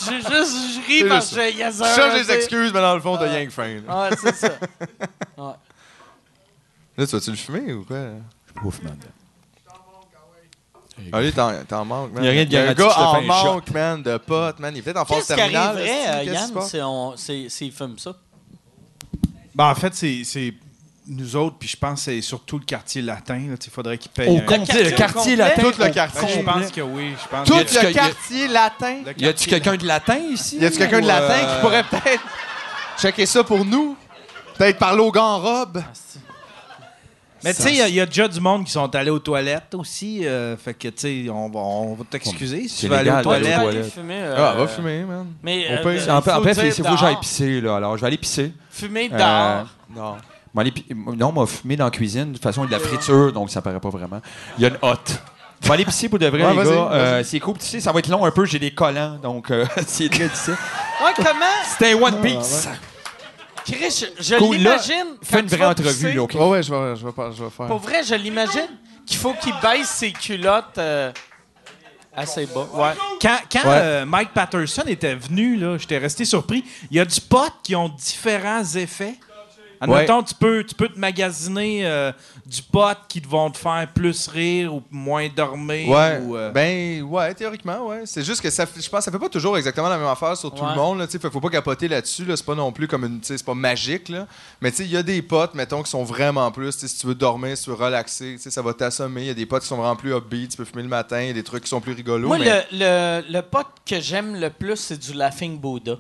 j'ai juste, je ris C'est parce juste que j'ai yes, Je sir, change tu les sais. excuses, mais dans le Euh, fond, t'as rien que faim. Là, Ouais, c'est ça. Là, tu vas-tu le fumer ou quoi? Ouf, man. Ah, lui, t'en t'en manques, man. Il y a rien de Il y a Un garanti gars que je te en fais un manque, man, de potes, man. Il est peut-être en phase Qu'est-ce qui terminale. arriverait, là, euh, c'est- qu'est-ce qui se Yann, passe? si on- si- s'il fume ça? Ben, en fait, c'est- c'est nous autres, puis je pense que c'est surtout le quartier latin. là, tu sais, Il faudrait qu'ils payent. Au un- quartier, le quartier latin. Tout le euh, quartier. Ben, je pense que oui. Je pense Tout que- Y a-tu le que- quartier latin. le Y a-tu quartier- quelqu'un de latin ici? Y a-tu quelqu'un de Ou, latin euh, qui pourrait peut-être checker ça pour nous? Peut-être parler aux gars en robe? Mais tu sais, il y a- il y, a déjà du monde qui sont allés aux toilettes aussi. euh, fait que, tu sais, on va, on va t'excuser si C'est tu veux aller aux légal, Toi, tu vas toilettes. aller toilette. fumer. euh, Ah, va fumer, man. Mais. On peut- En, en faut bref, dire il faut que j'aille dehors. pisser, là. Alors, je vais aller pisser. Fumer Euh, dehors. Non. M'en aller pi- Non, m'a fumé dans la cuisine. De toute façon, il y a de la friture, donc ça paraît pas vraiment. Il y a une hotte. Je vais aller pisser pour de vrai, Ouais, les vas-y, gars. vas-y. Euh, c'est cool, tu sais, ça va être long un peu. J'ai des collants, donc euh, c'est très difficile. Ouais, Ah, comment? C'était un One Piece. Chris, je, je Cool, là, l'imagine. Fais quand une tu vraie vas pisser, entrevue, là, OK? Ouais, ouais, je vais, je vais, pas- je vais faire. Pour vrai, je l'imagine qu'il faut qu'il baisse ses culottes euh, assez bas. Ouais. Quand, quand, euh, Mike Patterson était venu, là, j'étais resté surpris. Il y a du pot qui ont différents effets. Admettons, tu, peux, tu peux te magasiner euh, du pot qui te vont te faire plus rire ou moins dormir. Ouais. ou, euh, Ben, ouais, théoriquement, ouais. C'est juste que ça, fait- je pense, que ça fait pas toujours exactement la même affaire sur tout Ouais. le monde. Là, tu sais. Fait- faut pas capoter là-dessus. Là. C'est pas non plus comme une, tu sais, c'est pas magique. Là. Mais tu sais, il y a des potes, mettons, qui sont vraiment plus. tu sais, Si tu veux dormir, si tu veux relaxer, tu sais, ça va t'assommer. Il y a des potes qui sont vraiment plus upbeat. Tu peux fumer le matin. Il y a des trucs qui sont plus rigolos. Moi, mais le, le, le pote que j'aime le plus, c'est du Laughing Buddha.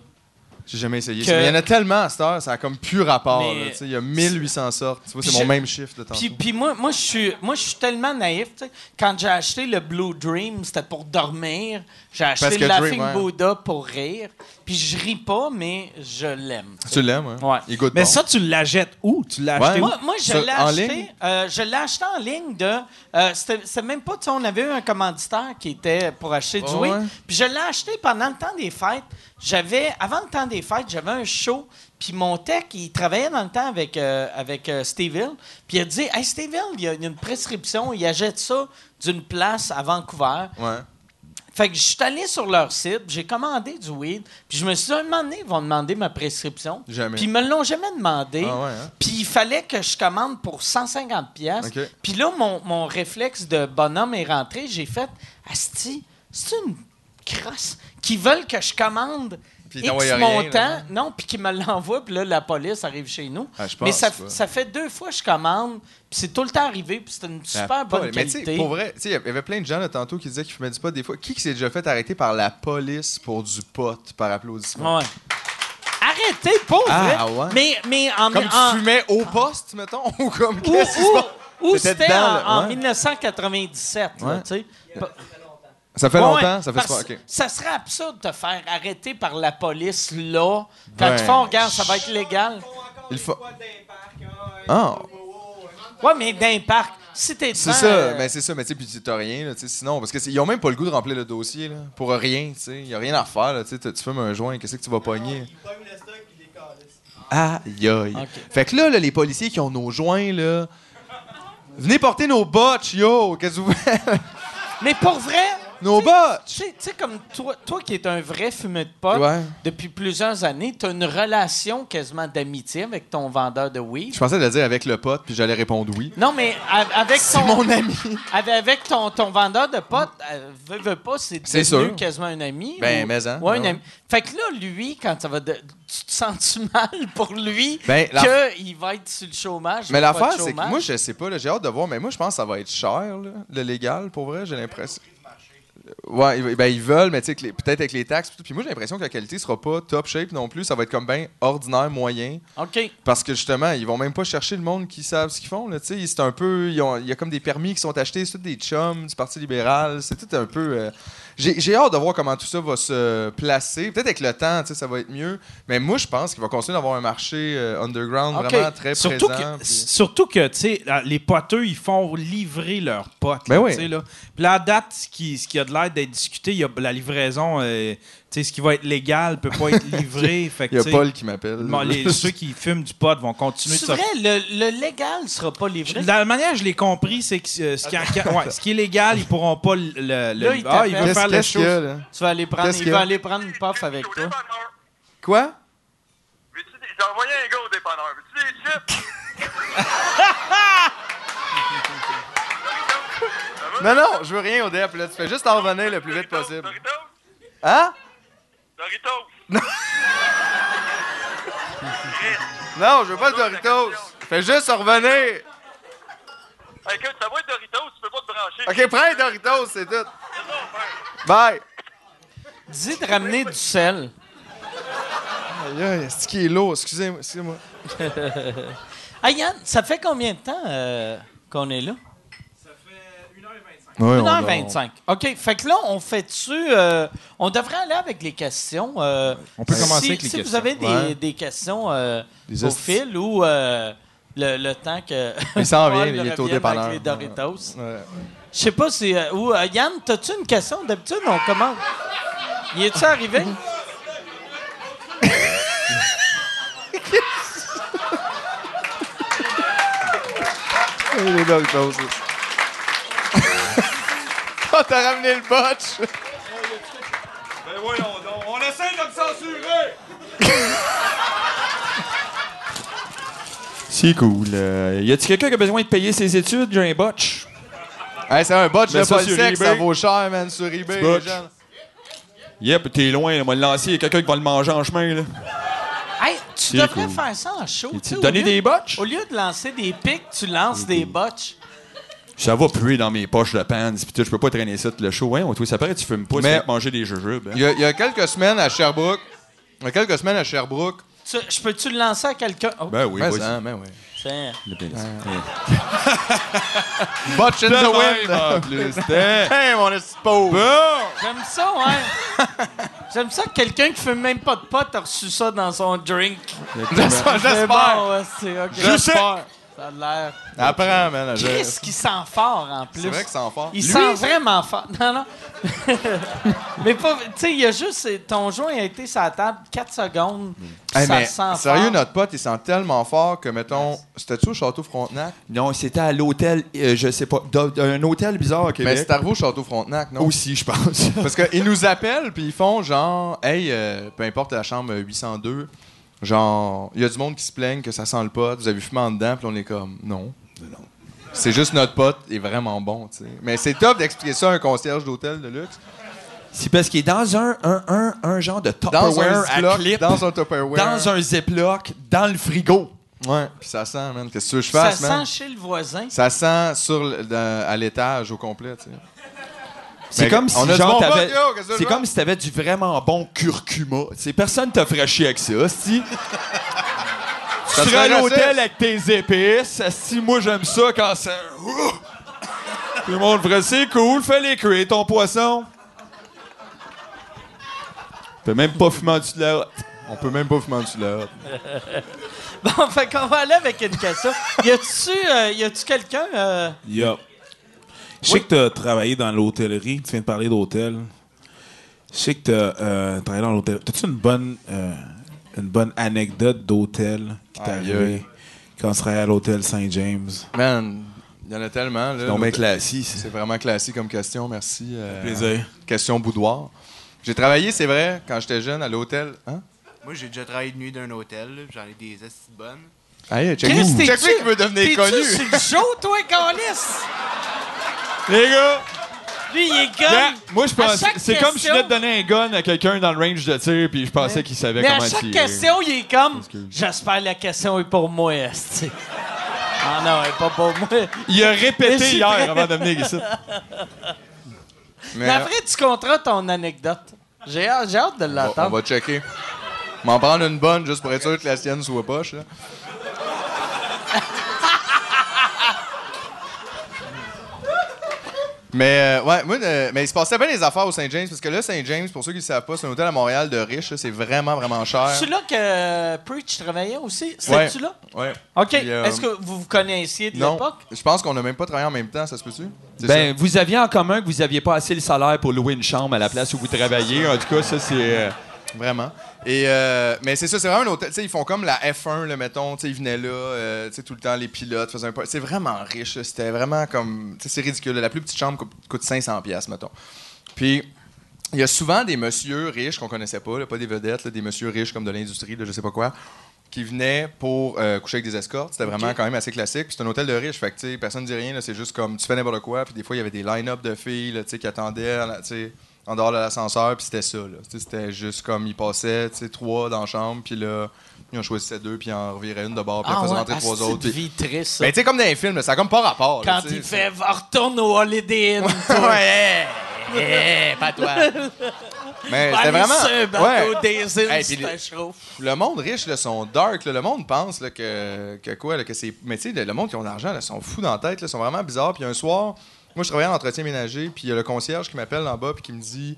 j'ai jamais essayé. que- ça. Mais il y en a tellement à cette heure, ça a comme plus rapport. Mais- là, tu sais. Il y a 1800 sortes. Tu vois, c'est Puis mon je- même chiffre de temps. Puis, puis moi, moi, je suis, moi, je suis tellement naïf. tu sais. Quand j'ai acheté le Blue Dream, c'était pour dormir. J'ai acheté Parce le que Laughing Dream, ouais. Buddha pour rire. Puis je ris pas, mais je l'aime. Tu l'aimes, hein? Ouais. Il goûte mais bon. ça, tu l'achètes où? Tu l'as Ouais. acheté où? Moi, moi, je Sur- l'ai en acheté. ligne? euh, je l'ai acheté en ligne de. euh, c'était c'était même pas. tu sais, on avait eu un commanditaire qui était pour acheter du Ah weed. ouais? Puis je l'ai acheté pendant le temps des fêtes. J'avais. Avant le temps des fêtes, j'avais un show. Puis mon tech, il travaillait dans le temps avec, euh, avec euh, Steve Hill. Puis il a dit Hey, Steve Hill, il y a il y a une prescription. Il achète ça d'une place à Vancouver. Ouais. Fait que je suis allé sur leur site, j'ai commandé du weed, puis je me suis dit, un moment donné, ils vont demander ma prescription. Jamais. Puis ils me l'ont jamais demandé. Ah ouais, hein? Puis il fallait que je commande pour 150 pièces. Ok. Puis là, mon, mon réflexe de bonhomme est rentré, j'ai fait, Asti, c'est une crosse qui veulent que je commande Puis ils X t'envoyaient rien, montant. là, hein? non, puis qui me l'envoient, puis là, la police arrive chez nous. Ah, je pense Mais ça, pas. ça fait deux fois que je commande, puis c'est tout le temps arrivé, puis c'est une super Ah, bonne ouais, mais tu sais, qualité. pour vrai, tu sais, il y avait plein de gens là, tantôt qui disaient qu'ils fumaient du pot des fois. Qui, qui s'est déjà fait arrêter par la police pour du pot par applaudissement? Ouais. Arrêtez, pauvre! Ah, ouais. Mais, mais en, Comme en- tu fumais au poste, mettons, ou comme Ah. ou, qu'est-ce qui se ou- passe? Ou C'était c'était en, dans le- en ouais. 1997, là, Ouais. tu sais. Pa- Ça fait Ouais, longtemps? Ça fait parce- souvent- ok. ça serait absurde de te faire arrêter par la police là. Quand Ben, tu fais, regarde, ça va être légal. Il faut... Ah. Ah. Ouais, mais d'un parc, si t'es C'est devant, ça, euh, mais c'est ça, mais tu sais, puis tu t'as rien, là, tu sais, sinon, parce que c'est- ils ont même pas le goût de remplir le dossier, là, pour rien, tu sais, y a rien à refaire, là, tu sais, t'as- tu fumes un joint, qu'est-ce que tu vas pogner? Aïe, aïe. Ok. Fait que là, là, les policiers qui ont nos joints, là, venez porter nos botches, yo, qu'est-ce que vous mais pour vrai, Nos tu sais, botches! tu sais- tu sais, comme toi, toi qui es un vrai fumeur de pot, Ouais. depuis plusieurs années, tu as une relation quasiment d'amitié avec ton vendeur de weed. Je pensais le dire avec le pote, puis j'allais répondre oui. Non, mais a- avec C'est ton, mon ami! avec- avec ton, ton vendeur de potes, euh, veux, veux pas, c'est C'est devenu sûr. quasiment un ami. Ben, ou- mais hein, Ouais, un ouais. ami. Fait que là, lui, quand ça va. de- tu te sens-tu mal pour lui Ben, la- qu'il va être sur le chômage? Mais ou pas de l'affaire, c'est que chômage? moi, je sais pas, là, j'ai hâte de voir, mais moi, je pense que ça va être cher, là, le légal, pour vrai, j'ai l'impression. Ouais, ils- ben, ils veulent, mais tu sais, que les- peut-être avec les taxes. pis tout. Puis moi, j'ai l'impression que la qualité sera pas top shape non plus. Ça va être comme ben ordinaire, moyen. OK. Parce que justement, ils vont même pas chercher le monde qui savent ce qu'ils font. Là, tu sais. c'est un peu. ils ont- Il y a comme des permis qui sont achetés, c'est tout des chums du Parti libéral. C'est tout un peu. euh, j'ai j'ai hâte de voir comment tout ça va se placer. Peut-être avec le temps, tu sais, ça va être mieux. Mais moi, je pense qu'il va continuer d'avoir un marché euh, underground Ok. vraiment très Surtout que, présent. puis- surtout que, tu sais, la- les poteux, ils font livrer leurs potes. Ben là, oui. tu sais, là. Puis là, à date, ce qui, ce qui a de l'air d'être discuté, il y a la livraison, euh, tu sais, ce qui va être légal peut pas être livré. fait que, Il y a tu sais, Paul qui m'appelle. bon, les- ceux qui fument du pot vont continuer de C'est sortir. vrai, le, le légal sera pas livré. Je- La manière que je l'ai compris, c'est que euh, ce, qui ouais, ce qui est légal, ils pourront pas le. le- le- Là, ils ah, ils t'appellent. veulent Qu'est-ce faire la qu'est-ce qu'il y a, chose. là? Tu vas aller prendre, Qu'est-ce il que- va aller prendre une puff avec toi. Quoi? J'ai envoyé un gars au dépanneur. Veux-tu des chips? Non, non, je veux rien au DEP. Là. Tu fais juste en revenir le plus vite Doritos? possible. Doritos? Hein? Doritos? Non, je veux pas le Doritos. Fais juste en revenir. Hey, écoute, ça va être Doritos, tu peux pas te brancher. OK, prends les Doritos, c'est tout. Bye. Dis de ramener du sel. Aïe, aïe, c'est qui est lourd. Excusez-moi. Excusez-moi. Ah, Yann, ça fait combien de temps euh, qu'on est là? Oui, 1h25. OK. Fait que là, on fait-tu. euh, on devrait aller avec les questions. euh, On peut si- commencer avec les Si vous questions. avez des, Ouais. des questions euh, Des au hosties. fil ou euh, le, le temps que. Il s'en Paul vient, il est au revienne dépanneur. avec les Doritos. Je sais pas si. euh, ou, euh, Yann, t'as-tu une question? D'habitude, on commence. Y est-tu arrivé? Les Doritos. Oh, t'as ramené le botch. Ben voyons donc, on essaie de me censurer! C'est cool. Euh, y a-t-il quelqu'un qui a besoin de payer ses études? J'ai un botch. Hey, c'est un botch Mais de ça, Paul sur Sec. eBay. Ça vaut cher, man, sur eBay. les botch. gens. Yep, t'es loin. Là. Moi, le lancer, y a quelqu'un qui va le manger en chemin. Là. Hey, tu C'est devrais cool. faire ça en show. Et tu sais, tu au donner lieu- des botches? Au lieu de lancer des pics, tu lances des botches. Ça va puer dans mes poches de pants. Puis tout, je peux pas traîner ça tout le show. Hein, on trouve ça paraît, tu fumes pas, Mais- tu fais manger des jujubes. hein. Il y, a, il y a quelques semaines à Sherbrooke, il y a quelques semaines à Sherbrooke, Tu- Je peux-tu le lancer à quelqu'un? Oh, Ben oui, Mais vas-y. hein, mais oui. tiens. Le pénis. Euh. Ouais. Botch in Le the même, wind. en plus. Hein. Hey, mon petit pauvre. Bon! J'aime ça, ouais. J'aime ça que quelqu'un qui fume même pas de pot a reçu ça dans son drink. J'espère. C'est J'espère. bon, ouais, c'est OK. Ça a l'air. Apprends, man. je- Chris qui sent fort en plus. C'est vrai que ça en fort. Il sent vraiment fort. Non, non. mais pas. Tu sais, il y a juste. Ton joint a été sur la table 4 secondes. puis Hey, ça mais sent sérieux, fort. notre pote, il sent tellement fort que, mettons, c'était-tu au Château Frontenac? Non, c'était à l'hôtel, euh, je sais pas, d'un- d'un hôtel bizarre au Mais Québec. c'est arrivé au Château Frontenac, non? aussi, je pense. Parce qu'ils nous appellent, puis ils font genre, hey, euh, peu importe la chambre 802, genre, il y a du monde qui se plaignent que ça sent le pote, vous avez fumé en dedans, puis on est comme, non. Non. C'est juste notre pote est vraiment bon, tu sais. Mais c'est top d'expliquer ça à un concierge d'hôtel de luxe. C'est parce qu'il est dans un, un, un, un genre de Dans Tupperware un à Ziploc, clip, dans un Tupperware. dans un Ziploc, dans le frigo. Ouais, puis ça sent, man. Qu'est-ce que tu veux que je Ça fasse, man? sent chez le voisin. Ça sent sur le- dans- à l'étage au complet, tu sais. C'est Mais comme si Ben, on a du genre bon t'avais- pot, yo, qu'est-ce que c'est je comme veux? si t'avais du vraiment bon curcuma. C'est personne t'a fraîchi avec ça, si. Tu Ça seras à serait l'hôtel raciste. avec tes épices. Si moi, j'aime ça quand ça. Ouh! Tout le monde ferait c'est cool, fais-les cuire ton poisson. Tu peux même pas fumer en dessous de la hotte. On peut même pas fumer en dessous de la hotte. Bon, fait qu'on va aller avec une question. Y a-tu euh, y a-tu quelqu'un euh, Yup. Je sais que tu as travaillé dans l'hôtellerie. Tu viens de parler d'hôtel. Je sais que tu as travaillé dans l'hôtel. T'as-tu une bonne, euh, une bonne anecdote d'hôtel qui t'est Aïe, arrivée quand tu travaillais à l'hôtel Saint-James? Man, il y en a tellement. Là, Non, mais L'hôtel- classique. C'est vraiment classique comme question, merci. euh, Plaisir. Question boudoir. J'ai travaillé, c'est vrai, quand j'étais jeune, à l'hôtel. Hein? Moi, j'ai déjà travaillé de nuit d'un hôtel. là, J'en ai des astuces bonnes. Hey, check Chris, t'es-tu- check lui qui veut devenir T'es-tu connu. sur le show, toi, Calis? Les gars, Lui, il est gars, comme. moi, je à pense. chaque C'est comme si je venais de question- donner un gun à quelqu'un dans le range de tir, puis je pensais qu'il savait Mais à comment chaque tirer. question, il est comme. J'espère la question est pour moi, esti. Ah non, elle est pas pour Euh. moi. Il a Mais répété c'est hier vrai. avant de venir ici. Mais, Mais après, tu compteras ton anecdote. J'ai hâte, j'ai hâte de on, on l'entendre. va checker. M'en prendre une bonne juste pour être sûr que la sienne soit poche. là. Mais euh, ouais, moi, euh, mais il se passait bien des affaires au Saint-James, parce que là, Saint-James, pour ceux qui ne savent pas, c'est un hôtel à Montréal de riches, là, c'est vraiment, vraiment cher. C'est là que euh, Preach travaillait aussi. Ouais. C'était-tu là? Ouais. OK. Puis, euh, Est-ce que vous vous connaissiez de Non, l'époque? je pense qu'on n'a même pas travaillé en même temps, ça se peut-tu? C'est Ben, vous aviez en commun que vous aviez pas assez le salaire pour louer une chambre à la place où vous travaillez. En tout cas, ça, c'est. euh, ça? Vraiment. Et, euh, mais c'est ça, c'est vraiment un hôtel. Tu sais, ils font comme la F1, le mettons. Tu sais, ils venaient là, euh, tu sais, tout le temps, les pilotes faisaient un peu. C'est vraiment riche. là. C'était vraiment comme. Tu sais, c'est ridicule. La plus petite chambre coûte, coûte 500$, piastres, mettons. Puis. Il y a souvent des messieurs riches qu'on connaissait pas, là, pas des vedettes, là, des messieurs riches comme de l'industrie, de je sais pas quoi, qui venaient pour euh, coucher avec des escortes. C'était vraiment quand même assez classique. Puis c'est un hôtel de riches, fait que tu sais, personne ne dit rien. là, C'est juste comme tu fais n'importe quoi. Puis des fois, il y avait des line-up de filles là, tu sais, qui attendaient là, tu sais, en dehors de l'ascenseur. Puis c'était ça. là. Tu sais, C'était juste comme ils passaient tu sais, trois dans la chambre. Puis là, ils en choisissaient deux. Puis ils en reviraient une de bord. Puis Ah, ils en faisaient rentrer trois autres. Puis... vie triste, ça. Mais tu sais, comme dans les films, là, ça a comme pas rapport. là, Quand tu sais, il c'est- fait « Retourne au Holiday Inn, toi. ouais, pas toi. mais Allez c'était vraiment. sur un bateau ouais. des îles, Hey, c'est puis un le- show. le monde riche, là, sont dark. là. Le monde pense là, que, que quoi, là, que c'est. Mais tu sais, le le monde qui ont de l'argent, là, sont fous dans la tête, là, sont vraiment bizarres. Puis un soir, moi, je travaillais en entretien ménager, puis il y a le concierge qui m'appelle en bas, puis qui me dit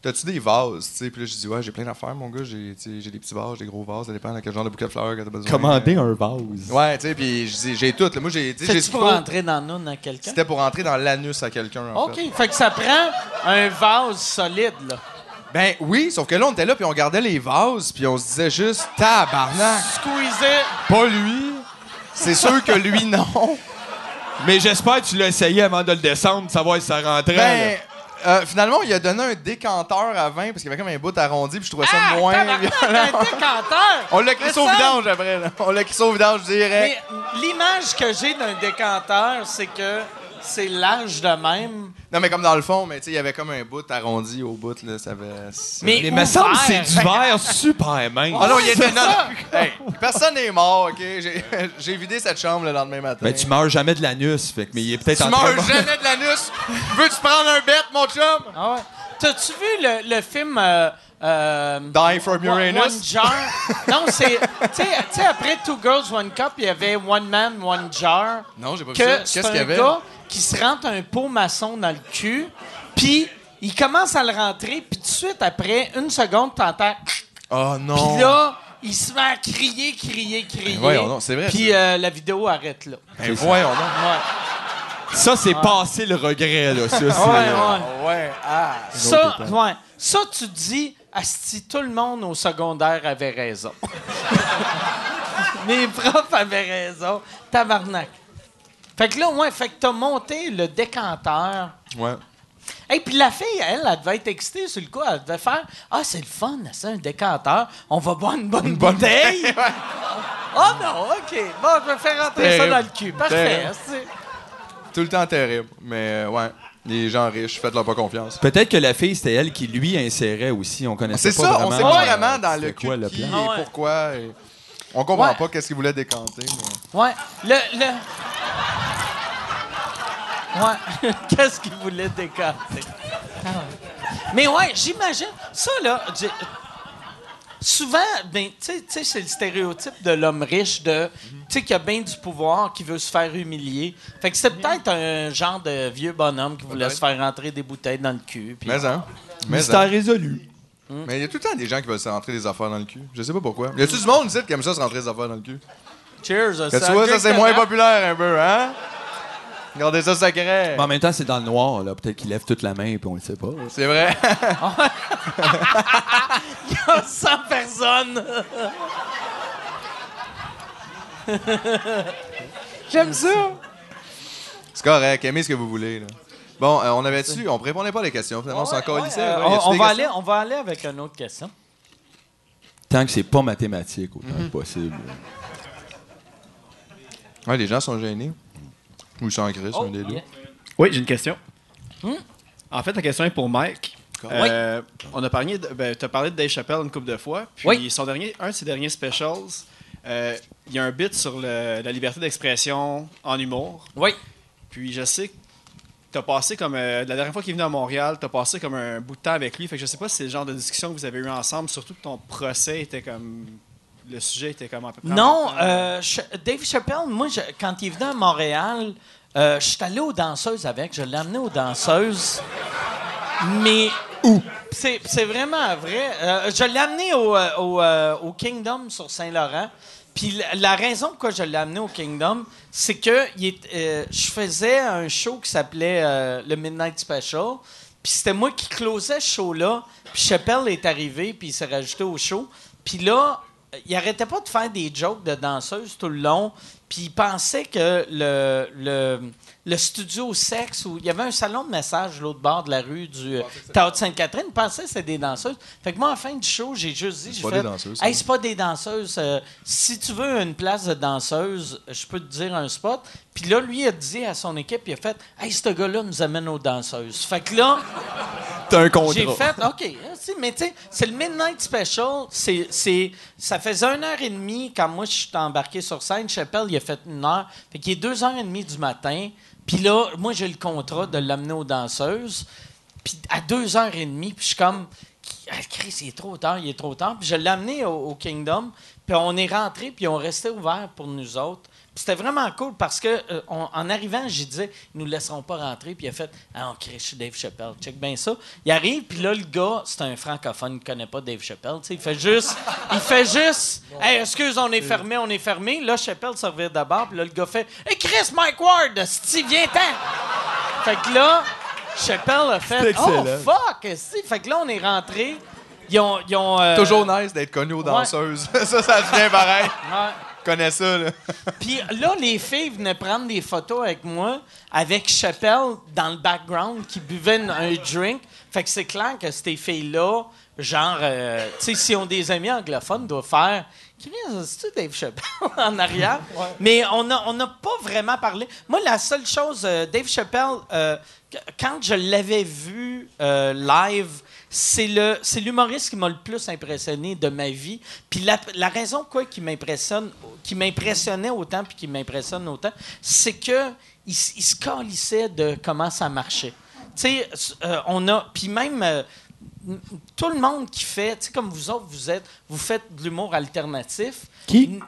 T'as-tu des vases Tu sais, Puis là, je dis Ouais, j'ai plein d'affaires, mon gars. J'ai tu sais, j'ai des petits vases, des gros vases, ça dépend de quel genre de bouquet de fleurs que t'as besoin. Commander un vase. Ouais, tu sais, puis je dis J'ai tout. là. Moi, j'ai. tu sais, j'ai C'est-tu ce qu'il pour faut. entrer dans nous, dans quelqu'un? C'était pour entrer dans l'anus à quelqu'un. en OK, fait. fait que ça prend un vase solide, là. Ben oui, sauf que là, on était là, puis on regardait les vases, puis on se disait juste Tabarnak, Squeezer, pas lui. C'est sûr que lui, non. Mais j'espère que tu l'as essayé avant de le descendre, savoir si ça rentrait. Ben, là. euh, finalement, il a donné un décanteur à vin parce qu'il y avait comme un bout arrondi, puis je trouvais ça moins violent. un Ah, décanteur! On l'a crissé au Personne. vidange après. là. On l'a crissé au vidange direct. Mais l'image que j'ai d'un décanteur, c'est que c'est large de même. Non, mais comme dans le fond, mais tu sais, il y avait comme un bout arrondi au bout, là, ça avait... Mais, Mais il me semble que c'est ouvert. du verre super mince. Ben, Ah non, il était... Non, non. Hey, personne n'est mort, OK? J'ai- J'ai vidé cette chambre le lendemain matin. Ben, tu meurs jamais de l'anus, fait que, mais il est peut-être Tu en train de- meurs jamais de l'anus! Veux-tu prendre un bet, mon chum? Ah ouais. T'as-tu vu le, le film euh, euh, Die One- from Uranus? One Jar? non, c'est. Tu sais- tu sais, après Two Girls, One Cup, il y avait One Man, One Jar. Non, j'ai pas vu que ça. c'est Qu'est-ce qu'il y un avait? gars qui se rentre un pot maçon dans le cul, puis il commence à le rentrer, puis tout de suite après, une seconde, t'entends. Oh non! Puis là, il se met à crier, crier, crier. voyons donc, c'est vrai, Puis euh, la vidéo arrête là. Ben, voyons donc. Ouais. Ça, c'est passé le regret, là. Ça, c'est- euh, Ouais, ouais. Ah Ouais, ah! Ça, ouais. Ça, tu dis, Asti, tout le monde au secondaire avait raison. Mes profs avaient raison. Tabarnak. Fait que là, ouais, fait que t'as monté le décanteur. Ouais. Et puis la fille, elle, elle devait être excitée sur le coup. Elle devait faire Ah, c'est le fun, c'est un décanteur. On va boire une bonne bouteille. Ah non, OK. Bon, je vais faire rentrer ça Terrible. dans le cul. Parfait. Terrible. asti. Tout le temps terrible. Mais euh, ouais, les gens riches, faites-leur pas confiance. Peut-être que la fille, c'était elle qui lui insérait aussi. On connaissait C'est pas ça, vraiment. on sait pas euh, vraiment dans c'était le cul quoi, le qui plan. Ah ouais. et pourquoi. et On comprend Ouais. pas qu'est-ce qu'il voulait décanter. mais- Ouais. Le. le... Ouais. Qu'est-ce qu'il voulait décanter? Ah ouais. Mais ouais, j'imagine. Ça, là. j'ai- souvent, ben, tu sais- tu sais, c'est le stéréotype de l'homme riche, de, Mhm. tu sais, qui a bien du pouvoir, qui veut se faire humilier. Fait que Mhm. c'était peut-être un genre de vieux bonhomme qui voulait se faire rentrer des bouteilles dans le cul. puis- Mais hein. Mais hein. Mystère résolu. Mais il y a tout le temps des gens qui veulent se rentrer des affaires dans le cul. Je sais pas pourquoi. Y a-tu du monde ici qui aime ça se rentrer des affaires dans le cul? Cheers, Que tu vois, ça c'est moins populaire un peu, hein? Regardez ça sacré. Mais en même temps, c'est dans le noir, là. Peut-être qu'il lève toute la main et on le sait pas. C'est vrai. 100 personnes. J'aime ça. C'est correct. Aimez ce que vous voulez. Là. Bon, euh, on avait su, on répondait pas à les questions. Finalement, on s'en Ouais, ouais, calissait, euh, là. Y a-tu on, on des va questions? aller, on va aller avec une autre question. Tant que c'est pas mathématique, autant Mhm. que possible. Ouais, les gens sont gênés. Ou ils sont en Oh. crise, un des deux. Oui, j'ai une question. En fait, la question est pour Mike. Euh, On a parlé, de- ben, t'as parlé de Dave Chappelle une couple de fois. Puis Oui. son dernier, un de ses derniers specials, euh, il y a un bit sur le- la liberté d'expression en humour. Oui. Puis je sais que t'as passé comme euh, la dernière fois qu'il est venu à Montréal, t'as passé comme un bout de temps avec lui. Fait que je sais pas si c'est le genre de discussion que vous avez eu ensemble, surtout que ton procès était comme le sujet était comme à peu près. en Non, même temps. euh, Ch- Dave Chappelle, moi, je- quand il est venu à Montréal, euh, je suis allé aux danseuses avec. Je l'ai amené aux danseuses. Mais. Où? C'est c'est vraiment vrai. Euh, je l'ai amené au, euh, au, euh, au Kingdom sur Saint-Laurent. Puis la- la raison pourquoi je l'ai amené au Kingdom, c'est que il est- euh, je faisais un show qui s'appelait euh, le Midnight Special. Puis c'était moi qui closais ce show-là. Puis Chappelle est arrivé, puis il s'est rajouté au show. Puis là, il arrêtait pas de faire des jokes de danseuses tout le long. Puis il pensait que le, le, le studio sexe, où il y avait un salon de message l'autre bord de la rue du Tao de Sainte-Catherine, il pensait que c'était des danseuses. Fait que moi, en fin du show, j'ai juste dit, j'ai pas fait, des danseuses, Hey, c'est pas des danseuses. euh, si tu veux une place de danseuse, je peux te dire un spot. Puis là, lui, il a dit à son équipe, il a fait, hey, ce gars-là nous amène aux danseuses. Fait que là, T'as un j'ai contrat. fait, OK, hein, tu sais, mais tu sais, c'est le Midnight Special. c'est- c'est- ça faisait une heure et demie quand moi, je suis embarqué sur scène. Chappelle, il a fait une heure. Fait qu'il est deux heures et demie du matin. Puis là, moi, j'ai le contrat de l'amener aux danseuses. Puis à deux heures et demie, puis je suis comme, ah, Chris, il est trop tard, il est trop tard. Puis je l'ai amené au, au Kingdom. Puis on est rentré, puis on restait ouvert pour nous autres. Puis c'était vraiment cool parce que euh, on- en arrivant, j'ai dit, ils nous laisseront pas rentrer. Puis il a fait, ah, on crée, je suis Dave Chappelle, check bien ça. Il arrive, puis là, le gars, c'est un francophone, il connaît pas Dave Chappelle. tu sais. Il fait juste, il fait juste, hey, excuse, on est fermé, on est fermé. Là, Chappelle se revient d'abord, puis là, le gars fait, hey, Chris, Mike Ward, si viens-t'en. Fait que là, Chappelle a fait, oh fuck, si. Fait que là, on est rentré. Ils ont. Ils ont euh, Toujours nice d'être connu aux ouais. danseuses. ça, ça devient pareil. ouais. connais ça, là. ah. Puis là, les filles venaient prendre des photos avec moi, avec Chappelle dans le background, qui buvait une- un drink. Fait que c'est clair que ces filles-là, genre, euh, tu sais, si on des amis anglophones, doivent faire. Chris, C'est-tu Dave Chappelle en arrière? Mais on n'a on n'a pas vraiment parlé. Moi, la seule chose, euh, Dave Chappelle, euh, qu- quand je l'avais vu euh, live, c'est le c'est l'humoriste qui m'a le plus impressionné de ma vie. Puis la, la raison quoi qui m'impressionne qui m'impressionnait autant puis qui m'impressionne autant, c'est que il, s- il se calissait de comment ça marchait. Tu sais, s- euh, on a puis même euh, m- tout le monde qui fait, tu sais comme vous autres vous êtes vous faites de l'humour alternatif. Qui? N-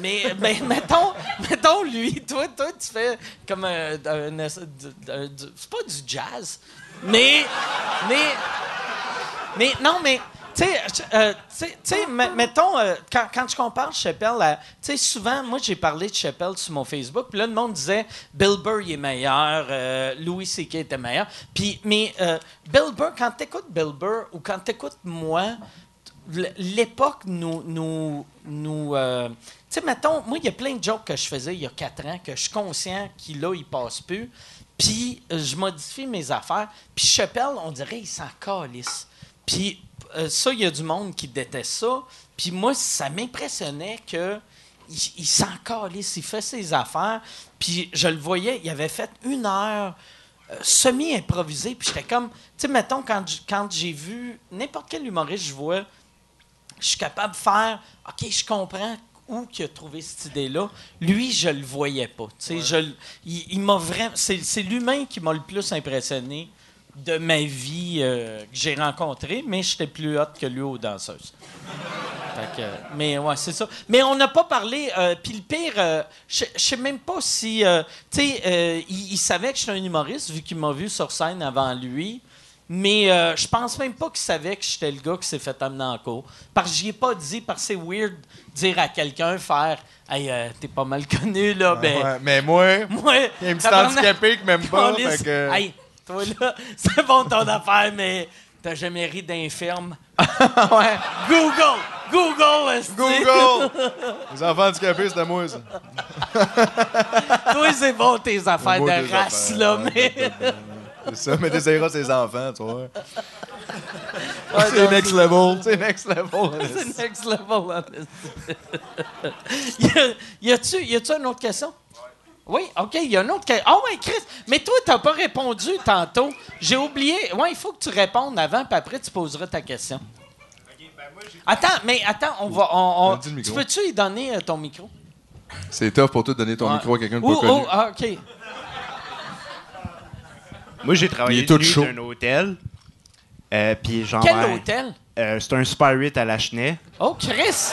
mais, mais mettons, mettons lui, toi, toi, tu fais comme un. un- un- du- un- du- c'est pas du jazz, mais. Mais. Mais non, mais. Tu sais, je- euh, tu sais- tu sais, me- mettons, euh, quand, quand je compare Chappelle à. Tu sais, souvent, moi, j'ai parlé de Chappelle sur mon Facebook, puis là, le monde disait Bill Burr il est meilleur, euh, Louis C.K. était meilleur. Puis, mais euh, Bill Burr, quand t'écoutes Bill Burr ou quand t'écoutes moi, l- l'époque nous. nous, nous euh, tu sais, mettons, moi, il y a plein de jokes que je faisais il y a quatre ans que je suis conscient qu'il là, il passe plus. Puis, euh, je modifie mes affaires. Puis, Chappelle, on dirait, il s'en calisse. Puis, euh, ça, il y a du monde qui déteste ça. Puis, moi, ça m'impressionnait que il, il s'en calisse, il fait ses affaires. Puis, je le voyais, il avait fait une heure semi-improvisé, puis j'étais comme... Tu sais, mettons, quand j- quand j'ai vu n'importe quel humoriste, je vois, je suis capable de faire OK, je comprends où qu'il a trouvé cette idée-là. Lui, je le voyais pas. Tu sais, je le- il, il m'a vraiment. C'est, c'est l'humain qui m'a le plus impressionné de ma vie euh, que j'ai rencontré, mais j'étais plus hot que lui aux danseuses. Fait que- mais ouais, c'est ça. Mais on n'a pas parlé. euh, Puis le pire, euh, je je sais même pas si. euh, tu sais, euh, il, il savait que j'étais un humoriste vu qu'il m'a vu sur scène avant lui. Mais euh, je pense même pas qu'il savait que j'étais le gars qui s'est fait amener en cours. Parce que j'y ai pas dit, parce que c'est weird dire à quelqu'un faire Hey, euh, t'es pas mal connu, là. ben, Ouais, mais moi, moi, il y a un petit tabarnak, handicapé qui m'aime pas, câlisse. fait que- Hey, toi là, c'est bon ton affaire, mais t'as jamais ri d'infirme. Google! Google, esti. Google! les enfants handicapés, c'était moi, ça. Toi, c'est bon tes affaires Moi, de tes race, affaires, là, ouais. mais. C'est ça, mais t'essayeras ses enfants, tu vois. Ouais, c'est non, next c'est- level. C'est next level. Alice. c'est next level, en esti. Y a- y a-tu y a-tu une autre question? Oui, OK, il y a une autre question. Ah, ouais, Chris, mais toi, t'as pas répondu tantôt. J'ai oublié. Ouais, il faut que tu répondes avant, puis après, tu poseras ta question. Attends, mais attends, on va. on- on- Donne-tu le tu micro. peux-tu lui donner euh, ton micro? C'est tough pour toi de donner ton Ouais. micro à quelqu'un de Ou- pas connu. ou- ah, OK. Moi, j'ai travaillé Il est tout de nuit chaud. dans un hôtel. Euh, puis genre, Quel ouais, hôtel? euh, c'est un Super 8 à la Chenet. Oh, Chris!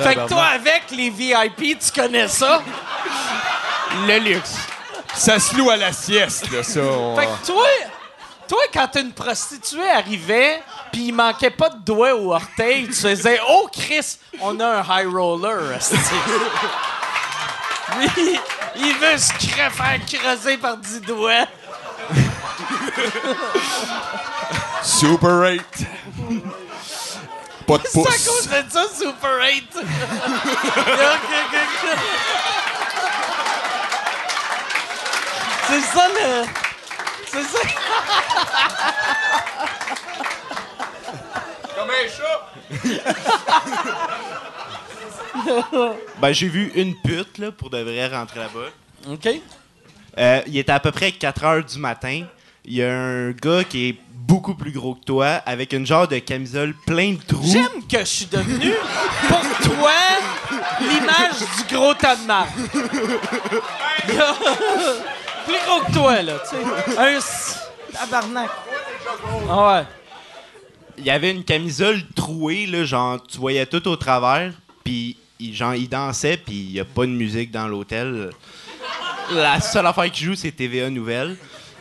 fait que toi, avec les VIP, tu connais ça. Le luxe. Ça se loue à la sieste, là, ça. on- Fait que toi, toi quand une prostituée arrivait, puis il manquait pas de doigts ou orteils, tu faisais « Oh, Chris, on a un high roller. esti. » Lui, il- il veut se cre- faire creuser par dix doigts. Super 8. Pas de C'est à pouce. cause de ça, Super 8. C'est ça le. C'est ça. Comme un chat! Ben, j'ai vu une pute, là, pour de vrai rentrer là-bas. OK. Euh, il était à peu près 4 heures du matin. Il y a un gars qui est beaucoup plus gros que toi, avec une genre de camisole plein de trous. J'aime que je suis devenu, pour toi, l'image du gros tas de marde. Il y a- Plus gros que toi, là, tu sais. Un s- tabarnak. Ah ouais. Il avait une camisole trouée, là, genre, tu voyais tout au travers, puis il, genre, il dansait, puis il n'y a pas de musique dans l'hôtel. La seule affaire qu'il joue, c'est TVA Nouvelle.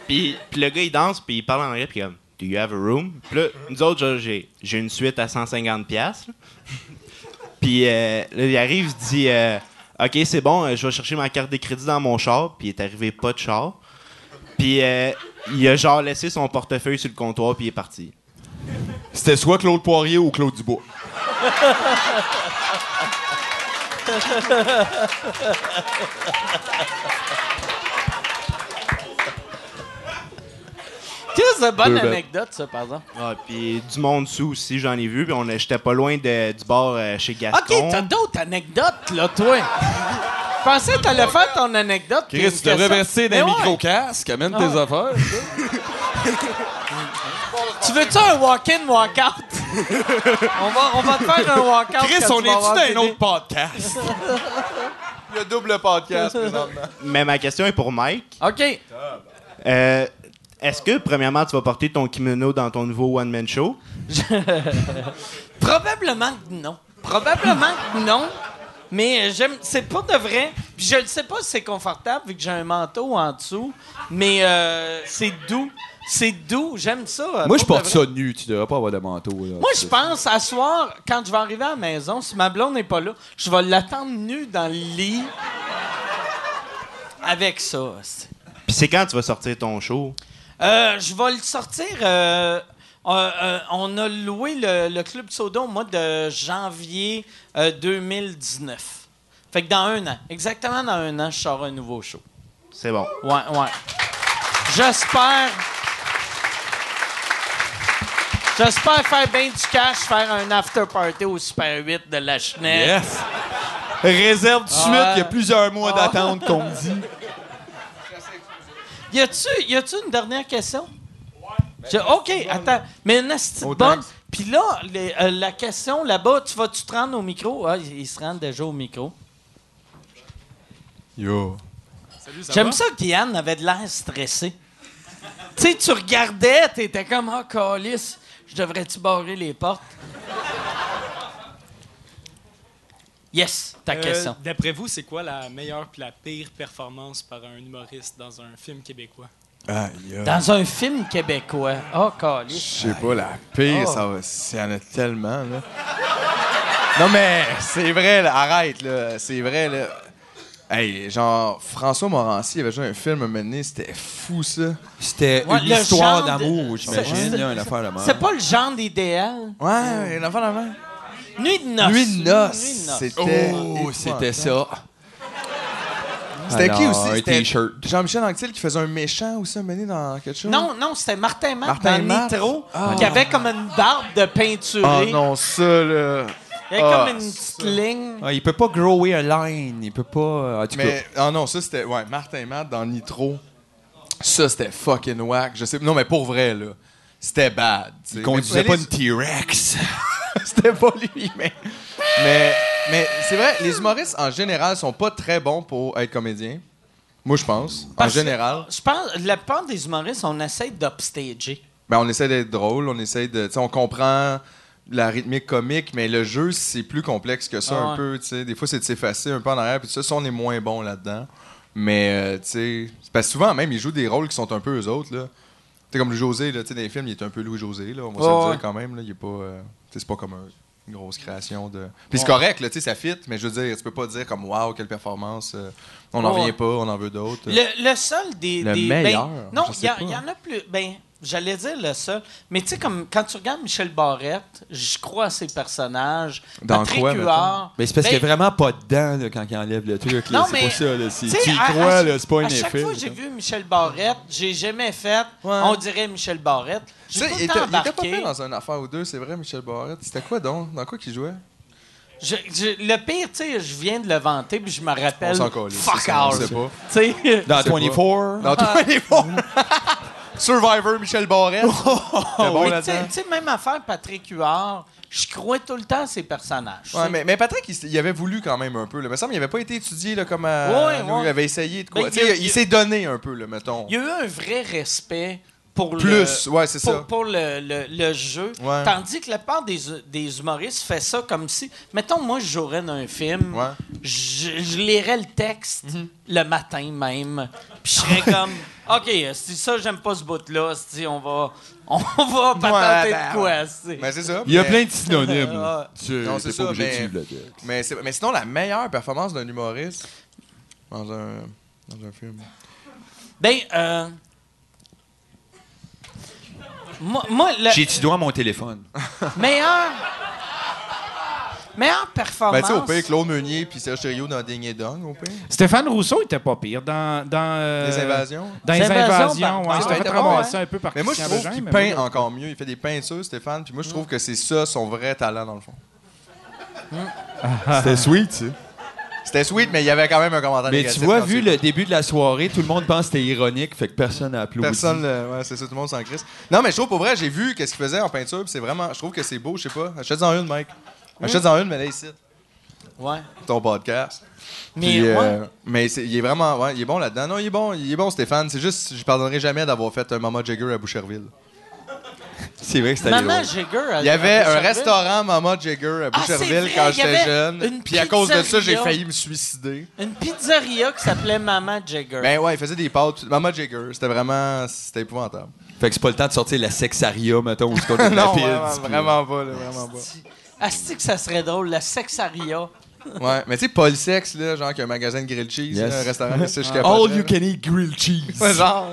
Puis, puis le gars, il danse, puis il parle en anglais, puis il est comme, Do you have a room? Puis là, nous autres, genre, j'ai, j'ai une suite à 150$. piastres, là. Puis euh, là, il arrive, il dit, euh, OK, c'est bon, euh, je vais chercher ma carte de crédit dans mon char, puis il est arrivé pas de char. Puis euh, il a genre laissé son portefeuille sur le comptoir, puis il est parti. C'était soit Claude Poirier ou Claude Dubois. Qu'est-ce de bonne Deux bêtes. anecdote, ça, par exemple. Ah, puis du monde sous aussi, j'en ai vu. Puis on, j'étais pas loin de- du bar euh, chez Gaston. Ah, OK, t'as d'autres anecdotes, là, toi. Je pensais que t'allais faire ton anecdote. puis Chris, une tu devrais question. rester dans Mais le ouais. Ah micro-casque. Amène tes affaires. Tu veux-tu un walk-in, walk-out? on, va, on va te faire un walk-out. Chris, quand on tu vas avoir est-tu fini. dans un autre podcast? Le double podcast, présentement. Mais ma question est pour Mike. OK. Euh, est-ce que, premièrement, tu vas porter ton kimono dans ton nouveau one-man show? Probablement que non. Probablement que non. Mais euh, j'aime. C'est pas de vrai. Puis je ne sais pas si c'est confortable vu que j'ai un manteau en dessous. Mais euh, c'est doux. C'est doux. J'aime ça. euh, Moi, je pour de porte vrai. ça nu. Tu devrais pas avoir de manteau. Là. Moi, je pense, à soir, quand je vais arriver à la maison, si ma blonde n'est pas là, je vais l'attendre nue dans le lit. Avec ça. hostie. Puis c'est quand tu vas sortir ton show? Euh, je vais le sortir. euh, euh, euh, on a loué le, le Club Soda au mois de janvier euh, 2019. Fait que dans un an, exactement dans un an, je sors un nouveau show. C'est bon. Ouais, ouais. J'espère. J'espère faire bien du cash, faire un after party au Super 8 de la Chenelle. Yes! Réserve tout de Ah suite. ouais. Il y a plusieurs mois Ah. d'attente qu'on me dit. Y a-tu, y a-tu une dernière question? Je- OK, attends. Mais une esti de Autant bonne. Puis là, les- euh, la question là-bas, tu vas-tu te rendre au micro? Ah, il, il se rend déjà au micro. Yo. J'aime ça que Yann avait de l'air stressé. tu sais, tu regardais, t'étais comme, ah, calice. Je devrais-tu barrer les portes? Yes, ta Euh, question. D'après vous, c'est quoi la meilleure puis la pire performance par un humoriste dans un film québécois? Dans un film québécois. Oh, calé. Je Je sais pas, la pire, Ah. ça va. Il y en a tellement, là. Non, mais c'est vrai, là, arrête, là. C'est vrai, là. Hey, genre, François Morancy avait joué un film à un moment donné, c'était fou, ça. C'était Ouais, une le histoire genre de- d'amour, c'est- j'imagine. c'est- là, Une affaire de mort. C'est pas le genre idéal. Ouais, une affaire de mort. Nuit de Ah, noces. Nuit de noces, Nuit de noces. c'était Oh, épouvantable. c'était ça. C'était qui Alors, aussi? un C'était t-shirt. Jean-Michel Anctil qui faisait un méchant aussi à un moment donné dans quelque chose? Non, non, c'était Martin Matt Martin dans Matt. Nitro, Ah. qui avait comme une barbe de peinturé. Oh non, ça, là. Il y avait Ah, comme une petite ligne. Ah, il peut pas grower a line. Il peut pas. En tout cas. Mais, ah non, ça c'était. Ouais, Martin et Matt dans Nitro. Ça c'était fucking whack. Je sais. Non, mais pour vrai, là. C'était bad. tu sais. Il Mais- conduisait mais pas les- une T-Rex. c'était pas lui, mais. Mais, mais c'est vrai, les humoristes en général sont pas très bons pour être comédiens. Moi, je pense. En Parce que général. Je pense, la plupart des humoristes, on essaie d'upstager. Ben, on essaie d'être drôle, on essaie de. tu sais, on comprend la rythmique comique, mais le jeu, c'est plus complexe que ça, Ah ouais. un peu. tu sais. Des fois, c'est de s'effacer un peu en arrière, puis tout ça, ça, on est moins bon là-dedans. Mais, euh, tu sais. c'est Parce que souvent, même, ils jouent des rôles qui sont un peu eux autres, là. Tu sais, comme José, là, tu sais, dans les films, il est un peu Louis-José, là. On va se Ouais, le ouais. dire quand même, là. Il est pas. euh, tu sais, c'est pas comme un- Une grosse création de. Puis c'est Ouais. correct, là, tu sais, ça fit, mais je veux dire, tu peux pas dire comme, waouh, quelle performance, euh, on n'en Ouais. revient pas, on en veut d'autres. Le, le seul des. Le des- ben, meilleur, non, je il sais y, a- pas. y en a plus. Ben, j'allais dire le seul. Mais tu sais, comme quand tu regardes Michel Barrette, je crois à ses personnages. Dans Patrick quoi, mettons? Huard. Mais c'est parce qu'il Ben, est vraiment pas dedans là, quand il enlève le truc. là. Non, C'est mais. pas ça. là. Si tu sais, tu y à- à crois, ch- là, c'est pas un À chaque effet. fois que j'ai vu Michel Barrette, j'ai jamais fait. On dirait Michel Barrette. Tu J'ai sais, tout il le était, temps il était pas embarqué. fait dans une affaire ou deux, c'est vrai, Michel Barrette. C'était quoi donc? Dans quoi qu'il jouait? Je- je- le pire, tu sais, je viens de le vanter, puis je me rappelle. On s'en calisse, Fuck c'est ça, on all. sait pas. Tu sais, Dans C'est 24. Dans 24! Survivor, Michel Barrette. C'était bon oui, tu là-dedans. sais, tu sais, même affaire Patrick Huard, je crois tout le temps à ses personnages. Ouais, tu sais. mais, mais Patrick, il, s- il avait voulu quand même un peu. Là. Il me semble qu'il n'avait pas été étudié là, comme à. Ouais, nous, ouais. Il avait essayé de quoi. Ben, Tu sais, il a- il il- s'est donné un peu, là, mettons. Il y a eu un vrai respect pour le... Plus, ouais, c'est pour, ça. pour le, le- le jeu. Ouais. Tandis que la part des, des humoristes fait ça comme si... Mettons, moi, je jouerais dans un film, Ouais. Mhm. je, je lirais le texte le matin même, puis je serais comme... OK, si ça, j'aime pas ce bout-là, si on va... On va patenter ben, de quoi, ouais. esti. Mais c'est ça. Il y a mais- plein de synonymes. là. Tu Non, c'est t'es ça, pas obligé de mais- suivre le texte. Mais, c'est- mais sinon, la meilleure performance d'un humoriste dans un, dans un film. Ben, euh... Moi, moi, le tu dois mon téléphone. meilleur... Meilleure performance... Ben, tu sais, au pire, Claude Meunier puis Serge Thériault dans Ding et Dong, au pire. Stéphane Rousseau, il était pas pire dans. dans euh, Les invasions. Dans les Les invasions, invasions, par- ouais. ah, Il s'était ouais, fait ouais. ramasser un peu par Mais moi, je Christian trouve Bégin, qu'il mais peint moi, encore mieux. Il fait des peintures, Stéphane. Puis moi, je trouve que c'est ça son vrai talent, dans le fond. C'était sweet, tu sais. C'était sweet, mais il y avait quand même un Ah, commentaire Mais tu négatif vois, dans vu ce- le début de la soirée, tout le monde pense que c'était ironique, fait que personne n'a applaudi. Personne, euh, ouais, c'est ça, tout le monde s'en crisse. Non, mais je trouve, pour vrai, j'ai vu qu'est-ce qu'il faisait en peinture, puis c'est vraiment, je trouve que c'est beau, je sais pas. Achète-en une, Mike. Achète-en une, mais là, ici, Ouais. ton podcast. Mais Puis, ouais. euh, mais c'est- il est vraiment, ouais, il est bon là-dedans. Non, il est bon, il est bon, Stéphane. C'est juste, je pardonnerai jamais d'avoir fait un Mama Jagger à Boucherville. C'est vrai que c'était Maman drôle. Jagger. à- Il y avait à un Boucherville. restaurant Mama Jagger à Ah, c'est Boucherville vrai, quand il y avait j'étais jeune. une Puis à cause de ça, j'ai pizzeria. failli me suicider. Une pizzeria qui s'appelait Maman Jagger. Ben ouais, il faisait des pâtes. Mama Jagger, c'était vraiment, c'était épouvantable. Fait que c'est pas le temps de sortir la sexaria, mettons, où c'est qu'on est non, rapide. vraiment, puis- euh, vraiment pas, là, vraiment pas. Asti que ça serait drôle, la sexaria. Ouais, mais tu sais, Paul Sex, là, genre, qui a un magasin de grilled cheese, Yes. là, un restaurant, ça, je All you can eat grilled cheese. Ouais, genre.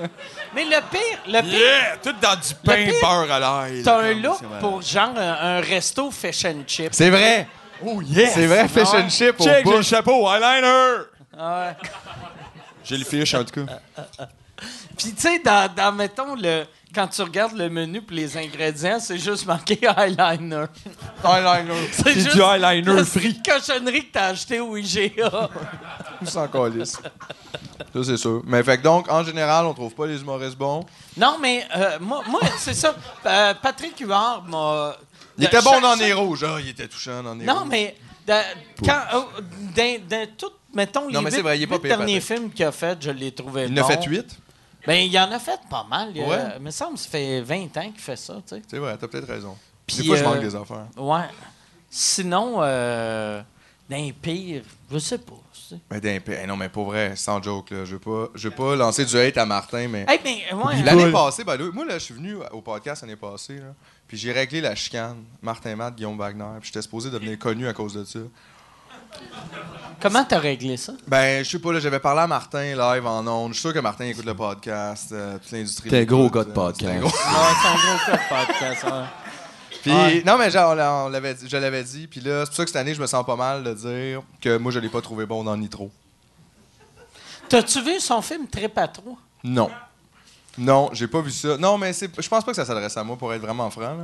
Mais le pire, le pire, Yeah! Tout dans du pain pire, beurre à l'ail. t'as là, un comme look c'est malade. pour genre un, un resto fish and chips. C'est vrai! Oh yes! C'est vrai, fish and chip au Check, j'ai le bout. chapeau, eyeliner! Ah ouais. J'ai le fish, en tout cas. Puis tu sais, dans, dans, mettons, le, quand tu regardes le menu pour les ingrédients, c'est juste marqué eyeliner. Eyeliner. C'est Puis juste du eyeliner la free. cochonnerie que t'as acheté au IGA. Tout s'en calisse. Ça, c'est sûr. Mais fait que donc, en général, on trouve pas les humoristes bons. non, mais euh, moi, moi c'est ça. Euh, Patrick Huard m'a... euh, Il était Ben, bon Chaque- dans chaque- les rouges. Ah, il était touchant dans les Non, rouges. mais de- quand, euh, dans, dans tout, mettons, Non, les mais c'est huit- vrai, il est pas huit pire, derniers Patrick. films qu'il a fait, je l'ai trouvé Il bon. en a fait 8. Ben, il en a fait pas mal. Il, Ouais. euh, me semble que ça fait 20 ans qu'il fait ça, tu sais. C'est vrai, t'as peut-être raison. Puis, des fois, je manque euh, des affaires. Ouais. Sinon, euh, d'un pire, je sais pas. tu sais. Mais d'un p- hey, non, mais pour vrai, sans joke, là, je veux pas, je veux pas lancer du hate à Martin, mais. Hey, mais, euh, ouais, hein. L'année Cool. passée, by the way, moi, là, je suis venu au podcast l'année passée, là, puis j'ai réglé la chicane. Martin Matt, Guillaume Wagner, puis j'étais supposé devenir connu à cause de ça. Comment t'as réglé ça? Ben, je sais pas, là, j'avais parlé à Martin live en ondes. Je suis sûr que Martin écoute le podcast, euh, toute l'industrie. T'es un l'écoute, gros gars de euh, podcast. c'est un gros- Ouais, c'est un gros cas de podcast. hein. ouais. Puis, non, mais genre, on l'a- on l'avait dit- je l'avais dit. Puis là, c'est pour ça que cette année, je me sens pas mal de dire que moi, je l'ai pas trouvé bon dans Nitro. T'as-tu vu son film Trip à trois? Non. Non, j'ai pas vu ça. Non, mais c'est- je pense pas que ça s'adresse à moi pour être vraiment franc. Là.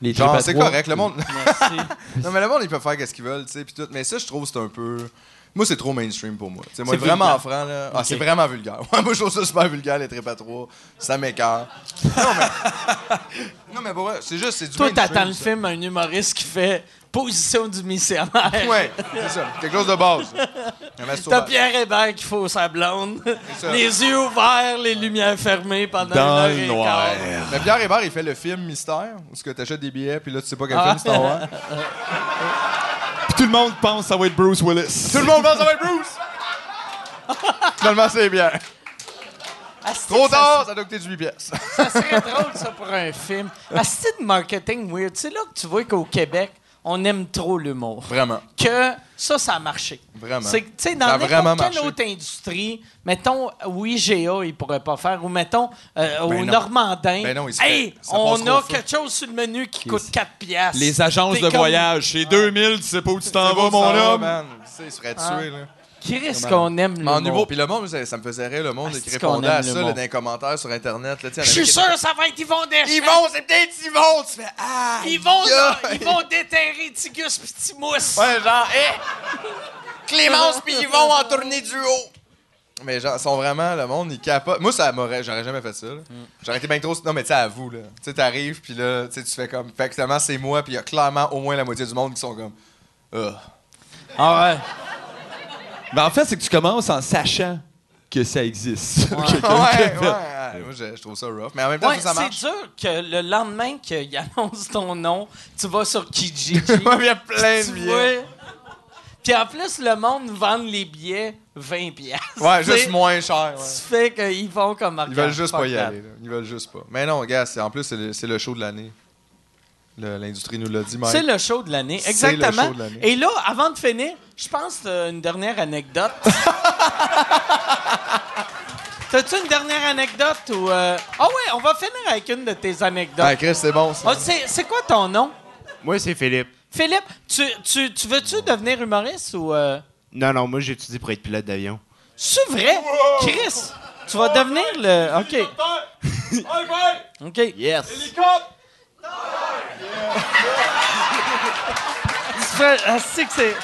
Les Genre, tripes à c'est trois. correct. Le monde. Merci. non, mais le monde, ils peuvent faire qu'est-ce qu'ils veulent, tu sais. puis tout. Mais ça, je trouve, c'est un peu. Moi, c'est trop mainstream pour moi. Tu sais, moi, C'est vraiment vulgaire. franc, là. Ah, Ok. c'est vraiment vulgaire. Ouais, moi, je trouve ça super vulgaire, les tripes à trois. Ça m'écœure. Non, mais. non, mais pour vrai, c'est juste, c'est du Toi, mainstream, t'attends le ça. film, un humoriste qui fait position du missionnaire. Ouais, c'est ça. Quelque chose de base. ça. Un T'as masturbation. Pierre Hébert qui faut sa blonde. ça. Les yeux ouverts, les lumières fermées pendant Dans une heure le et noir. quart. Mais Pierre Hébert, il fait le film Mystère, où tu achètes des billets, puis là, tu sais pas quel Ah. film c'est ton hein. Puis tout le monde pense que ça va être Bruce Willis. Tout le monde pense que ça va être Bruce! Finalement, c'est bien. Asti, Trop Ah, ça tard, ça doit coûter 18 pièces. Ça serait drôle, ça, pour un film. Asti de marketing weird. C'est là que tu vois qu'au Québec, on aime trop l'humour. Vraiment. Que ça, ça a marché. Vraiment. C'est que, tu sais, Ça dans a vraiment n'importe quelle marché. autre industrie, mettons, oui, GA, ils pourraient pas faire, ou mettons, euh, au Ben non. Normandin, Ben non, ils se hey, fait- ça passe on trop a fou. quelque chose sur le menu qui coûte 4 piastres. Les agences T'es de comme, voyage, c'est 2000, tu sais pas où tu t'en vas, mon homme. Tu sais, il se ferait Ah. tuer, là. Chris, qu'on aime Mais Ah. en humour, l'humour. puis le monde, ça, ça me faisait rire, le monde Ah, qui c'est qu'on répondait à aime ça l'humour. là, dans les commentaires sur Internet. Là, Je suis sûr, ça va être Yvon Deschamps. Yvon, c'est peut-être Yvon! Tu fais Ah! Ils vont, là, aïe. ils vont déterrer Tigus pis Timousse. Ouais, genre, hé! Clémence puis Yvon en tournée du haut! Mais genre, sont vraiment, le monde, ils capotent. Moi, ça m'aurait, j'aurais jamais fait ça. là. Mm. J'aurais été bien trop. Non, mais tu sais, à vous, là. Tu sais, t'arrives, puis là, tu sais, tu fais comme. Fait que finalement, c'est moi, puis il y a clairement au moins la moitié du monde qui sont comme. Ah. Ah ouais. Mais en fait, c'est que tu commences en sachant que ça existe. Ouais, Quelqu'un qui a ouais, fait- ouais. Moi, je, je trouve ça rough. Mais en même temps, Ouais, ça, ça marche. c'est dur que le lendemain qu'il annonce ton nom, tu vas sur Kijiji. Ouais, il y a plein de tu billets. vois. Puis en plus, le monde vend les billets 20 piastres. Ouais, Tu sais, juste moins cher. ouais. Tu fais qu'ils vont comme... Ils regarde, veulent juste fuck pas y that. aller. là. Ils veulent juste pas. Mais non, gars, c'est- en plus, c'est le, c'est le show de l'année. Le- L'industrie nous l'a dit, Mike. C'est le show de l'année, C'est le exactement. show de l'année. Et là, avant de finir, je pense que t'as une dernière anecdote. T'as-tu une dernière anecdote ou... euh, Ah ouais, on va finir avec une de tes anecdotes. Ah, Chris, c'est bon, ça. Ah, c'est c'est quoi ton nom? Moi, c'est Philippe. Philippe, tu, tu, tu veux-tu devenir humoriste ou... euh, Non, non, moi, j'étudie pour être pilote d'avion. C'est vrai? Chris, tu vas devenir le... OK, Bye bye! OK. Yes! Hélicoptère! Tu fais... Ah, c'est que c'est...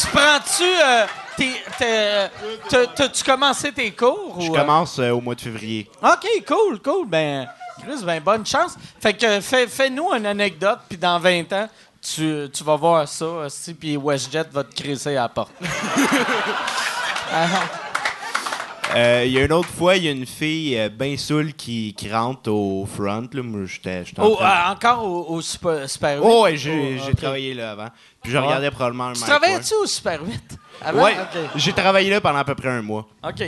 Tu prends-tu... euh, tes- tes- t'as- T'as-tu commencé tes cours? Je ou, euh? commence euh, au mois de février. OK, cool, cool. Ben, Chris, ben, bonne chance. Fait que fais- fais-nous une anecdote, puis dans 20 ans, tu, tu vas voir ça aussi, puis WestJet va te crisser à la porte. Euh, Il y a une autre fois, il y a une fille euh, ben saoule qui, qui rentre au front. Là. Moi, j'étais j'étais en Oh, train de- euh, encore au, au Super, Super 8? Oh, ouais, j'ai Oh, j'ai ok. travaillé là avant. Puis je Ouais. regardais probablement un Tu Mike travaillais-tu au Super 8? Ward. Avant? Ouais, OK. j'ai travaillé là pendant à peu près un mois. OK.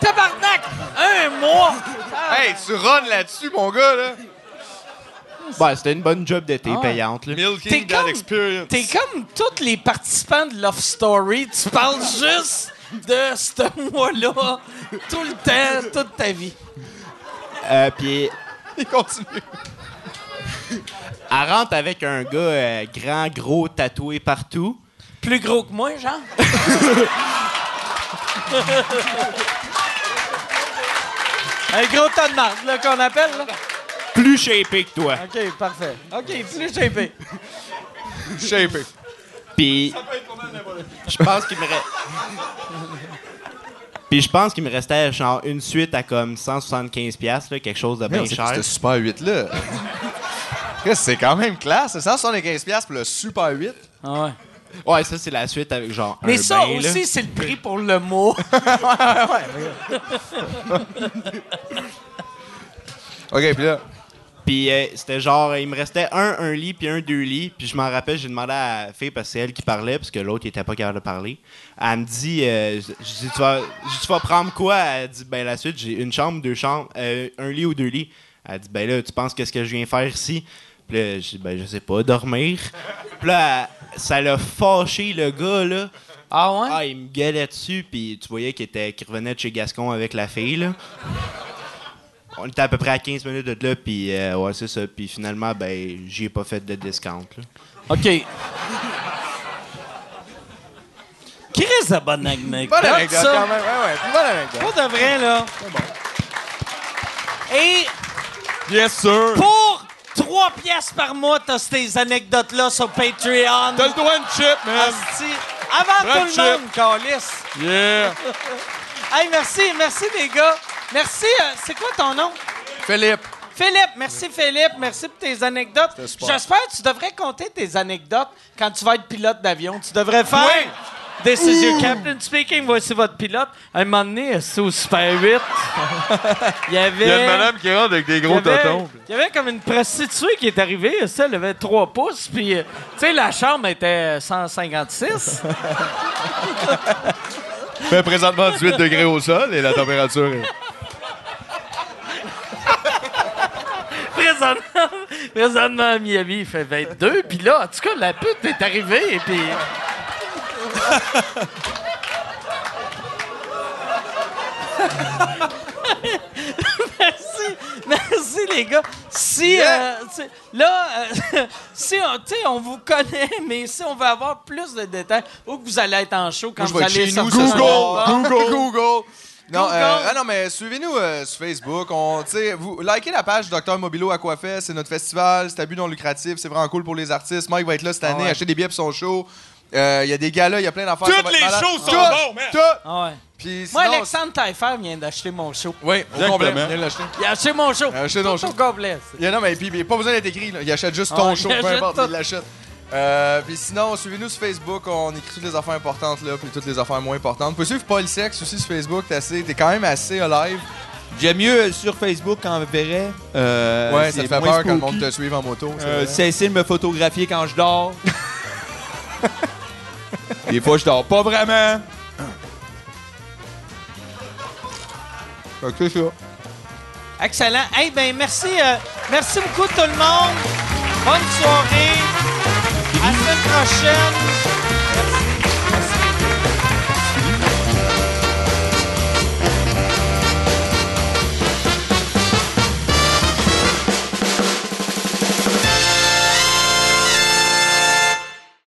Tabarnak! Un mois! Hey, tu runs là-dessus, mon gars, là. Bah, c'était une bonne job d'été Ah ouais. payante. Là. T'es Milking comme- that experience. T'es comme tous les participants de Love Story. Tu parles juste de ce mois-là tout le temps, toute ta vie. Euh, puis Il continue. elle rentre avec un gars euh, grand, gros, tatoué partout. Plus gros que moi, genre? Un gros tas de marde, là, qu'on appelle, là. Plus shapé que toi. OK, parfait. OK, plus GP. Shapé. Puis je pense qu'il me reste. Puis je pense qu'il me restait genre une suite à comme 175 pièces quelque chose de bien Merde, cher. C'était Super 8, là. Chris, c'est quand même classe. 175$ piastres pour le Super 8. Ah ouais. Ouais, ça, c'est la suite avec genre. Mais un ça bain, là. aussi, c'est le prix pour le mot. ouais, ouais, ouais. OK, puis là. Puis euh, c'était genre, euh, il me restait un, un lit, puis un, deux lits. Puis je m'en rappelle, j'ai demandé à la fille, parce que c'est elle qui parlait, parce que l'autre, il était pas capable de parler. Elle me dit, euh, je je dis, tu vas, je dis, tu vas prendre quoi? Elle dit, ben la suite, j'ai une chambre, deux chambres, euh, un lit ou deux lits. Elle dit, ben là, tu penses qu'est-ce que je viens faire ici? Puis là, je dis, ben je sais pas, dormir. Puis là, elle- ça l'a fâché, le gars, là. Ah ouais? Ah, il me gueulait dessus, puis tu voyais qu'il était- qu'il revenait de chez Gascon avec la fille, là. On était à peu près à 15 minutes de là, puis euh, ouais, c'est ça. Puis finalement, ben, j'y ai pas fait de discount. OK. Chris de bonne anecdote. Bonne Note anecdote, ça. quand même. Ouais, ouais, bonne anecdote. Pour de vrai, là. Et Bien sûr. pour 3 pièces par mois, t'as ces anecdotes-là sur Patreon. T'as le droit à une chip, man. Avant Prends tout une le chip. monde, Calis. Yeah. hey, merci, merci les gars. Merci, euh, c'est quoi ton nom? Philippe. Philippe, merci Philippe, merci pour tes anecdotes. C'était super. J'espère que tu devrais compter tes anecdotes quand tu vas être pilote d'avion. Tu devrais faire. Oui. This is your Ouh. captain speaking, voici votre pilote. À un moment donné, c'est au Super 8. Il y avait. Il y a une madame qui rentre avec des Il y gros avait- tontons. Il y avait comme une prostituée qui est arrivée, tu sais, elle avait 3 pouces, puis, euh, tu sais, la chambre était 156. Fait présentement 18 degrés au sol et la température est. présentement, présentement à Miami, il fait 22, puis là, en tout cas, la pute est arrivée, et puis. merci, merci les gars. Si euh, tu- là, euh, si on, tu sais, on vous connaît, mais si on veut avoir plus de détails, où que vous allez être en show quand Moi, je vous vais être allez chez nous sortir sur ce soir. le Google, bord. Google, Google. Non, Google. euh, ah non, mais suivez-nous euh, sur Facebook. On, tu sais, vous likez la page Docteur Mobilo Aquafest. C'est notre festival. C'est à but non lucratif. C'est vraiment cool pour les artistes. Mike va être là cette année. ouais. Achetez des billets pour son show. Euh, Il y a des galas, il y a plein d'affaires. ça va Toutes être les malade. choses sont Tout, bonnes, man. Tout. Ah ouais. Puis Moi, sinon, Alexandre Taillefer vient d'acheter mon show. Oui, au complet. Exactement. Viens l'acheter. Il a acheté mon show. Il a acheté ton show. complet. Il y a- non, mais puis, il n'y a pas besoin d'être écrit. là. Il achète juste Ah ton ouais, show, il peu achète importe, tout. il l'achète. Euh, puis sinon, suivez-nous sur Facebook. On écrit toutes les affaires importantes, là, puis toutes les affaires moins importantes. Vous pouvez suivre Paul Sex aussi sur Facebook. T'es, assez, t'es quand même assez live. J'aime mieux sur Facebook quand on verrait. Euh, ouais, ça c'est te fait moins peur quand le spooky. monde te suive en moto. c'est Euh, vrai. cessez de me photographier quand je dors. Des fois, je dors pas vraiment. Fait que c'est ça. Excellent. Eh ben merci, euh, merci beaucoup tout le monde. Bonne soirée. À la semaine prochaine.